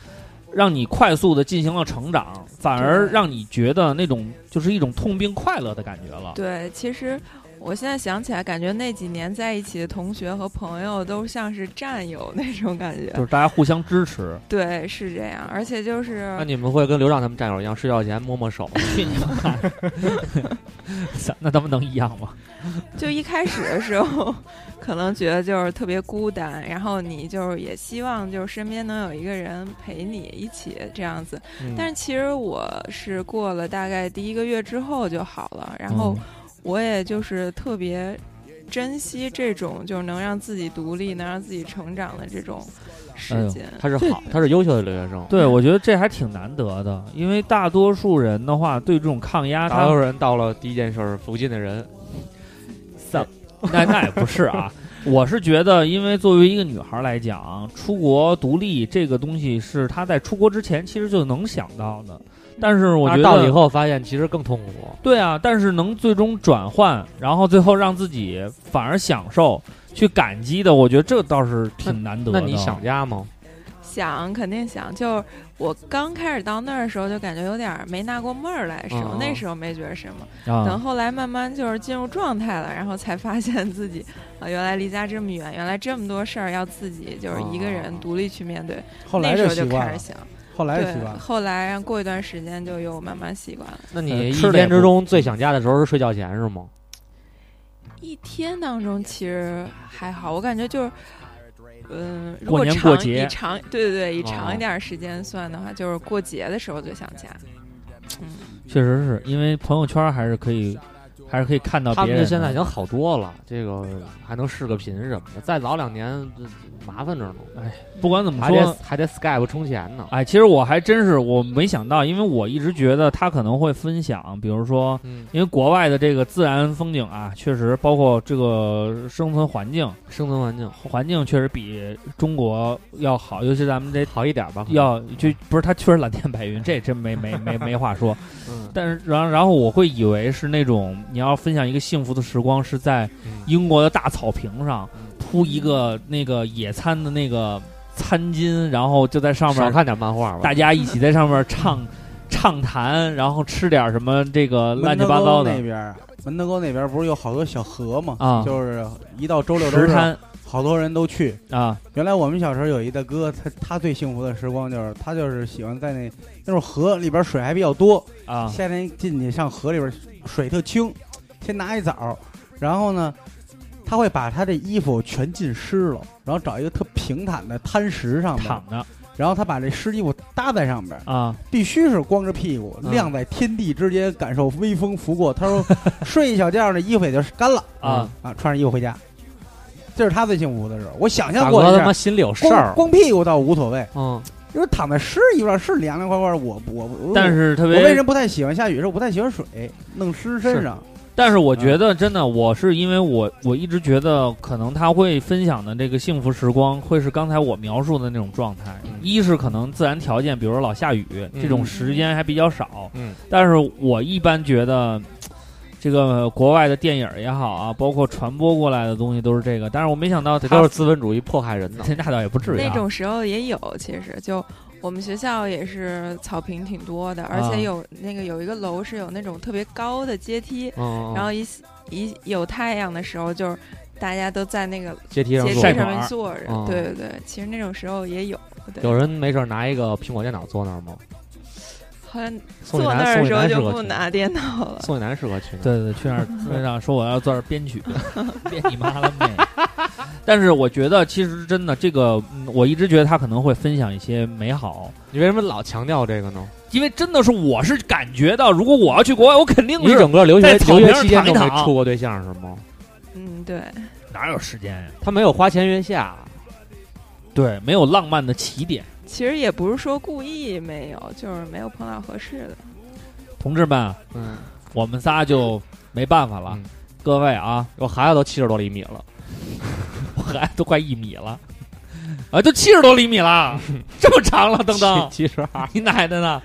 Speaker 2: 让你快速的进行了成长，反而让你觉得那种就是一种痛并快乐的感觉了。
Speaker 5: 对，其实我现在想起来，感觉那几年在一起的同学和朋友都像是战友那种感觉
Speaker 2: 就。是大家互相支持，
Speaker 5: 对，是这样，而且就是
Speaker 2: 嗯
Speaker 6: 那你们会跟刘畅他们战友一样，睡觉前摸摸手吗？
Speaker 2: 去你妈！ [laughs] 那咱们能一样吗？
Speaker 5: 就一开始的时候，可能觉得就是特别孤单，然后你就是也希望就是身边能有一个人陪你一起这样子。
Speaker 2: 嗯
Speaker 5: 但是其实我是过了大概第一个月之后就好了，
Speaker 2: 嗯
Speaker 5: 然后我也就是特别珍惜这种就是能让自己独立、能让自己成长的这种时
Speaker 2: 哎呦
Speaker 5: 间。
Speaker 6: 他是好，他是优秀的留学生。
Speaker 2: 对，我觉得这还挺难得的，因为大多数人的话，对这种抗压，
Speaker 6: 大多
Speaker 2: 他
Speaker 6: 数人到了第一件事儿，附近的人，
Speaker 2: 那那也不是
Speaker 6: [laughs]
Speaker 2: 啊。我是觉得，因为作为一个女孩来讲，出国独立这个东西是她在出国之前其实就能想到的，但是我觉得
Speaker 6: 但嗯是到了以后发现其实更痛苦。
Speaker 2: 对啊，但是能最终转换，然后最后让自己反而享受、去感激的，我觉得这倒是挺难得啊
Speaker 6: 那
Speaker 2: 的。
Speaker 6: 你想家吗？
Speaker 5: 想肯定想，就是我刚开始到那儿的时候，就感觉有点儿没纳过闷儿来的时候，
Speaker 6: 嗯嗯
Speaker 5: 那时候没觉得什么。等
Speaker 4: 嗯
Speaker 2: 啊，
Speaker 5: 后来慢慢就是进入状态了，然后才发现自己啊、原来离家这么远，原来这么多事儿要自己就是一个人
Speaker 6: 哦
Speaker 5: 独立去面对。
Speaker 4: 后来
Speaker 5: 那时
Speaker 4: 就
Speaker 5: 候
Speaker 4: 习
Speaker 5: 就
Speaker 4: 惯
Speaker 5: 开
Speaker 4: 了
Speaker 5: 始，想，
Speaker 4: 后来就习
Speaker 5: 对
Speaker 4: 惯，了。
Speaker 5: 后来然后过一段时间就又慢慢习惯了。
Speaker 6: 那
Speaker 2: 呃
Speaker 6: 你一
Speaker 2: 吃的也
Speaker 6: 天
Speaker 2: 不
Speaker 6: 之中最想家的时候是睡觉前是吗？
Speaker 5: 一天当中其实还好，我感觉就是。嗯，如
Speaker 2: 过
Speaker 5: 果
Speaker 2: 年
Speaker 5: 长
Speaker 2: 过节
Speaker 5: 以长对对对，以
Speaker 6: 哦
Speaker 5: 长一点儿时间算的话，就是过节的时候最想家。嗯，
Speaker 2: 确实是因为朋友圈还是可以，还是可以看到
Speaker 6: 他
Speaker 2: 啊别
Speaker 6: 们
Speaker 2: 人
Speaker 6: 这
Speaker 2: 的。
Speaker 6: 现在已经好多了，这个还能视个频什么的。再早两年这麻烦着呢，
Speaker 2: 不管怎么
Speaker 6: 还
Speaker 2: 说
Speaker 6: 得，还得 Skype 充钱呢。
Speaker 2: 哎，其实我还真是我没想到，因为我一直觉得他可能会分享，比如说，
Speaker 6: 嗯，
Speaker 2: 因为国外的这个自然风景啊，确实包括这个生存环境，
Speaker 6: 生存环境
Speaker 2: 环境确实比中国要好，尤其咱们这
Speaker 6: 好一点吧？可能，
Speaker 2: 要就不是它确实蓝天白云，这真没没没没话说。
Speaker 6: 嗯，
Speaker 2: [laughs] 但是然后然后我会以为是那种你要分享一个幸福的时光是在
Speaker 6: 嗯
Speaker 2: 英国的大草坪上
Speaker 6: 嗯
Speaker 2: 铺一个那个野餐的那个餐巾，然后就在上面
Speaker 6: 少看点漫画吧。
Speaker 2: 大家一起在上面唱畅谈，然后吃点什么这个乱
Speaker 4: 门
Speaker 2: 七
Speaker 4: 头
Speaker 2: 八糟
Speaker 4: 沟
Speaker 2: 的
Speaker 4: 那边儿，门头沟那边儿不是有好多小河吗？
Speaker 2: 啊
Speaker 4: 就是一到周六周
Speaker 2: 石
Speaker 4: 日，
Speaker 2: 滩
Speaker 4: 好多人都去。
Speaker 2: 啊，
Speaker 4: 原来我们小时候有一大哥，他他最幸福的时光就是他就是喜欢在那那种河里边水还比较多，
Speaker 2: 啊
Speaker 4: 夏天进去上河里边水特清，先拿一澡，然后呢，他会把他的衣服全浸湿了，然后找一个特平坦的滩石上面，
Speaker 2: 躺着
Speaker 4: 然后他把这湿衣服搭在上边，
Speaker 2: 啊，
Speaker 4: 必须是光着屁股
Speaker 6: 啊
Speaker 2: 嗯
Speaker 4: 晾在天地之间，感受微风拂过。
Speaker 6: [laughs]
Speaker 4: 他说睡一小觉，那衣服也就干了
Speaker 2: 啊
Speaker 4: 啊，穿上衣服回家，这是他最幸福的时候。我想象
Speaker 6: 大
Speaker 4: 过
Speaker 6: 哥
Speaker 4: 一
Speaker 6: 他妈
Speaker 4: 下，
Speaker 6: 心里有事
Speaker 4: 光
Speaker 6: 儿，啊
Speaker 4: 光屁股倒无所谓，
Speaker 6: 嗯，
Speaker 4: 因为躺在湿衣服上是凉凉快快。我我我，
Speaker 2: 但是特
Speaker 4: 我为什
Speaker 2: 别，
Speaker 4: 么不太喜欢下雨？是我不太喜欢水弄湿身上。
Speaker 2: 但是我
Speaker 4: 嗯
Speaker 2: 觉得真的，我是因为我我一直觉得可能他会分享的这个幸福时光会是刚才我描述的那种状态，
Speaker 6: 嗯
Speaker 2: 一是可能自然条件，比如说老下雨这种
Speaker 6: 嗯
Speaker 2: 时间还比较少，
Speaker 6: 嗯，
Speaker 2: 但是我一般觉得。这个国外的电影也好啊，包括传播过来的东西都是这个。但是我没想到
Speaker 6: 这
Speaker 2: 他
Speaker 6: 都是资本主义迫害人呢。
Speaker 2: [laughs] 那倒也不至于、啊。
Speaker 5: 那种时候也有，其实就我们学校也是草坪挺多的，而
Speaker 2: 啊
Speaker 5: 且有、那个有一个楼是有那种特别高的阶梯，
Speaker 6: 嗯，
Speaker 5: 然后一一有太阳的时候，就是大家都在那个
Speaker 6: 阶梯上
Speaker 5: 阶梯
Speaker 6: 坐，
Speaker 2: 晒
Speaker 5: 上
Speaker 2: 管儿
Speaker 5: 面坐着。
Speaker 6: 嗯
Speaker 5: 对对对，其实那种时候也有。对
Speaker 6: 有人没事儿拿一个苹果电脑坐那儿吗？
Speaker 5: 好像
Speaker 6: 宋
Speaker 5: 坐
Speaker 6: 雨
Speaker 5: 那
Speaker 6: 楠，
Speaker 5: 儿
Speaker 6: 宋
Speaker 5: 的
Speaker 6: 雨楠
Speaker 5: 时候
Speaker 6: 适
Speaker 5: 就
Speaker 6: 合
Speaker 5: 不
Speaker 6: 去
Speaker 5: 拿电脑了。 [laughs]
Speaker 6: 宋雨楠适合去呢。
Speaker 2: 对对，去那儿村长说我要坐这儿编曲， [laughs] 编你妈了妹！ [laughs] 但是我觉得，其实真的这个，嗯我一直觉得他可能会分享一些美好，
Speaker 6: 你为什么老强调这个呢？
Speaker 2: 因为真的是我是感觉到，如果我要去国外，我肯定
Speaker 6: 你
Speaker 2: 是
Speaker 6: 整个留
Speaker 2: 在
Speaker 6: 学
Speaker 2: 草坪
Speaker 6: 留学
Speaker 2: 上
Speaker 6: 期间都
Speaker 2: 躺
Speaker 6: 没
Speaker 2: 一躺
Speaker 6: 处过对象是吗？
Speaker 5: 嗯，对，
Speaker 2: 哪有时间呀？
Speaker 6: 他没有花前月下，
Speaker 2: 对，没有浪漫的起点。
Speaker 5: 其实也不是说故意没有，就是没有碰到合适的。
Speaker 2: 同志们，啊
Speaker 6: 嗯，
Speaker 2: 我们仨就没办法了。
Speaker 6: 嗯
Speaker 2: 各位啊，
Speaker 6: 我孩子都七十多厘米了，
Speaker 2: [laughs] 我孩子都快一米了，啊，都七十多厘米
Speaker 6: [laughs]
Speaker 2: 了，这么长了，等等，
Speaker 6: 七十二，
Speaker 2: [laughs] 你奶奶呢？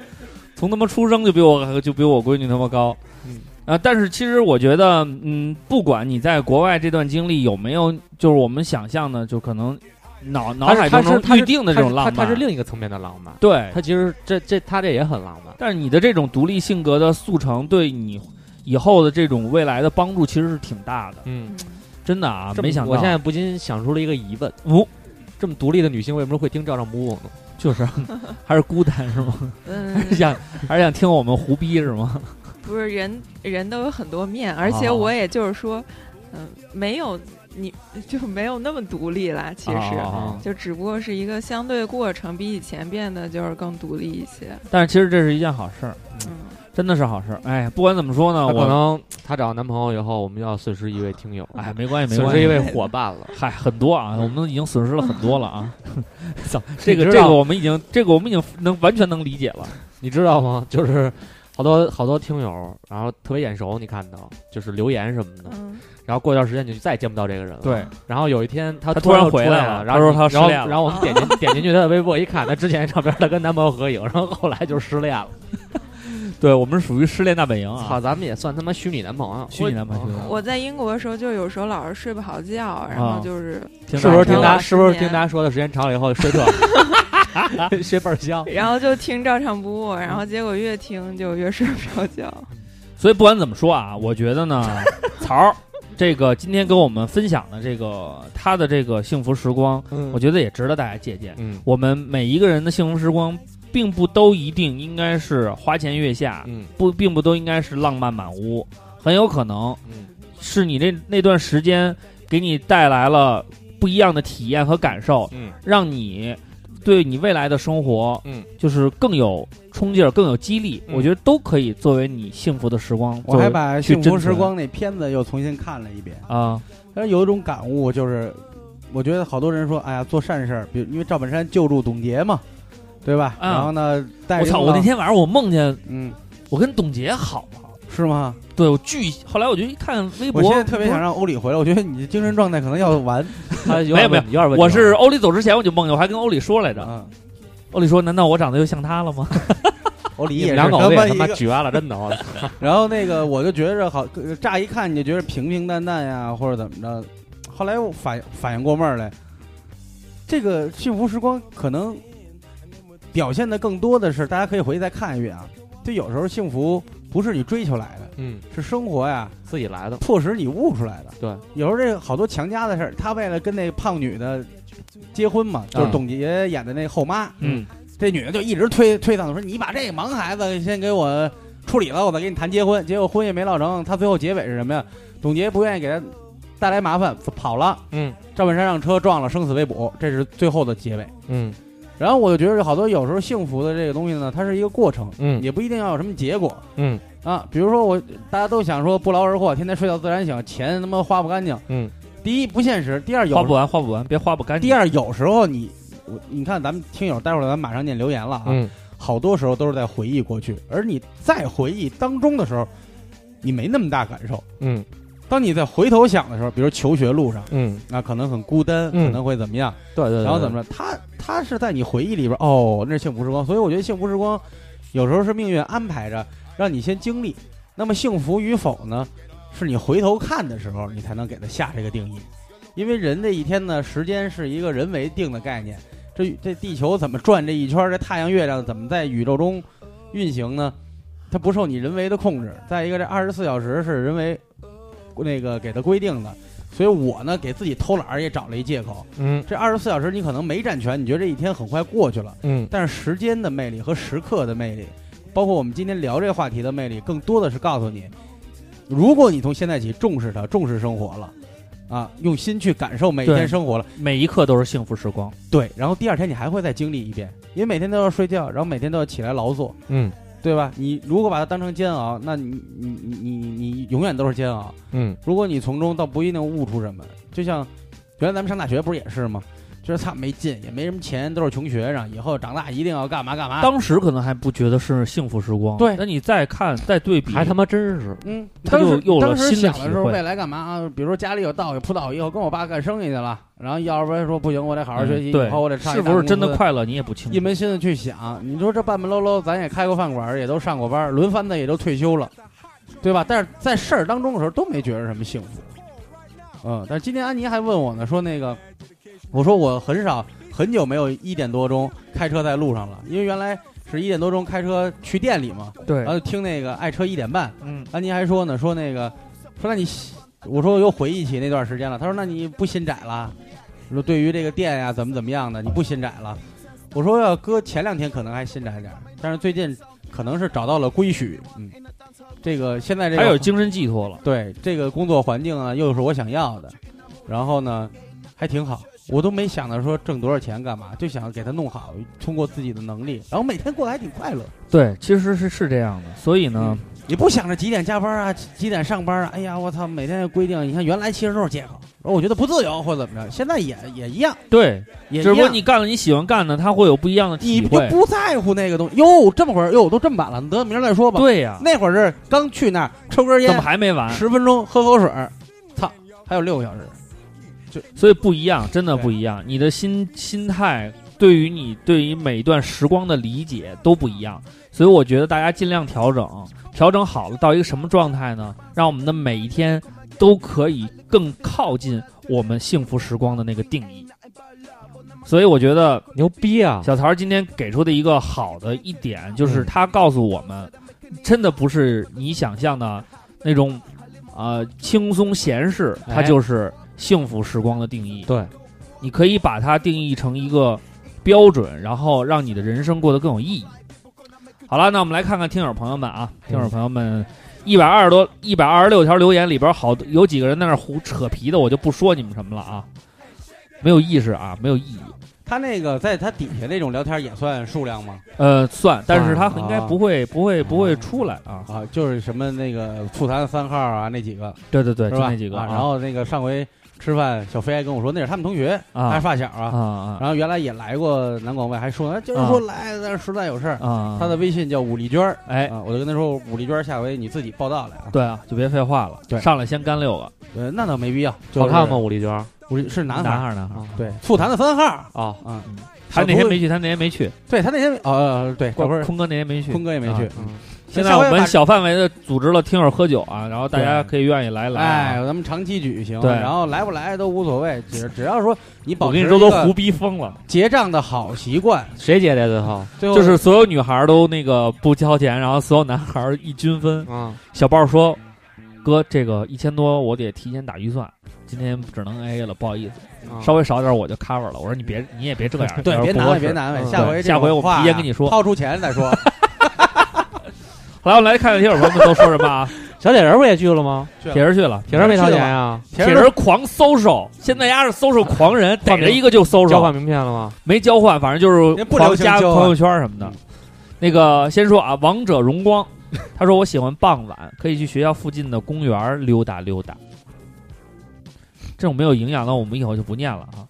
Speaker 2: 从他妈出生就比我就比我闺女他妈高。
Speaker 6: 嗯
Speaker 2: 啊，但是其实我觉得，嗯，不管你在国外这段经历有没有，就是我们想象的，就可能脑脑海
Speaker 6: 他
Speaker 2: 当
Speaker 6: 是
Speaker 2: 中预定的这种浪漫，哎
Speaker 6: 他是另一个层面的浪漫。
Speaker 2: 对。
Speaker 6: 他其实这这他这也很浪漫，
Speaker 2: 但是你的这种独立性格的速成，对你以后的这种未来的帮助其实是挺大的，
Speaker 6: 嗯
Speaker 5: 嗯，
Speaker 2: 真的啊，
Speaker 6: 这么
Speaker 2: 没想到，
Speaker 6: 我现在不禁想出了一个疑问：
Speaker 2: 哦，
Speaker 6: 这么独立的女性为什么会听照照木偶呢？
Speaker 2: 就是 [laughs] 还是孤单是吗？ [laughs]
Speaker 5: 嗯，
Speaker 2: 想还是想听我们胡逼是吗？
Speaker 5: 不是人人都有很多面，而且
Speaker 2: 啊
Speaker 5: 我也就是说，嗯、没有你就没有那么独立啦。其实、
Speaker 2: [laughs] 啊
Speaker 5: 就只不过是一个相对过程，比以前变得就是更独立一些。
Speaker 2: 但是其实这是一件好事儿，
Speaker 5: 嗯，
Speaker 2: 真的是好事儿。哎，不管怎么说呢，
Speaker 6: 她可
Speaker 2: 我
Speaker 6: 能她找男朋友以后，我们要损失一位听友，
Speaker 2: 哎，没关系，没
Speaker 6: 损
Speaker 2: 关
Speaker 6: 失
Speaker 2: 系，
Speaker 6: 一位伙伴了。
Speaker 2: 嗨，很多
Speaker 6: [laughs]
Speaker 2: 啊，我们已经损失了很多了啊。操，这
Speaker 6: 你
Speaker 2: 个
Speaker 6: 知
Speaker 2: 这
Speaker 6: 道
Speaker 2: 个我们已经这个我们已经能完全能理解了。
Speaker 6: 你知道吗？就是好多好多听友，然后特别眼熟，你看到就是留言什么的，
Speaker 5: 嗯，
Speaker 6: 然后过一段时间你就再也见不到这个人了。
Speaker 2: 对，
Speaker 6: 然后有一天他
Speaker 2: 他
Speaker 6: 突
Speaker 2: 突然
Speaker 6: 又出
Speaker 2: 回来了
Speaker 6: 来
Speaker 2: 他
Speaker 6: 然后
Speaker 2: 说
Speaker 6: 你
Speaker 2: 他失
Speaker 6: 然后
Speaker 2: 恋了
Speaker 6: 然后我们点进点进去他的微博一看，他之前照片他跟男朋友合影，然后后来就失恋了。
Speaker 2: 对我们是属于失恋大本营
Speaker 6: 操，
Speaker 2: 啊，
Speaker 6: 咱们也算他妈虚拟男朋友，
Speaker 2: 虚拟男朋
Speaker 6: 我。
Speaker 2: 友，
Speaker 5: 我在英国的时候，就有时候老是睡不好觉，然后就是，
Speaker 2: 听
Speaker 6: 是不是听
Speaker 5: 听
Speaker 6: 他
Speaker 5: 他
Speaker 6: 是不是
Speaker 5: 失
Speaker 6: 听
Speaker 5: 眠
Speaker 6: 他说的时间长了以后睡特
Speaker 2: [laughs]
Speaker 6: [laughs] 睡倍儿香？
Speaker 5: 然后就听照常不误，然后结果越听就越睡不着觉。
Speaker 2: 所以不管怎么说啊，我觉得呢，曹儿这个今天跟我们分享的这个他的这个幸福时光，
Speaker 6: 嗯
Speaker 2: 我觉得也值得大家借鉴。
Speaker 6: 嗯
Speaker 2: 我们每一个人的幸福时光，并不都一定应该是花前月下，
Speaker 6: 嗯
Speaker 2: 不，并不都应该是浪漫满屋，很有可能
Speaker 6: 嗯
Speaker 2: 是你那那段时间给你带来了不一样的体验和感受，
Speaker 6: 嗯，
Speaker 2: 让你对你未来的生活，
Speaker 6: 嗯，
Speaker 2: 就是更有冲劲儿，更有激励。
Speaker 6: 嗯
Speaker 2: 我觉得都可以作为你幸福的时光。
Speaker 4: 我
Speaker 2: 作
Speaker 4: 还
Speaker 2: 为
Speaker 4: 把《
Speaker 2: 去
Speaker 4: 幸福
Speaker 2: 珍
Speaker 4: 时
Speaker 2: 存
Speaker 4: 光》那片子又重新看了一遍，
Speaker 2: 啊，
Speaker 4: 但是有一种感悟，就是我觉得好多人说，哎呀，做善事儿，比如因为赵本山救助董洁嘛，对吧？
Speaker 2: 啊
Speaker 4: 然后呢，带
Speaker 2: 我
Speaker 4: 领
Speaker 2: 操！
Speaker 4: 了
Speaker 2: 我那天晚上我梦见
Speaker 4: 嗯，
Speaker 2: 我跟董洁好了，
Speaker 4: 是吗？
Speaker 2: 对我巨。后来我就一看微博，
Speaker 4: 我现在特别想让欧里回来，我觉得你的精神状态可能要完。
Speaker 6: 他有
Speaker 2: 没有没有
Speaker 6: 点问题有点问题。
Speaker 2: 我是欧里走之前我就梦见，我还跟欧里说来着。 [laughs]
Speaker 4: 嗯，
Speaker 2: 欧里说：“难道我长得又像他了吗
Speaker 4: 欧里
Speaker 6: 你
Speaker 4: 也
Speaker 6: 们
Speaker 4: 是
Speaker 6: 两口
Speaker 4: 他
Speaker 6: 子也
Speaker 4: 妈
Speaker 6: 他
Speaker 4: 一
Speaker 6: 妈
Speaker 4: 个
Speaker 6: 绝了，真的，我操
Speaker 4: 然后那个我就觉着好，呃乍一看你就觉得平平淡淡呀，或者怎么着。后来我反反应过味儿来，这个《幸福时光》可能表现的更多的是，大家可以回去再看一遍啊。就有时候幸福不是你追求来的，
Speaker 6: 嗯，
Speaker 4: 是生活呀
Speaker 6: [laughs] 自己来的。
Speaker 4: 迫使你悟出来的。
Speaker 6: 对，
Speaker 4: 有时候这个好多强加的事儿，他为了跟那胖女的结婚嘛，就是
Speaker 6: 嗯
Speaker 4: 董洁演的那后妈，？”
Speaker 2: 嗯，
Speaker 4: 这女的就一直推推搡，说你把这个盲孩子先给我处理了，我再给你谈结婚。结果婚也没落成，他最后结尾是什么呀？董洁不愿意给他带来麻烦，跑了。
Speaker 6: 嗯
Speaker 4: 赵本山让车撞了，生死未卜，这是最后的结尾。
Speaker 6: 嗯
Speaker 4: 然后我就觉得好多有时候幸福的这个东西呢，它是一个过程，
Speaker 6: 嗯
Speaker 4: 也不一定要有什么结果
Speaker 6: 嗯
Speaker 4: 啊。比如说我大家都想说不劳而获，天天睡到自然醒，钱他妈花不干净。
Speaker 6: 嗯，
Speaker 4: 第一不现实，第二有
Speaker 2: 花不完，花不完，别花不干净。
Speaker 4: 第，二有时候你我你看咱们听友，待会儿咱们马上念留言了啊。
Speaker 6: 嗯，
Speaker 4: 好多时候都是在回忆过去，而你在回忆当中的时候，你没那么大感受。
Speaker 6: 嗯
Speaker 4: 当你在回头想的时候，比如求学路上，
Speaker 6: 嗯，
Speaker 4: 啊，可能很孤单，
Speaker 6: 嗯
Speaker 4: 可能会怎么样，
Speaker 6: 对对对。
Speaker 4: 然后怎么着？他他是在你回忆里边，哦，那是幸福时光。所以我觉得幸福时光，有时候是命运安排着，让你先经历。那么幸福与否呢？是你回头看的时候，你才能给它下这个定义。因为人这一天呢，时间是一个人为定的概念。这这地球怎么转这一圈儿，这太阳、月亮怎么在宇宙中运行呢？它不受你人为的控制。再一个，这二十四小时是人为那个给它规定的，所以我呢给自己偷懒儿也找了一借口。
Speaker 11: 嗯
Speaker 4: 这二十四小时你可能没占全，你觉得这一天很快过去了，
Speaker 11: 嗯
Speaker 4: 但是时间的魅力和时刻的魅力，包括我们今天聊这个话题的魅力，更多的是告诉你，如果你从现在起重视它，重视生活了，啊，用心去感受每一
Speaker 2: 对
Speaker 4: 天生活了，
Speaker 2: 每一刻都是幸福时光。
Speaker 4: 对，然后第二天你还会再经历一遍，因为每天都要睡觉，然后每天都要起来劳作，
Speaker 11: 嗯
Speaker 4: 对吧？你如果把它当成煎熬，那你你你你你永远都是煎熬。
Speaker 11: 嗯
Speaker 4: 如果你从中倒不一定悟出什么，就像原来咱们上大学不是也是吗？就是操没劲，也没什么钱，都是穷学生，以后长大一定要干嘛干嘛。
Speaker 2: 当时可能还不觉得是幸福时光，
Speaker 4: 对
Speaker 2: 那你再看再对比，
Speaker 6: 还他妈真是，
Speaker 4: 嗯，
Speaker 2: 他
Speaker 4: 当
Speaker 2: 就
Speaker 4: 时
Speaker 2: 有了
Speaker 4: 当时
Speaker 2: 新的
Speaker 4: 想的
Speaker 2: 体
Speaker 4: 时候，
Speaker 2: 会
Speaker 4: 未来干嘛啊？比如说家里有道有铺道，以后跟我爸干生意去了，然后要不然说不行，我得好好
Speaker 2: 嗯
Speaker 4: 学习，
Speaker 2: 对
Speaker 4: 以后我得上一
Speaker 2: 是不
Speaker 4: 大
Speaker 2: 是
Speaker 4: 公
Speaker 2: 真的
Speaker 4: 司
Speaker 2: 快乐你也不清
Speaker 4: 一
Speaker 2: 楚。
Speaker 4: 门心思去想。你说这半半喽喽，咱也开过饭馆，也都上过班，轮番的也都退休了，对吧？但是在事儿当中的时候都没觉得什么幸福。嗯，但是今天安妮还问我呢，说那个，我说我很少很久没有一点多钟开车在路上了，因为原来是一点多钟开车去店里
Speaker 6: 呃
Speaker 4: 嘛，
Speaker 2: 对
Speaker 4: 然后就听那个爱车一点半，
Speaker 2: 嗯，
Speaker 4: 安妮还说呢，说那个，说那你，我说我又回忆起那段时间了。她说那你不心窄了？我说对于这个店呀、怎么怎么样的，你不心窄了？我说要搁前两天可能还心窄点儿，但是最近可能是找到了归属，嗯，这个现在这个
Speaker 2: 还有精神寄托了。
Speaker 4: 对这个工作环境啊，又是我想要的，然后呢，还挺好。我都没想到说挣多少钱干嘛，就想给它弄好，通过自己的能力，然后每天过得还挺快乐。
Speaker 2: 对，其实是是这样的，所以呢，
Speaker 4: 你不想着几点加班啊，几几点上班啊？哎呀，我操，每天规定，你看原来其实都是借口，说我觉得不自由或者怎么着，现在也也一样，
Speaker 2: 对，
Speaker 4: 也一
Speaker 2: 只不过
Speaker 4: 样。
Speaker 2: 你干了你喜欢干的，他会有不一样的
Speaker 4: 你
Speaker 2: 体
Speaker 4: 就
Speaker 2: 会。
Speaker 4: 不在乎那个东西哟，这么会儿哟，都这么晚了，得明儿再说吧。，
Speaker 2: 对呀，
Speaker 4: 那会儿是刚去那儿抽根
Speaker 2: 怎
Speaker 4: 烟
Speaker 2: 么，还没完？
Speaker 4: 十分钟喝口水儿，操，还有六个小时。
Speaker 2: 所以不一样，真的不一样。你的心心态对于你对于每一段时光的理解都不一样，所以我觉得大家尽量调整，调整好了到一个什么状态呢？让我们的每一天都可以更靠近我们幸福时光的那个定义。所以我觉得
Speaker 6: 牛逼啊！
Speaker 2: 小曹今天给出的一个好的一点，
Speaker 6: 嗯
Speaker 2: 就是他告诉我们，真的不是你想象的那种，呃，轻松闲适，
Speaker 6: 哎
Speaker 2: 它就是幸福时光的定义。
Speaker 6: 对，
Speaker 2: 你可以把它定义成一个标准，然后让你的人生过得更有意义。好了，那我们来看看听友朋友们啊，
Speaker 6: 嗯
Speaker 2: 听友朋友们。一百二十多，一百二十六条留言里边好多有几个人在那儿胡扯皮的，我就不说你们什么了啊，没有意识啊，没有意义。
Speaker 4: 他那个在他底下那种聊天也算数量吗？
Speaker 2: 呃，算，但是它
Speaker 4: 算
Speaker 2: 应该
Speaker 4: 啊
Speaker 2: 不会、不会不会
Speaker 4: 啊
Speaker 2: 出来啊。
Speaker 4: 啊，就是什么那个醋坛三号啊，那几个
Speaker 2: 对对对，
Speaker 4: 是
Speaker 2: 就
Speaker 4: 吧？
Speaker 2: 那几个
Speaker 4: 啊
Speaker 2: 啊，
Speaker 4: 然后那个上回吃饭，小飞还跟我说那是他们同学，
Speaker 2: 啊
Speaker 4: 他是发小
Speaker 2: 啊
Speaker 4: 啊。
Speaker 2: 啊
Speaker 4: 然后原来也来过南广卫，还说哎今儿说来，但是实在有事儿
Speaker 2: 啊。啊，
Speaker 4: 他的微信叫武丽娟儿
Speaker 2: 哎，
Speaker 4: 啊，我就跟他说武丽娟儿，下回你自己报道来啊。
Speaker 2: 对啊，就别废话了，
Speaker 4: 对
Speaker 2: 上来先干六个，
Speaker 4: 呃，那倒没必要。
Speaker 6: 好看吗？？武丽娟儿
Speaker 4: 武丽是男孩
Speaker 2: 男
Speaker 4: 儿，
Speaker 2: 孩儿男孩儿。
Speaker 4: 对，醋坛的三号儿。
Speaker 6: 啊，
Speaker 4: 嗯，
Speaker 2: 啊他
Speaker 4: 啊小
Speaker 2: 那天
Speaker 4: 秃
Speaker 2: 没去，他那天没去，
Speaker 4: 对他那天呃，对，这不是
Speaker 2: 坤哥那天没去。
Speaker 4: 坤哥也没去
Speaker 2: 啊。
Speaker 6: 嗯
Speaker 2: 现
Speaker 4: 下
Speaker 2: 在
Speaker 4: 回
Speaker 2: 我们
Speaker 4: 把
Speaker 2: 小范围的组织了听友喝酒啊，然后大家可以愿意来来
Speaker 4: 哎，
Speaker 2: 啊。
Speaker 4: 咱们长期举行，
Speaker 2: 对
Speaker 4: 然后来不来都无所谓，只只要说你保
Speaker 2: 我
Speaker 4: 持
Speaker 2: 跟你
Speaker 4: 一
Speaker 2: 说，都
Speaker 4: 个
Speaker 2: 胡逼疯了，
Speaker 4: 结账的好习惯，
Speaker 6: 嗯谁接的最后？
Speaker 4: 最后
Speaker 2: 就是所有女孩儿都那个不交钱，然后所有男孩儿一均分。
Speaker 6: 啊，
Speaker 2: 小豹说：“哥，这个一千多我得提前打预算，今天只能 A 了，不好意思，稍微少点我就 cover 了。”我说：“你别，你也别这样，
Speaker 4: 对，别难为，别
Speaker 2: 为。
Speaker 4: 难
Speaker 6: 嗯
Speaker 4: 为，下回
Speaker 2: 对
Speaker 4: 这
Speaker 2: 下
Speaker 4: 种
Speaker 2: 回我
Speaker 4: 话
Speaker 2: 提前
Speaker 4: 呀
Speaker 2: 跟你说
Speaker 4: 掏出钱
Speaker 2: [laughs]
Speaker 4: 再说。
Speaker 2: 来，我们来看看听友朋友们都说什么啊？
Speaker 6: 小铁人不也去了吗？
Speaker 2: 铁人去了，
Speaker 6: 铁人没掏钱呀？
Speaker 2: 铁人狂搜手，现在丫是搜手狂人，逮着一个就搜
Speaker 6: 交
Speaker 2: 手
Speaker 6: 换，名片了吗？
Speaker 2: 没交换，反正就是
Speaker 4: 人不聊
Speaker 2: 狂
Speaker 4: 情
Speaker 2: 加
Speaker 4: 交啊
Speaker 2: 朋友圈什么的
Speaker 4: 嗯。
Speaker 2: 那个先说啊，王者荣光，他说我喜欢傍晚，可以去学校附近的公园溜达溜达。这种没有营养的，我们以后就不念了啊。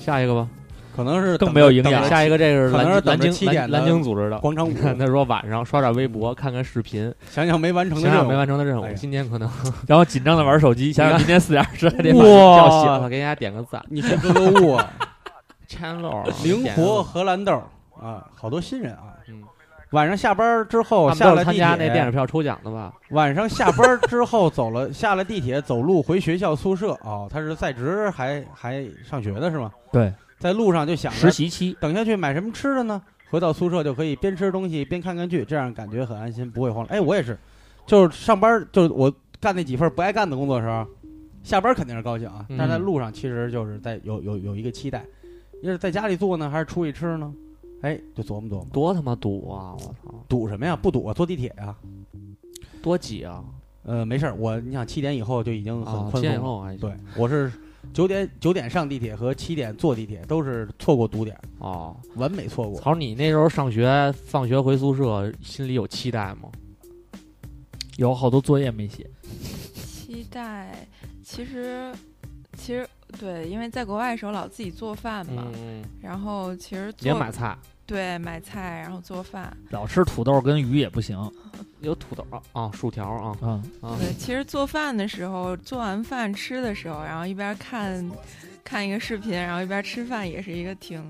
Speaker 6: 下一个吧，
Speaker 4: 可能是
Speaker 2: 更
Speaker 4: 等
Speaker 2: 没有
Speaker 4: 着
Speaker 2: 营
Speaker 4: 等
Speaker 2: 养
Speaker 4: 着
Speaker 6: 下一个这个是
Speaker 4: 可能是
Speaker 6: 蓝
Speaker 4: 等
Speaker 6: 蓝
Speaker 4: 着七
Speaker 6: 鲸
Speaker 4: 点
Speaker 6: 蓝蓝
Speaker 4: 的
Speaker 6: 鲸组织的。
Speaker 2: [laughs]
Speaker 4: 广场舞，
Speaker 6: [laughs] 他说晚上刷点微博，看看视频，
Speaker 4: 想想没完成的
Speaker 6: 想想没
Speaker 4: 任务，
Speaker 6: 完成的任
Speaker 4: 哎
Speaker 6: 务，
Speaker 4: 呀
Speaker 6: 今天可能
Speaker 2: [laughs] 然后紧张的玩手机，想想今天四点二十还得把
Speaker 6: 哇，
Speaker 2: 叫醒
Speaker 6: 醒了，
Speaker 2: 了。
Speaker 6: 给大家点个赞。
Speaker 4: 你是格格物
Speaker 6: [laughs]
Speaker 4: 啊，
Speaker 6: 哦 Channel
Speaker 4: 灵活荷兰豆啊，好多新人啊。晚上下班之后
Speaker 6: 嗯他们
Speaker 4: 下
Speaker 6: 都是
Speaker 4: 了地
Speaker 6: 参
Speaker 4: 铁，
Speaker 6: 加那电影票抽奖的吧？
Speaker 4: 晚上下班之后走了下了地铁，走路回学校宿舍。哦，他是在职还还上学的是吗？
Speaker 2: 对，
Speaker 4: 在路上就想着
Speaker 2: 实习期，
Speaker 4: 等下去买什么吃的呢？回到宿舍就可以边吃东西边看看剧，这样感觉很安心，不会慌乱。哎，我也是，就是上班就是我干那几份不爱干的工作的时候，下班肯定是高兴啊，
Speaker 6: 嗯
Speaker 4: 但是在路上其实就是在有有有一个期待，要是在家里做呢，还是出去吃呢？哎，就琢磨琢磨，
Speaker 6: 多他妈堵啊！我操，
Speaker 4: 堵什么呀？不堵啊，坐地铁呀、
Speaker 6: 多挤啊！
Speaker 4: 呃，没事儿，我你想七点以后就已经很
Speaker 6: 啊，
Speaker 4: 宽
Speaker 6: 七
Speaker 4: 松了。
Speaker 6: 点以后还
Speaker 4: 对，我是九点九点上地铁和七点坐地铁都是错过堵点儿，
Speaker 6: 哦。
Speaker 4: 完美错过。
Speaker 6: 曹，你那时候上学放学回宿舍，心里有期待吗？
Speaker 2: 有好多作业没写，
Speaker 5: 期待，其实其实对，因为在国外的时候老自己做饭嘛，
Speaker 6: 嗯，
Speaker 5: 然后其实做
Speaker 6: 也买菜，
Speaker 5: 对买菜，然后做饭，
Speaker 2: 老吃土豆跟鱼也不行
Speaker 6: 有土豆啊，薯条啊
Speaker 2: 啊。
Speaker 6: 啊，
Speaker 5: 对，其实做饭的时候，做完饭吃的时候，然后一边看看一个视频，然后一边吃饭，也是一个挺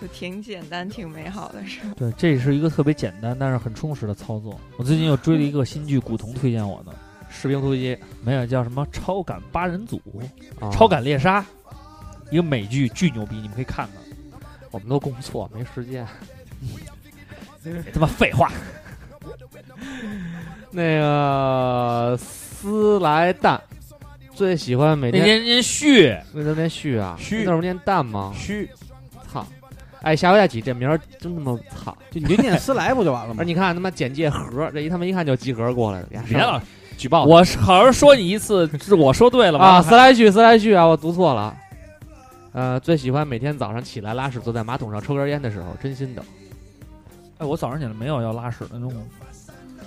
Speaker 5: 就挺简单、挺美好的事儿。
Speaker 2: 对，这是一个特别简单但是很充实的操作。我最近又追了一个新剧，古潼推荐我的，
Speaker 6: 士兵突击机，
Speaker 2: 没有叫什么《超感八人组》
Speaker 6: 啊
Speaker 2: 《超，感猎杀》，一个美剧，巨牛逼，你们可以看看。
Speaker 6: 我们都工作没时间。
Speaker 2: 哎他妈废话，
Speaker 6: 那个斯莱蛋最喜欢每
Speaker 2: 那
Speaker 6: 天
Speaker 2: 年年续
Speaker 6: 那都念旭啊，
Speaker 4: 旭
Speaker 6: 那不是念蛋吗？
Speaker 4: 虚，
Speaker 6: 操！哎，下回再起这名儿真他妈操！
Speaker 4: 就你就念思来不就完了吗
Speaker 6: 而？你看他妈简介盒，这一他妈一看就集合过来的，给他
Speaker 2: 别
Speaker 6: 上
Speaker 2: 老，
Speaker 6: 举报
Speaker 2: 我是好好说你一次，是我说对了吗？
Speaker 6: 啊！斯来旭，斯来旭啊，我读错了。呃，最喜欢每天早上起来拉屎，坐在马桶上抽根烟的时候，真心的。
Speaker 2: 哎，我早上起来没有要拉屎的那种，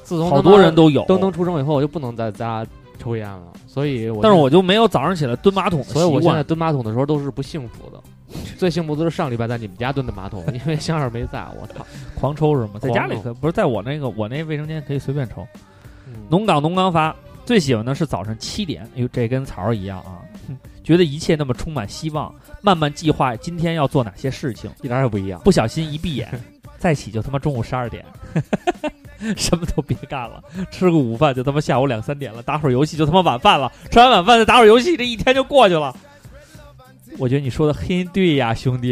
Speaker 6: 自从他
Speaker 2: 好
Speaker 6: 妈
Speaker 2: 多人都有，
Speaker 6: 都能出生以后，我就不能在家抽烟了，所以我
Speaker 2: 但是我就没有早上起来蹲马桶的习
Speaker 6: 所以我现在
Speaker 2: 惯。
Speaker 6: 蹲马桶的时候都是不幸福的。 [laughs] 最幸福的是上礼拜在你们家蹲的马桶，因为香儿没在，我操！
Speaker 2: 狂抽是吗？在家
Speaker 6: 狂
Speaker 2: 里
Speaker 6: 抽
Speaker 2: 可不是，在我那个我那卫生间可以随便抽。
Speaker 6: 嗯
Speaker 2: 农岗农岗发最喜欢的是早上七点，哎呦，这跟曹儿一样啊，
Speaker 6: 嗯
Speaker 2: 觉得一切那么充满希望，慢慢计划今天要做哪些事情，
Speaker 6: 一点儿也不一样。
Speaker 2: 不小心一闭
Speaker 6: [laughs]
Speaker 2: 眼，再起就他妈中午十二点， [laughs] 什么都别干了，吃个午饭就他妈下午两三点了，打会儿游戏就他妈晚饭了，吃完晚饭再打会儿游戏，这一天就过去了。我觉得你说的很对呀，兄弟，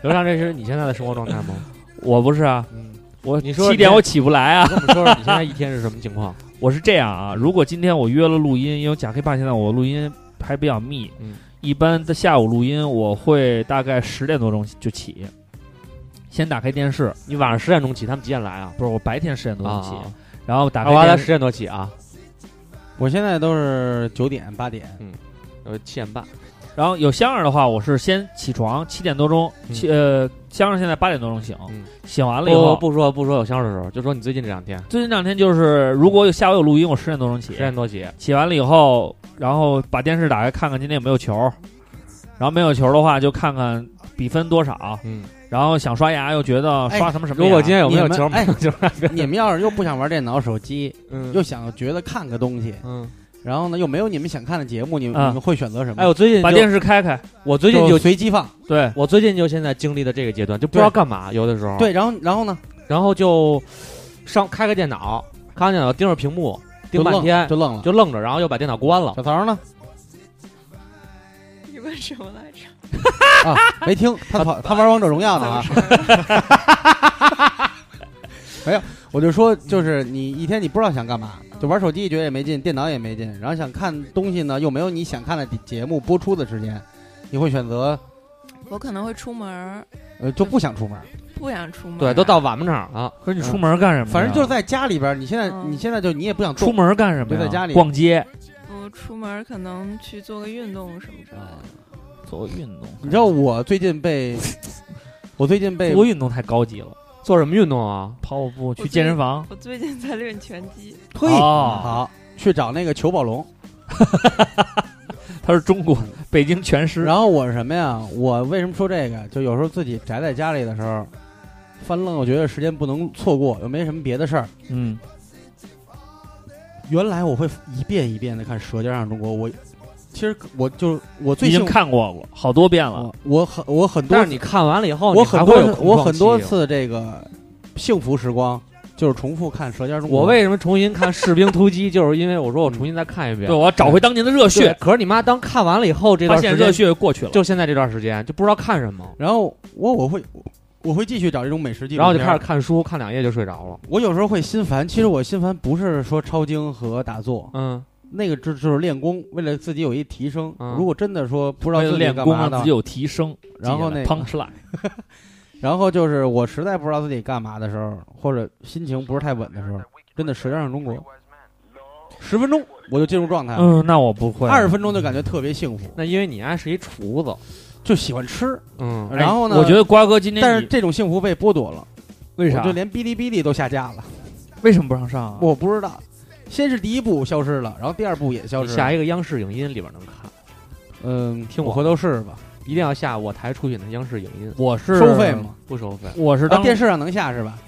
Speaker 6: 刘畅，这是你现在的生活状态吗？
Speaker 2: 我不是啊，
Speaker 6: 嗯，
Speaker 2: 我
Speaker 6: 你说
Speaker 2: 七点我起不来啊。
Speaker 6: 跟我们说 [laughs] 说你现在一天是什么情 [laughs] 况？
Speaker 2: 我是这样啊，如果今天我约了录音，因为贾黑爸现在我录音还比较密，
Speaker 6: 嗯
Speaker 2: 一般在下午录音我会大概十点多钟就起，先打开电视，
Speaker 6: 你晚上十点钟起，他们几点来啊？
Speaker 2: 不是我白天十点多钟
Speaker 6: 啊
Speaker 2: 起，，然后打开
Speaker 6: 我
Speaker 2: 电
Speaker 6: 才
Speaker 2: 视
Speaker 6: 十点多起啊，
Speaker 4: 我现在都是九点八
Speaker 6: [laughs]
Speaker 4: 点，
Speaker 6: 呃，七点半。
Speaker 2: 然后有香儿的话，我是先起床七点多钟，
Speaker 6: 嗯
Speaker 2: 起呃，香儿现在八点多钟醒，
Speaker 6: 嗯
Speaker 2: 醒完了以
Speaker 6: 不
Speaker 2: 后，
Speaker 6: 不说不说有香儿的时候，就说你最近这两天
Speaker 2: 最近两天就是如果有下午有录音，我十点多钟起
Speaker 6: 十，点多起，
Speaker 2: 起完了以后，然后把电视打开看看今天有没有球，然后没有球的话就看看比分多少，
Speaker 6: 嗯，
Speaker 2: 然后想刷牙又觉得
Speaker 4: 哎
Speaker 2: 刷什么什么牙、
Speaker 6: 如果今天有没有
Speaker 4: 你们
Speaker 6: 球，
Speaker 4: 哎
Speaker 6: 没有球， [laughs]
Speaker 4: 你们要是又不想玩电脑、手机，
Speaker 6: 嗯
Speaker 4: 又想觉得看个东西，
Speaker 6: 嗯，然
Speaker 4: 然后呢又没有你们想看的节目，你们、
Speaker 2: 啊
Speaker 4: 你们会选择什么？
Speaker 6: 哎，我最近
Speaker 2: 把
Speaker 6: 就
Speaker 2: 电视开开，
Speaker 4: 嗯
Speaker 6: 我最近就哦
Speaker 4: 随机放。
Speaker 2: 对，
Speaker 6: 我最近就现在经历的这个阶段，就不知道干嘛，有的时候，
Speaker 4: 对，然后然后呢？
Speaker 6: 然后就上开个电脑，开完电脑盯着屏幕盯半天
Speaker 4: 就，愣了。
Speaker 6: 就愣着，然后又把电脑关了
Speaker 4: 小。曹呢？
Speaker 5: 你问什么来着？
Speaker 4: 啊没听，
Speaker 6: [laughs]
Speaker 4: 他跑，他玩王者荣耀呢啊！我就说，就是你一天你不知道想干嘛，就玩手机觉得也没劲，电脑也没劲，然后想看东西呢又没有你想看的节目播出的时间，你会选择
Speaker 5: [laughs] 我可能会出门儿，
Speaker 4: 呃就不想出门。
Speaker 5: 不想出门儿。
Speaker 6: 对，都到晚上场了，
Speaker 2: 可是你出门干什么呀？
Speaker 4: 反正就是在家里边儿，你现在
Speaker 5: 嗯
Speaker 4: 你现在就你也不想
Speaker 2: 嗯
Speaker 4: 动
Speaker 2: 出，门干什么呀？
Speaker 4: 就在家里
Speaker 2: 逛街
Speaker 5: 我出门儿可能去做个运动什么之类的。
Speaker 2: 做运动，
Speaker 4: 你知道我最近
Speaker 2: [laughs]
Speaker 4: 被，我最近被
Speaker 2: 做运动太高级了，
Speaker 6: 做什么运动啊？
Speaker 2: 跑跑步去
Speaker 5: 最
Speaker 2: 健身房。
Speaker 5: 我最近在练拳击，
Speaker 4: 嘿，
Speaker 2: 哦
Speaker 4: 好去找那个裘宝龙。嗯
Speaker 2: 他是中国北京拳师，
Speaker 4: 然后我是什么呀？我为什么说这个？就有时候自己宅在家里的时候，翻愣，我觉得时间不能错过，又没什么别的事儿。
Speaker 2: 嗯，
Speaker 4: 原来我会一遍一遍的看《舌尖上的中国》，我其实我就我哦最
Speaker 2: 已
Speaker 4: 喜
Speaker 2: 经
Speaker 4: 欢
Speaker 2: 看过了好多遍了。
Speaker 4: 我我很我很多
Speaker 6: 哦但是你看完了以后，
Speaker 4: 我
Speaker 6: 你还
Speaker 4: 很
Speaker 6: 会
Speaker 4: 多
Speaker 6: 有
Speaker 4: 次我很多
Speaker 6: 空窗期
Speaker 4: 次这个幸福时光就是重复看《舌尖中国》。
Speaker 6: 我为什么重新看《士兵突击》，就是因为我说我重新再看一遍。
Speaker 3: 对，我要找回当年的热
Speaker 6: 对
Speaker 3: 血，
Speaker 6: 可是你妈当看完了以后，这
Speaker 3: 发
Speaker 6: 段
Speaker 3: 现
Speaker 6: 时
Speaker 3: 热
Speaker 6: 间
Speaker 3: 血过去了。
Speaker 6: 就现在这段时间就不知道看什么，
Speaker 4: 然后我我会我我会继续找这种美食纪录
Speaker 6: 然后就
Speaker 4: 片
Speaker 6: 开始看书，看两页就睡着了。
Speaker 4: 我有时候会心烦，其实我心烦不是说抄经和打坐，
Speaker 6: 嗯，
Speaker 4: 那个就就是练功，为了自己有一提升。
Speaker 6: 嗯
Speaker 4: 如果真的说不知道
Speaker 2: 为
Speaker 4: 自
Speaker 2: 了
Speaker 4: 己
Speaker 2: 练
Speaker 4: 干
Speaker 2: 功啊
Speaker 4: 嘛
Speaker 2: 让自
Speaker 4: 的
Speaker 2: 己，有提升，
Speaker 4: 然后那个
Speaker 2: 胖出来，
Speaker 4: 然后就是我实在不知道自己干嘛的时候，或者心情不是太稳的时候，真的舌尖上中国，十分钟我就进入状态了，
Speaker 2: 嗯，那我不会
Speaker 4: 二十、分钟就感觉特别幸福，
Speaker 6: 那因为你爱是一厨子，
Speaker 4: 就喜欢吃。
Speaker 6: 嗯，
Speaker 4: 然后呢，
Speaker 2: 我觉得瓜哥今天
Speaker 4: 但是
Speaker 2: 你
Speaker 4: 这种幸福被剥夺了，
Speaker 2: 为
Speaker 4: 我
Speaker 2: 啥
Speaker 4: 就连哔哩哔哩都下架了，
Speaker 2: 为什么不让上啊？
Speaker 4: 我不知道。先是第一部消失了，然后第二部也消
Speaker 6: 你
Speaker 4: 失了。
Speaker 6: 下一个央视影音里边能看，
Speaker 4: 嗯，
Speaker 6: 听
Speaker 4: 我
Speaker 6: 我
Speaker 4: 回头试试吧，
Speaker 6: 一定要下我台出品的央视影音，
Speaker 2: 我是
Speaker 4: 收费吗？
Speaker 6: 不收费，
Speaker 2: 我是
Speaker 4: 啊，
Speaker 2: 当
Speaker 4: 电视上能下是吧？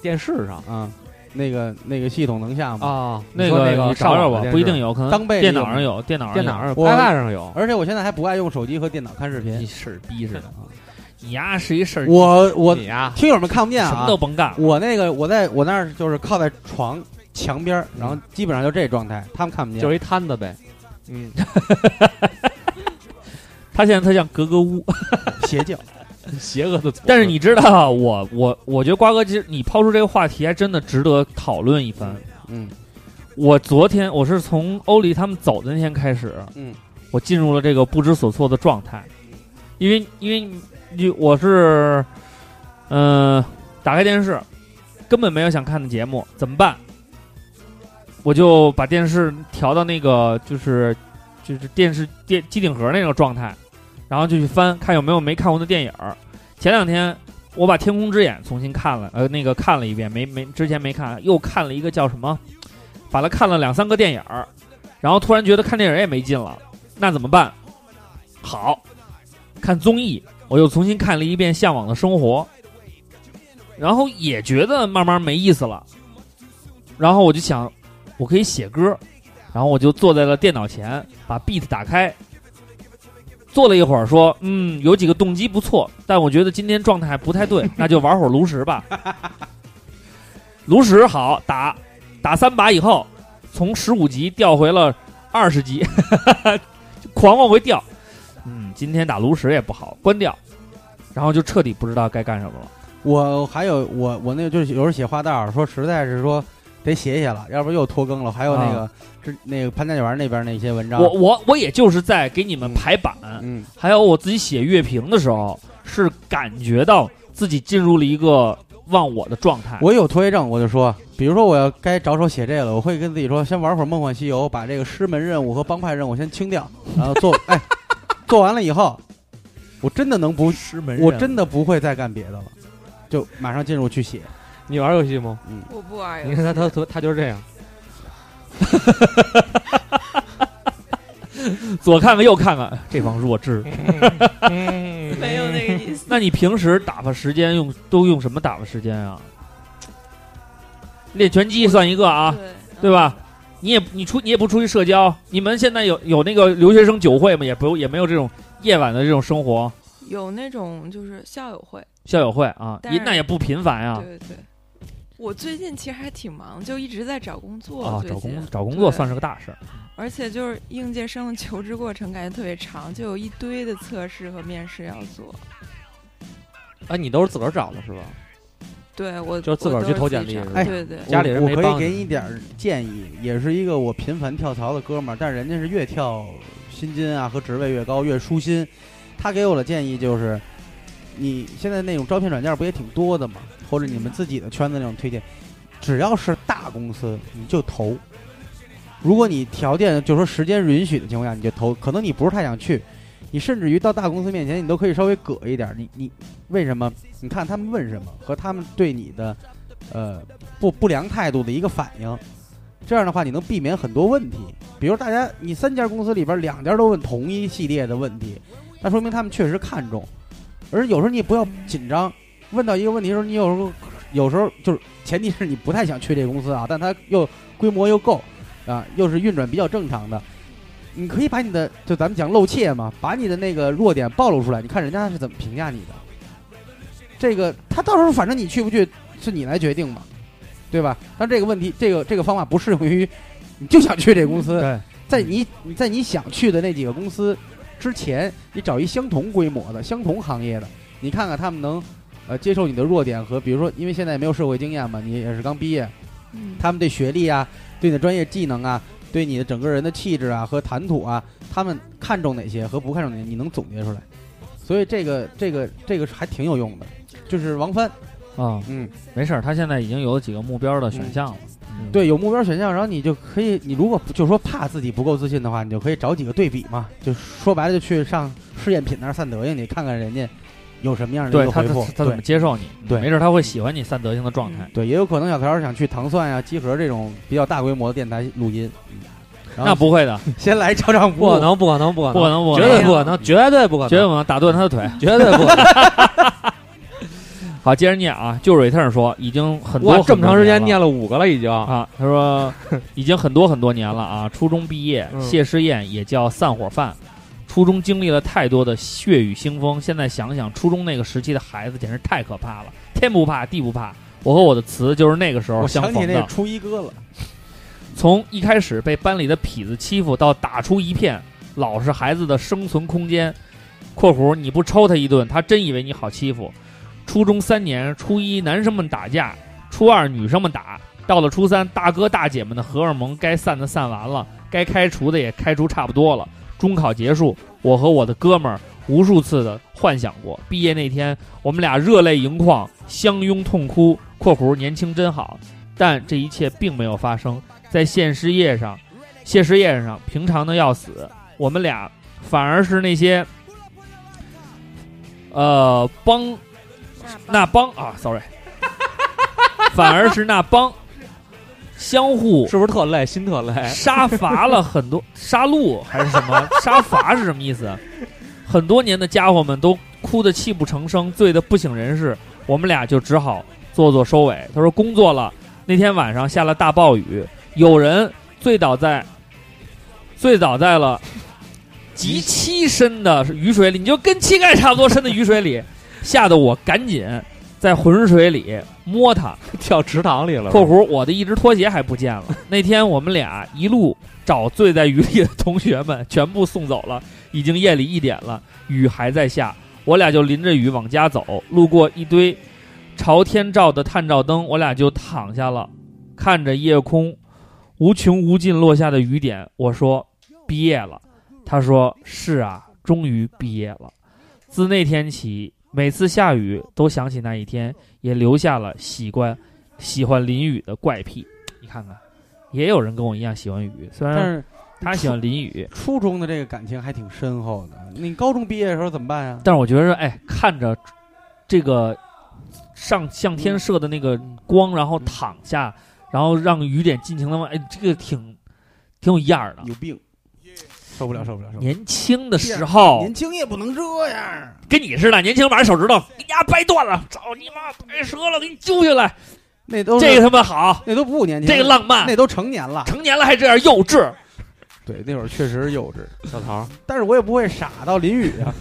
Speaker 6: 电视上
Speaker 4: 啊，那个那个系统能下吗？
Speaker 6: 啊，
Speaker 2: 那
Speaker 6: 你说
Speaker 2: 个
Speaker 6: 那
Speaker 2: 你
Speaker 6: 个
Speaker 2: 找
Speaker 6: 上
Speaker 2: 找
Speaker 6: 网
Speaker 2: 吧，
Speaker 6: 的
Speaker 2: 不一定
Speaker 6: 电视
Speaker 2: 有，可能
Speaker 4: 当被
Speaker 2: 电脑上有，电脑上
Speaker 6: 电脑上、
Speaker 4: 我
Speaker 6: iPad 上有，
Speaker 4: 而且我现在还不爱用手机和电脑看
Speaker 2: 有
Speaker 4: 视
Speaker 2: 你
Speaker 4: 频。
Speaker 2: 事儿逼似的，你丫是一事儿，
Speaker 4: 我我
Speaker 6: 你呀，
Speaker 4: 听友们看不见
Speaker 2: 什么
Speaker 4: 啊
Speaker 2: 都，甭干，
Speaker 4: 我那个我在我那儿就是靠在床墙边儿，然后基本上就这状态，他们看不见。
Speaker 6: 就是一摊子呗，嗯，
Speaker 2: 他现在他像格格巫。
Speaker 4: 邪教，
Speaker 6: 邪恶的组织。
Speaker 2: 但是你知道啊，我我我觉得瓜哥，其实你抛出这个话题还真的值得讨论一番。
Speaker 4: 嗯，
Speaker 2: 我昨天我是从欧里他们走的那天开始，
Speaker 4: 嗯，
Speaker 2: 我进入了这个不知所措的状态，因为因为你我是，嗯、打开电视，根本没有想看的节目，怎么办？我就把电视调到那个就是就是电视电机顶盒那个状态，然后就去翻看有没有没看过的电影儿。前两天我把《天空之眼》重新看了，呃，那个看了一遍，没没之前没看，又看了一个叫什么，反正看了两三个电影儿，然后突然觉得看电影也没劲了，那怎么办？好，看综艺，我又重新看了一遍《向往的生活》，然后也觉得慢慢没意思了，然后我就想，我可以写歌，然后我就坐在了电脑前，把 beat 打开，做了一会儿，说：“嗯，有几个动机不错，但我觉得今天状态不太对， [laughs] 那就玩会儿炉石吧。” [laughs] 炉石好打，打三把以后，从十五级掉回了二十级， [laughs] 就狂往回掉。嗯，今天打炉石也不好，关掉，然后就彻底不知道该干什么了。
Speaker 4: 我还有我我那个就是有时候写画道，说实在是说得写写了，要不又拖更了。还有那个这那个潘家园那边那些文章，
Speaker 2: 我我我也就是在给你们排版，
Speaker 4: 啊嗯，
Speaker 2: 还有我自己写乐评的时候，是感觉到自己进入了一个忘我的状态。
Speaker 4: 我有拖延症，我就说，比如说我要该着手写这个了，我会跟自己说，先玩会儿《梦幻西游》，把这个师门任务和帮派任务先清掉，然后做，哎，做完了以后，我真的能不，
Speaker 6: 师门
Speaker 4: 我真的不会再干别的了，就马上进入去写。
Speaker 6: [laughs] 你玩游戏吗？
Speaker 5: 我不玩
Speaker 6: 你
Speaker 5: 游戏
Speaker 6: 看他他他他就是这样，
Speaker 2: [laughs] 左看看右看看，这帮弱智。
Speaker 5: 没有那个意思。
Speaker 2: 那你平时打发时间用都用什么打发时间啊？练拳击算一个啊，
Speaker 5: 对
Speaker 2: 对？吧？你也你出你也不出去社交，你们现在有有那个留学生酒会吗？也不用也没有这种夜晚的这种生活
Speaker 5: 嗯有那种就是校友会，
Speaker 2: 校友会啊，
Speaker 5: 但
Speaker 2: 也
Speaker 5: 是
Speaker 2: 那也不频繁呀
Speaker 5: 对对对。我最近其实还挺忙，就一直在找工作。
Speaker 2: 啊，
Speaker 5: 最
Speaker 2: 找
Speaker 5: 近
Speaker 2: 工找工作
Speaker 5: 对
Speaker 2: 算是个大事儿。
Speaker 5: 而且就是应届生的求职过程感觉特别长，就有一堆的测试和面试要做。
Speaker 6: 啊，你都是自个儿找的是吧？
Speaker 5: 对我
Speaker 6: 就是自个儿
Speaker 5: 我都
Speaker 6: 去投
Speaker 5: 自己
Speaker 6: 简历哎
Speaker 5: 找
Speaker 6: 是
Speaker 4: 吧
Speaker 5: 对对，
Speaker 6: 家里人
Speaker 4: 我
Speaker 6: 没
Speaker 4: 我可以
Speaker 6: 帮
Speaker 4: 给
Speaker 6: 你
Speaker 4: 你点儿建议，也是一个我频繁跳槽的哥们儿，但人家是越跳薪金啊和职位越高越舒心。他给我的建议就是，你现在那种招聘软件不也挺多的吗？或者你们自己的圈子那种推荐，只要是大公司你就投。如果你条件就说时间允许的情况下，你就投。可能你不是太想去，你甚至于到大公司面前，你都可以稍微葛一点儿。你你为什么？你看他们问什么和他们对你的，呃，不不良态度的一个反应。这样的话，你能避免很多问题。比如大家，你三家公司里边两家都问同一系列的问题，那说明他们确实看重。而有时候你也不要紧张，问到一个问题的时候，你有时候有时候就是前提是你不太想去这公司啊，但它又规模又够啊，又是运转比较正常的，你可以把你的就咱们讲露怯嘛，把你的那个弱点暴露出来，你看人家是怎么评价你的。这个他到时候反正你去不去，是你来决定嘛，对吧？但这个问题，这个这个方法不适用于你就想去这公司，
Speaker 2: 对，
Speaker 4: 在你你在你想去的那几个公司之前，你找一相同规模的、相同行业的，你看看他们能呃接受你的弱点和，比如说，因为现在也没有社会经验嘛，你也是刚毕业，
Speaker 5: 嗯，
Speaker 4: 他们对学历啊、对你的专业技能啊、对你的整个人的气质啊和谈吐啊，他们看重哪些和不看重哪些，你能总结出来。所以这个这个这个还挺有用的，就是王帆，
Speaker 2: 啊，
Speaker 4: 嗯，
Speaker 2: 没事儿，他现在已经有几个目标的选项了，嗯，
Speaker 4: 对，有目标选项，然后你就可以，你如果就说怕自己不够自信的话，你就可以找几个对比嘛，就说白了就去上试验品那儿散德行，你看看人家有什么样的一
Speaker 2: 对
Speaker 4: 个
Speaker 2: 他
Speaker 4: 回
Speaker 2: 他
Speaker 4: 复，
Speaker 2: 他怎么接受你？
Speaker 4: 对
Speaker 2: 没准他会喜欢你散德性的状态。
Speaker 6: 嗯
Speaker 4: 对，也有可能小条想去糖蒜呀、集合这种比较大规模的电台录音，然
Speaker 2: 那
Speaker 4: 后
Speaker 2: 不会的，
Speaker 4: 先来照常
Speaker 6: 不可能，不可能，不可
Speaker 2: 不可能，
Speaker 6: 能，
Speaker 2: 不可
Speaker 6: 绝
Speaker 2: 能，
Speaker 6: 对不可能，绝对不可
Speaker 2: 绝对
Speaker 6: 能，
Speaker 2: 不能打断他的腿。
Speaker 6: [laughs] 绝对不可能。
Speaker 2: [laughs] 好，接着念啊，就 return 说已经很多
Speaker 6: 我这么长时间
Speaker 2: 很多年了
Speaker 6: 念了五个了，已经。
Speaker 2: 啊，他说已经很多很多年了啊，初中毕业，
Speaker 6: 嗯
Speaker 2: 谢师宴也叫散伙饭。初中经历了太多的血雨腥风，现在想想初中那个时期的孩子简直太可怕了，天不怕地不怕。我和我的词就是那个时候
Speaker 4: 我
Speaker 2: 相
Speaker 4: 想起
Speaker 2: 逢
Speaker 4: 那
Speaker 2: 的
Speaker 4: 个，初一哥了，
Speaker 2: 从一开始被班里的痞子欺负，到打出一片，老实孩子的生存空间。（括弧你不抽他一顿，他真以为你好欺负。）初中三年，初一男生们打架，初二女生们打，到了初三，大哥大姐们的荷尔蒙该散的散完了，该开除的也开除差不多了。中考结束，我和我的哥们儿无数次的幻想过，毕业那天我们俩热泪盈眶，相拥痛哭（括弧年轻真好），但这一切并没有发生。在现实业上，现实业上平常的要死，我们俩反而是那些，呃，帮 [laughs] 那帮啊，sorry，反而是那帮相互
Speaker 6: 是不是特累？心特累。
Speaker 2: 杀伐了很多，杀戮还是什么？杀伐是什么意思？啊很多年的家伙们都哭得泣不成声，醉得不省人事，我们俩就只好做做收尾。他说工作了，那天晚上下了大暴雨，有人醉倒在，醉倒在了极其深的雨水里，你就跟膝盖差不多深的雨水里，吓得我赶紧在浑水里摸他，
Speaker 6: [laughs] 跳池塘里
Speaker 2: （
Speaker 6: 了。
Speaker 2: 括弧我的一只拖鞋还不见了）。那天我们俩一路找醉在雨里的同学们，全部送走了。已经夜里一点了，雨还在下，我俩就淋着雨往家走。路过一堆朝天照的探照灯，我俩就躺下了，看着夜空无穷无尽落下的雨点。我说：“毕业了。”他说：“是啊，终于毕业了。”自那天起，每次下雨都想起那一天，也留下了习惯喜欢淋雨的怪癖。你看看，也有人跟我一样喜欢雨，虽
Speaker 4: 但
Speaker 2: 然
Speaker 4: 是
Speaker 2: 他喜欢淋雨，
Speaker 4: 初中的这个感情还挺深厚的。你高中毕业的时候怎么办呀？
Speaker 2: 但是我觉得，哎，看着这个上向天射的那个光，然后躺下，然后让雨点尽情的往，哎，这个挺挺有样儿的。
Speaker 4: 有病，受不了，受不了，受不了。
Speaker 2: 年轻的时候
Speaker 4: 嗯啊年，轻也不能这样。
Speaker 2: 跟你似的，年轻把手指头给牙掰断了，操你妈，掰折了，给你揪下来，
Speaker 4: 那都是
Speaker 2: 这个他妈好，
Speaker 4: 那都不年轻，
Speaker 2: 这个浪漫，
Speaker 4: 嗯那都成年了。
Speaker 2: 成年了还这样幼
Speaker 4: [laughs]
Speaker 2: 稚，
Speaker 4: 对，那会儿确实幼稚，
Speaker 6: 小桃，
Speaker 4: 但是我也不会傻到淋雨啊。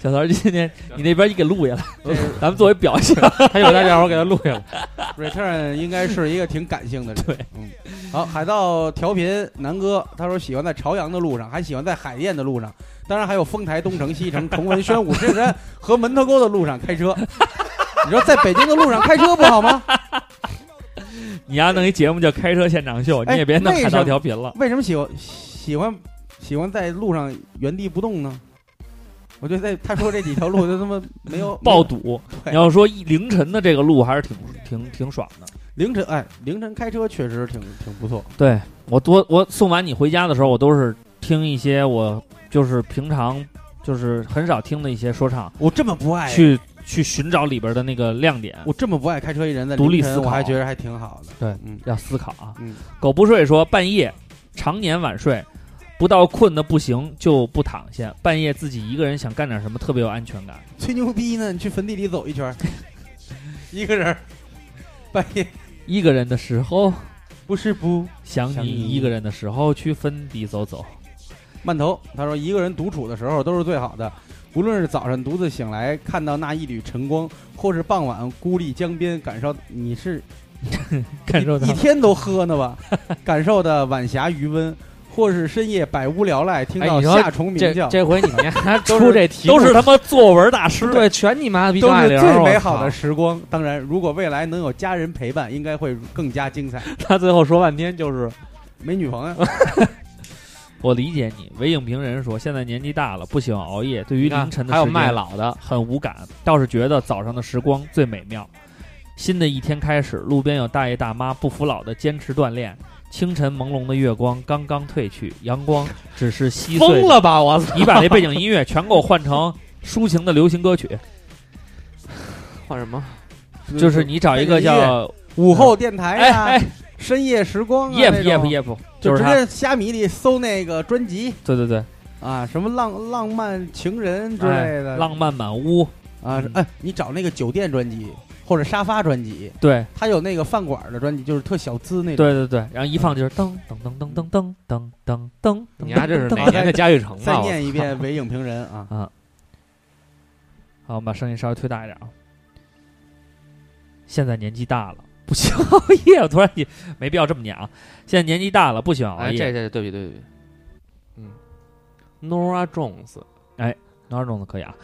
Speaker 2: 小曹，今天你那边你给录下来，
Speaker 4: 嗯
Speaker 2: 咱们作为表
Speaker 4: [laughs]
Speaker 2: 现。
Speaker 6: 他有在这儿，我给他录下来。
Speaker 4: [laughs] Return 应该是一个挺感性的人。
Speaker 2: 对，
Speaker 4: 嗯，好，海盗调频南哥，他说喜欢在朝阳的路上，还喜欢在海淀的路上，当然还有丰台、东城、西城、崇文、宣武、石景山和门头沟的路上开车。你说在北京的路上开车不好吗？
Speaker 2: 你要弄一节目叫《开车现场秀》，
Speaker 4: 哎
Speaker 2: 你也别弄
Speaker 4: 为
Speaker 2: 海
Speaker 4: 什
Speaker 2: 盗
Speaker 4: 么
Speaker 2: 调频了。
Speaker 4: 为什么喜欢喜欢喜欢在路上原地不动呢？我觉得在他说这几条路就他妈没有
Speaker 2: 爆堵。
Speaker 4: 对
Speaker 2: 你要说一凌晨的这个路还是挺挺挺爽的。
Speaker 4: 凌晨，哎，凌晨开车确实挺挺不错。
Speaker 2: 对我多我送完你回家的时候，我都是听一些我就是平常就是很少听的一些说唱，
Speaker 4: 我这么不爱，
Speaker 2: 去去寻找里边的那个亮点。
Speaker 4: 我这么不爱开车一人在
Speaker 2: 独立
Speaker 4: 凌晨
Speaker 2: 思考
Speaker 4: 我还觉得还挺好的。
Speaker 2: 对
Speaker 4: 嗯
Speaker 2: 要思考啊。
Speaker 4: 嗯，
Speaker 2: 狗不睡说半夜常年晚睡，不到困的不行就不躺下，半夜自己一个人想干点什么特别有安全感。
Speaker 4: 吹牛逼呢，你去坟地里走一圈儿，一个人儿半夜
Speaker 2: 一个人的时候，
Speaker 4: 不是不
Speaker 2: 想
Speaker 4: 想
Speaker 2: 你
Speaker 4: 你
Speaker 2: 一个人的时候去坟地走走。
Speaker 4: 慢头。他说一个人独处的时候都是最好的，无论是早上独自醒来看到那一缕晨光，或是傍晚孤立江边感受，你是
Speaker 2: [laughs] 感受到 [laughs]
Speaker 4: 一天都喝呢吧？ [laughs] 感受的晚霞余温，或是深夜百无聊赖听
Speaker 6: 哎
Speaker 4: 到
Speaker 6: 你说
Speaker 4: 夏虫鸣
Speaker 6: 这
Speaker 4: 叫，
Speaker 6: 这回你们还
Speaker 2: 都
Speaker 6: 出这题目
Speaker 2: 都是他妈作文大 [laughs] 师，
Speaker 6: 对，全你妈逼
Speaker 4: 都
Speaker 6: 大
Speaker 4: 是
Speaker 6: 梁，
Speaker 4: 最
Speaker 6: 我
Speaker 4: 美
Speaker 6: 操
Speaker 4: 好的时光。当然，如果未来能有家人陪伴，应该会更加精彩。
Speaker 6: 他最后说半天就是
Speaker 4: 没女朋友，
Speaker 2: 我理解你。韦影评人说，现在年纪大了，不喜欢熬夜，对于
Speaker 6: 你看
Speaker 2: 凌晨的
Speaker 6: 还有
Speaker 2: 时间
Speaker 6: 卖老的，
Speaker 2: 很无感，倒是觉得早上的时光最美妙。新的一天开始，路边有大爷大妈不服老的坚持锻炼。清晨朦胧的月光刚刚褪去，阳光只是稀碎。
Speaker 6: 疯！了吧？我操！
Speaker 2: 你把这背景音乐全给我换成抒情的流行歌曲，
Speaker 6: 换什么？
Speaker 2: 就是你找一个叫
Speaker 4: [laughs] 午后电台
Speaker 2: 哎
Speaker 4: 呀、
Speaker 2: 哎
Speaker 4: 深夜时光啊
Speaker 2: yep
Speaker 4: 那种
Speaker 2: yep yep，
Speaker 4: 就
Speaker 2: 就是
Speaker 4: 直
Speaker 2: 他，
Speaker 4: 接虾米里搜那个专辑
Speaker 2: 对对对，
Speaker 4: 啊，什么浪浪漫情人之类的，
Speaker 2: 哎浪漫满屋，
Speaker 4: 啊
Speaker 2: 嗯，
Speaker 4: 哎，你找那个酒店专辑或者沙发专辑，
Speaker 2: 对
Speaker 4: 它有那个饭馆的专辑，就是特小资那种。
Speaker 2: 对对对，然后一放就是噔噔噔噔噔噔噔噔噔，
Speaker 6: 你丫这是哪
Speaker 4: 噔
Speaker 6: 年的嘉峪城吧？
Speaker 4: [laughs] 再
Speaker 6: 我
Speaker 4: 念一
Speaker 6: 操
Speaker 4: 遍伪影评人啊，
Speaker 2: 好，我们把声音稍微推大一点啊。现在年纪大了，不喜欢熬夜。我突然也没必要这么讲。现在年纪大了，不喜欢熬
Speaker 6: 哎，
Speaker 2: 夜。
Speaker 6: 这这对不起对不起，嗯，Nora Jones，
Speaker 2: 哪种种子可以啊？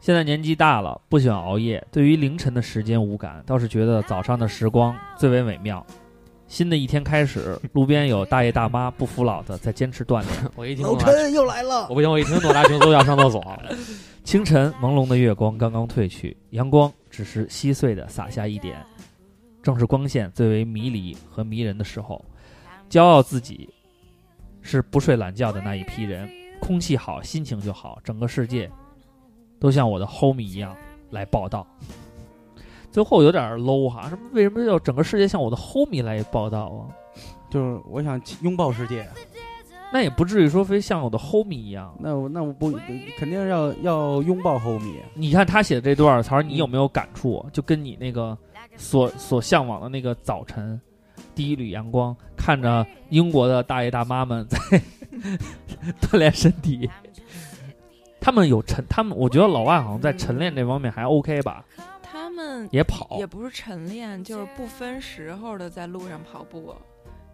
Speaker 2: 现在年纪大了，不喜欢熬夜，对于凌晨的时间无感，倒是觉得早上的时光最为美妙。新的一天开始，路边有大爷大妈不服老的在坚持锻炼。
Speaker 6: 我一听
Speaker 4: 老
Speaker 6: 诺拉，
Speaker 4: 陈又来了
Speaker 6: 我，不行，我一听诺拉琼斯都要上厕所。
Speaker 2: 清晨，朦胧的月光刚刚褪去，阳光只是稀碎的洒下一点，正是光线最为迷离和迷人的时候。骄傲自己是不睡懒觉的那一批人，空气好，心情就好，整个世界都像我的 homie 一样来报道。 [laughs] 最后有点 low 啊哈，什么为什么要整个世界像我的 homie 来报道啊？
Speaker 4: 就是我想拥抱世界，
Speaker 2: 那也不至于说非像我的 homie 一样。
Speaker 4: 那我那我不肯定要要拥抱 homie，
Speaker 2: 你看他写的这段儿，曹儿，你有没有感触？就跟你那个所所向往的那个早晨，第一缕阳光，看着英国的大爷大妈们在 [laughs] 锻炼身体，他们有晨，他们我觉得老外好像在晨练这方面还 OK 吧，
Speaker 5: 他们
Speaker 2: 也跑
Speaker 5: 也不是晨练，就是不分时候的在路上跑步，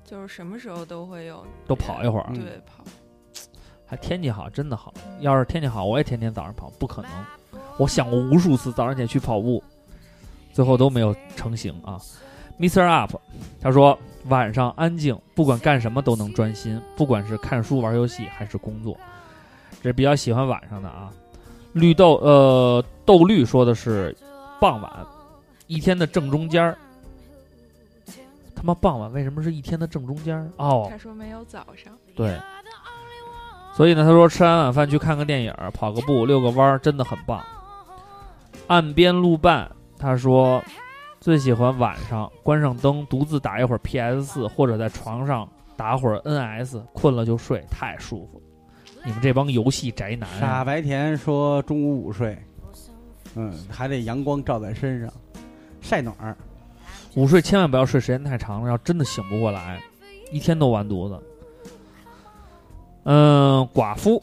Speaker 5: 就是什么时候都会有人
Speaker 2: 都跑一会儿，
Speaker 6: 嗯
Speaker 5: 对，跑。
Speaker 2: 还天气好，真的好。要是天气好，我也天天早上跑，不可能。我想过无数次早上起来去跑步，最后都没有成型啊。Mr. Up，他说晚上安静，不管干什么都能专心，不管是看书、玩游戏还是工作，这比较喜欢晚上的啊。绿豆呃豆绿说的是傍晚，一天的正中间儿。他妈傍晚为什么是一天的正中间儿？哦，
Speaker 5: 他说没有早上，
Speaker 2: 对。所以呢，他说吃完晚饭去看个电影儿，跑个步，遛个弯儿，真的很棒。岸边路伴，他说最喜欢晚上关上灯，独自打一会儿 PS 四，或者在床上打会儿 NS，困了就睡，太舒服了。你们这帮游戏宅男
Speaker 4: 傻
Speaker 2: 啊，
Speaker 4: 白甜说中午午睡，嗯，还得阳光照在身上，晒暖儿。
Speaker 2: 哦午睡千万不要睡时间太长了，要真的醒不过来，一天都完犊子。嗯，寡妇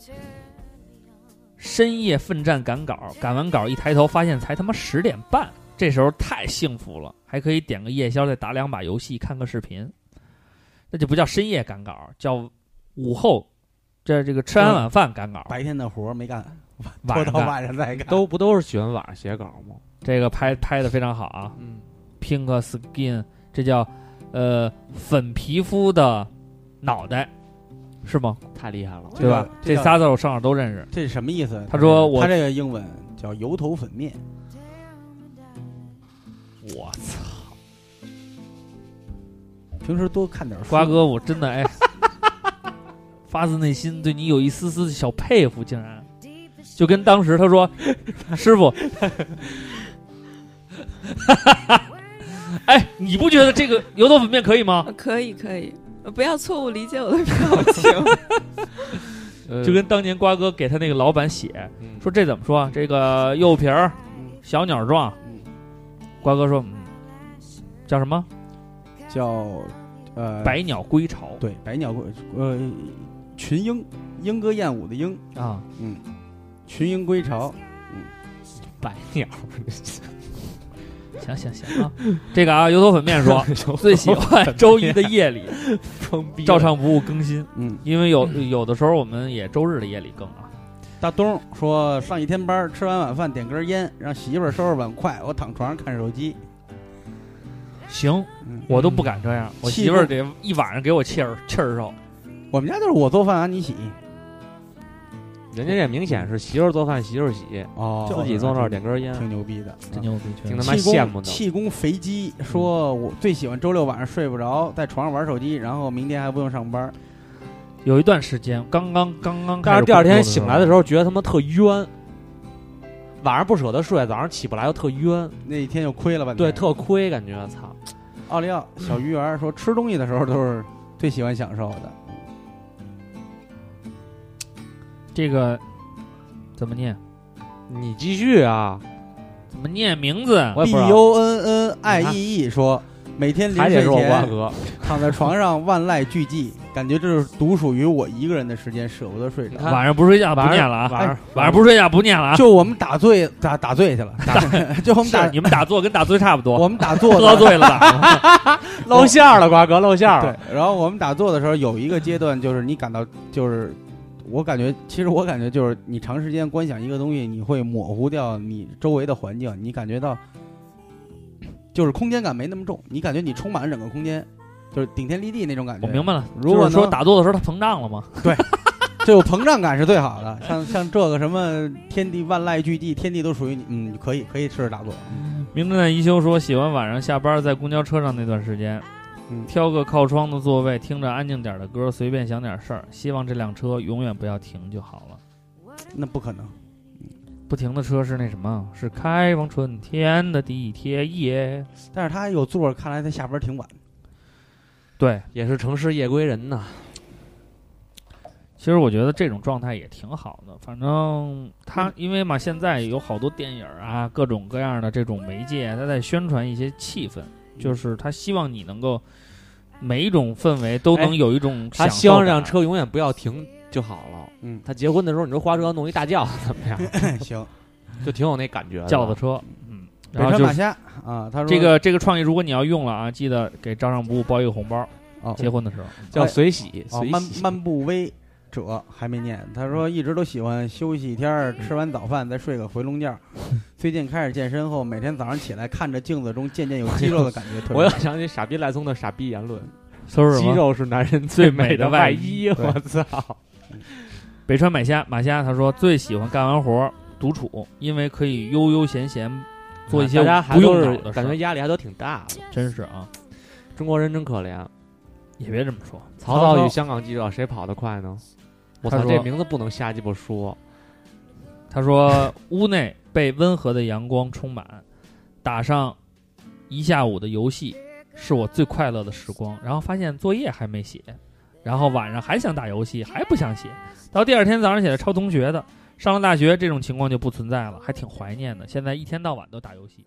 Speaker 2: 深夜奋战赶稿，赶完稿一抬头发现才他妈十点半，这时候太幸福了，还可以点个夜宵，再打两把游戏，看个视频，那就不叫深夜赶稿，叫午后，这这个吃完晚饭赶稿，
Speaker 4: 白天的活儿没干，拖
Speaker 2: 晚上
Speaker 4: 到
Speaker 2: 干
Speaker 4: 晚上再干。
Speaker 6: [laughs] 都不都是喜欢晚上写稿吗？
Speaker 2: 这个拍拍的非常好啊。
Speaker 6: 嗯，
Speaker 2: pink skin，这叫呃粉皮肤的脑袋，是吗？
Speaker 6: 太厉害了。
Speaker 4: 这
Speaker 2: 对吧
Speaker 4: 个？
Speaker 2: 这
Speaker 4: 这
Speaker 2: 仨字儿我上手都认识。
Speaker 4: 这是什么意思？嗯
Speaker 2: 他说我
Speaker 4: 他这个英文叫油头粉面，
Speaker 2: 我操，
Speaker 4: 平时多看点书。
Speaker 2: 瓜哥，我真的哎， [laughs] 发自内心对你有一丝丝的小佩服，竟然就跟当时他说， [laughs] 师傅。 [laughs] 哎，你不觉得这个油头粉面可以吗
Speaker 5: 呃？可以可以，呃不要错误理解我的表情。
Speaker 6: 呃
Speaker 2: 就跟当年瓜哥给他那个老板写，
Speaker 6: 嗯
Speaker 2: 说这怎么说啊？这个柚皮儿，小鸟状
Speaker 4: 嗯。
Speaker 2: 瓜哥说，嗯，叫什么？
Speaker 4: 叫呃
Speaker 2: 百鸟归巢。
Speaker 4: 对百鸟归呃群鹰，莺歌燕舞的鹰，
Speaker 2: 啊，
Speaker 4: 嗯，群鹰归巢，
Speaker 6: 百鸟，
Speaker 2: 行行行啊，这个啊，油头粉面说最喜欢周一的夜里，
Speaker 6: 疯逼
Speaker 2: 照常不误更新，
Speaker 4: 嗯，
Speaker 2: 因为有有的时候我们也周日的夜里更啊。
Speaker 4: 大东说上一天班，吃完晚饭点根烟，让媳妇儿收拾碗筷，我躺床上看手机。
Speaker 2: 行，
Speaker 4: 嗯，
Speaker 2: 我都不敢这样，我
Speaker 4: 气
Speaker 2: 媳妇儿
Speaker 4: 功
Speaker 2: 得一晚上给我气儿气儿受。
Speaker 4: 我们家就是我做饭啊完你洗，
Speaker 6: 人家这明显是媳妇儿做饭媳妇儿洗，
Speaker 4: 哦
Speaker 6: 自己坐那儿点根烟，
Speaker 4: 挺牛逼的，
Speaker 2: 真牛逼，
Speaker 6: 挺他妈
Speaker 4: 气功
Speaker 6: 羡慕的。嗯
Speaker 4: 气功肥鸡说，我最喜欢周六晚上睡不着，在床上玩手机，然后明天还不用上班。
Speaker 2: 有一段时间，刚刚刚刚，
Speaker 6: 但是第二天醒来的时
Speaker 2: 候，
Speaker 6: 候，觉得他妈特冤，晚上不舍得睡，早上起不来又特冤，
Speaker 4: 那一天就亏了半
Speaker 6: 对，
Speaker 4: 天。
Speaker 6: 特亏，感觉操。
Speaker 4: 奥利奥小鱼圆说，吃东西的时候都是最喜欢享受的。
Speaker 2: 这个怎么念？
Speaker 6: 你继续啊，
Speaker 2: 怎么念名字？
Speaker 6: 我也
Speaker 4: B
Speaker 6: 不知道，
Speaker 4: U N N I E E 说，每天临
Speaker 6: 还得
Speaker 4: 睡
Speaker 6: 是我瓜
Speaker 4: 前
Speaker 6: 哥，
Speaker 4: 躺在床上万籁俱寂，感觉这是独属于我一个人的时间，舍不得睡
Speaker 6: 你
Speaker 4: 着。
Speaker 6: 看
Speaker 2: 晚上不睡觉不
Speaker 6: 晚上
Speaker 2: 念了啊！
Speaker 6: 晚上
Speaker 2: 晚上不睡觉不念了啊！
Speaker 4: 就我们打醉打打醉去了，打 [laughs] 就我们
Speaker 2: 是
Speaker 4: 打
Speaker 2: 你们打坐跟打醉差不多，
Speaker 4: 我们打坐
Speaker 2: 喝
Speaker 4: 的
Speaker 2: 醉了吧？
Speaker 6: 露馅儿了，瓜哥露馅儿了。
Speaker 4: 对，然后我们打坐的时候有一个阶段就是你感到就是。我感觉，其实我感觉就是你长时间观想一个东西，你会模糊掉你周围的环境，你感觉到就是空间感没那么重，你感觉你充满了整个空间，就是顶天立地那种感觉。
Speaker 2: 我 [laughs] 明白了，
Speaker 4: 如果
Speaker 2: 就是说
Speaker 4: 能
Speaker 2: 打坐的时候它膨胀了吗？
Speaker 4: 这有膨胀感是最好的。像像这个什么天地万籁俱寂，天地都属于你，嗯，可以可以试着打坐。
Speaker 2: 名侦探一休说喜欢晚上下班在公交车上那段时间，
Speaker 4: 嗯
Speaker 2: 挑个靠窗的座位，听着安静点的歌，随便想点事儿。希望这辆车永远不要停就好了。
Speaker 4: 那不可能，
Speaker 2: 不停的车是那什么？是开往春天的地铁耶。
Speaker 4: 但是他有座儿，看来他下班挺晚。
Speaker 2: 对，
Speaker 6: 也是城市夜归人呐，
Speaker 2: 其实我觉得这种状态也挺好的。反正他
Speaker 6: 嗯
Speaker 2: 因为嘛，现在有好多电影啊，各种各样的这种媒介，他在宣传一些气氛，
Speaker 6: 嗯
Speaker 2: 就是他希望你能够每一种氛围都能
Speaker 6: 哎
Speaker 2: 有一种
Speaker 6: 他
Speaker 2: 享
Speaker 6: 希望
Speaker 2: 受
Speaker 6: 这辆
Speaker 2: 感
Speaker 6: 车永远不要停就好了。
Speaker 4: 嗯
Speaker 6: 他结婚的时候，你说花车弄一大轿子怎 [laughs] 么样？
Speaker 4: 哎行，
Speaker 6: 就挺有那感觉的。
Speaker 2: 轿子车，嗯，
Speaker 4: 北
Speaker 2: 然后
Speaker 4: 川
Speaker 2: 就
Speaker 4: 马
Speaker 2: 是
Speaker 4: 虾啊，他说
Speaker 2: 这个这个创意，如果你要用了啊，记得给招商部包一个红包，
Speaker 4: 哦
Speaker 2: 结婚的时候。嗯
Speaker 6: 叫随喜，
Speaker 4: 哦
Speaker 6: 随
Speaker 4: 漫
Speaker 6: 喜
Speaker 4: 漫步微者还没念，他说一直都喜欢休息一天儿，吃完早饭再睡个回
Speaker 6: [laughs]
Speaker 4: 笼觉。最近开始健身后，每天早上起来看着镜子中渐渐有肌肉的感觉，特
Speaker 6: 我
Speaker 4: 别
Speaker 6: 又
Speaker 4: 好
Speaker 6: 想起傻逼赖松的傻逼言论：
Speaker 2: 搜什
Speaker 6: 肌
Speaker 2: 么？
Speaker 6: 肉是男人最美的外衣。
Speaker 4: 最美的
Speaker 6: 我
Speaker 4: 外
Speaker 6: [laughs] 操！
Speaker 2: 北川买虾马虾，他说最喜欢干完活儿独处，因为可以悠悠闲闲做一些
Speaker 6: 啊大家还
Speaker 2: 不
Speaker 6: 都
Speaker 2: 用
Speaker 6: 是
Speaker 2: 脑的事
Speaker 6: 感
Speaker 2: 儿
Speaker 6: 觉压力还都挺大的。
Speaker 2: 真是啊，
Speaker 6: 中国人真可怜。
Speaker 2: 也别这么说。
Speaker 6: 曹操与香港记者谁跑得快呢？我
Speaker 2: 他
Speaker 6: 操，
Speaker 2: 说
Speaker 6: 这名字不能瞎鸡巴说。
Speaker 2: 他说屋内被温和的阳光充满，打上一下午的游戏是我最快乐的时光。然后发现作业还没写，然后晚上还想打游戏，还不想写，到第二天早上起来抄同学的。上了大学，这种情况就不存在了，还挺怀念的。现在一天到晚都打游戏，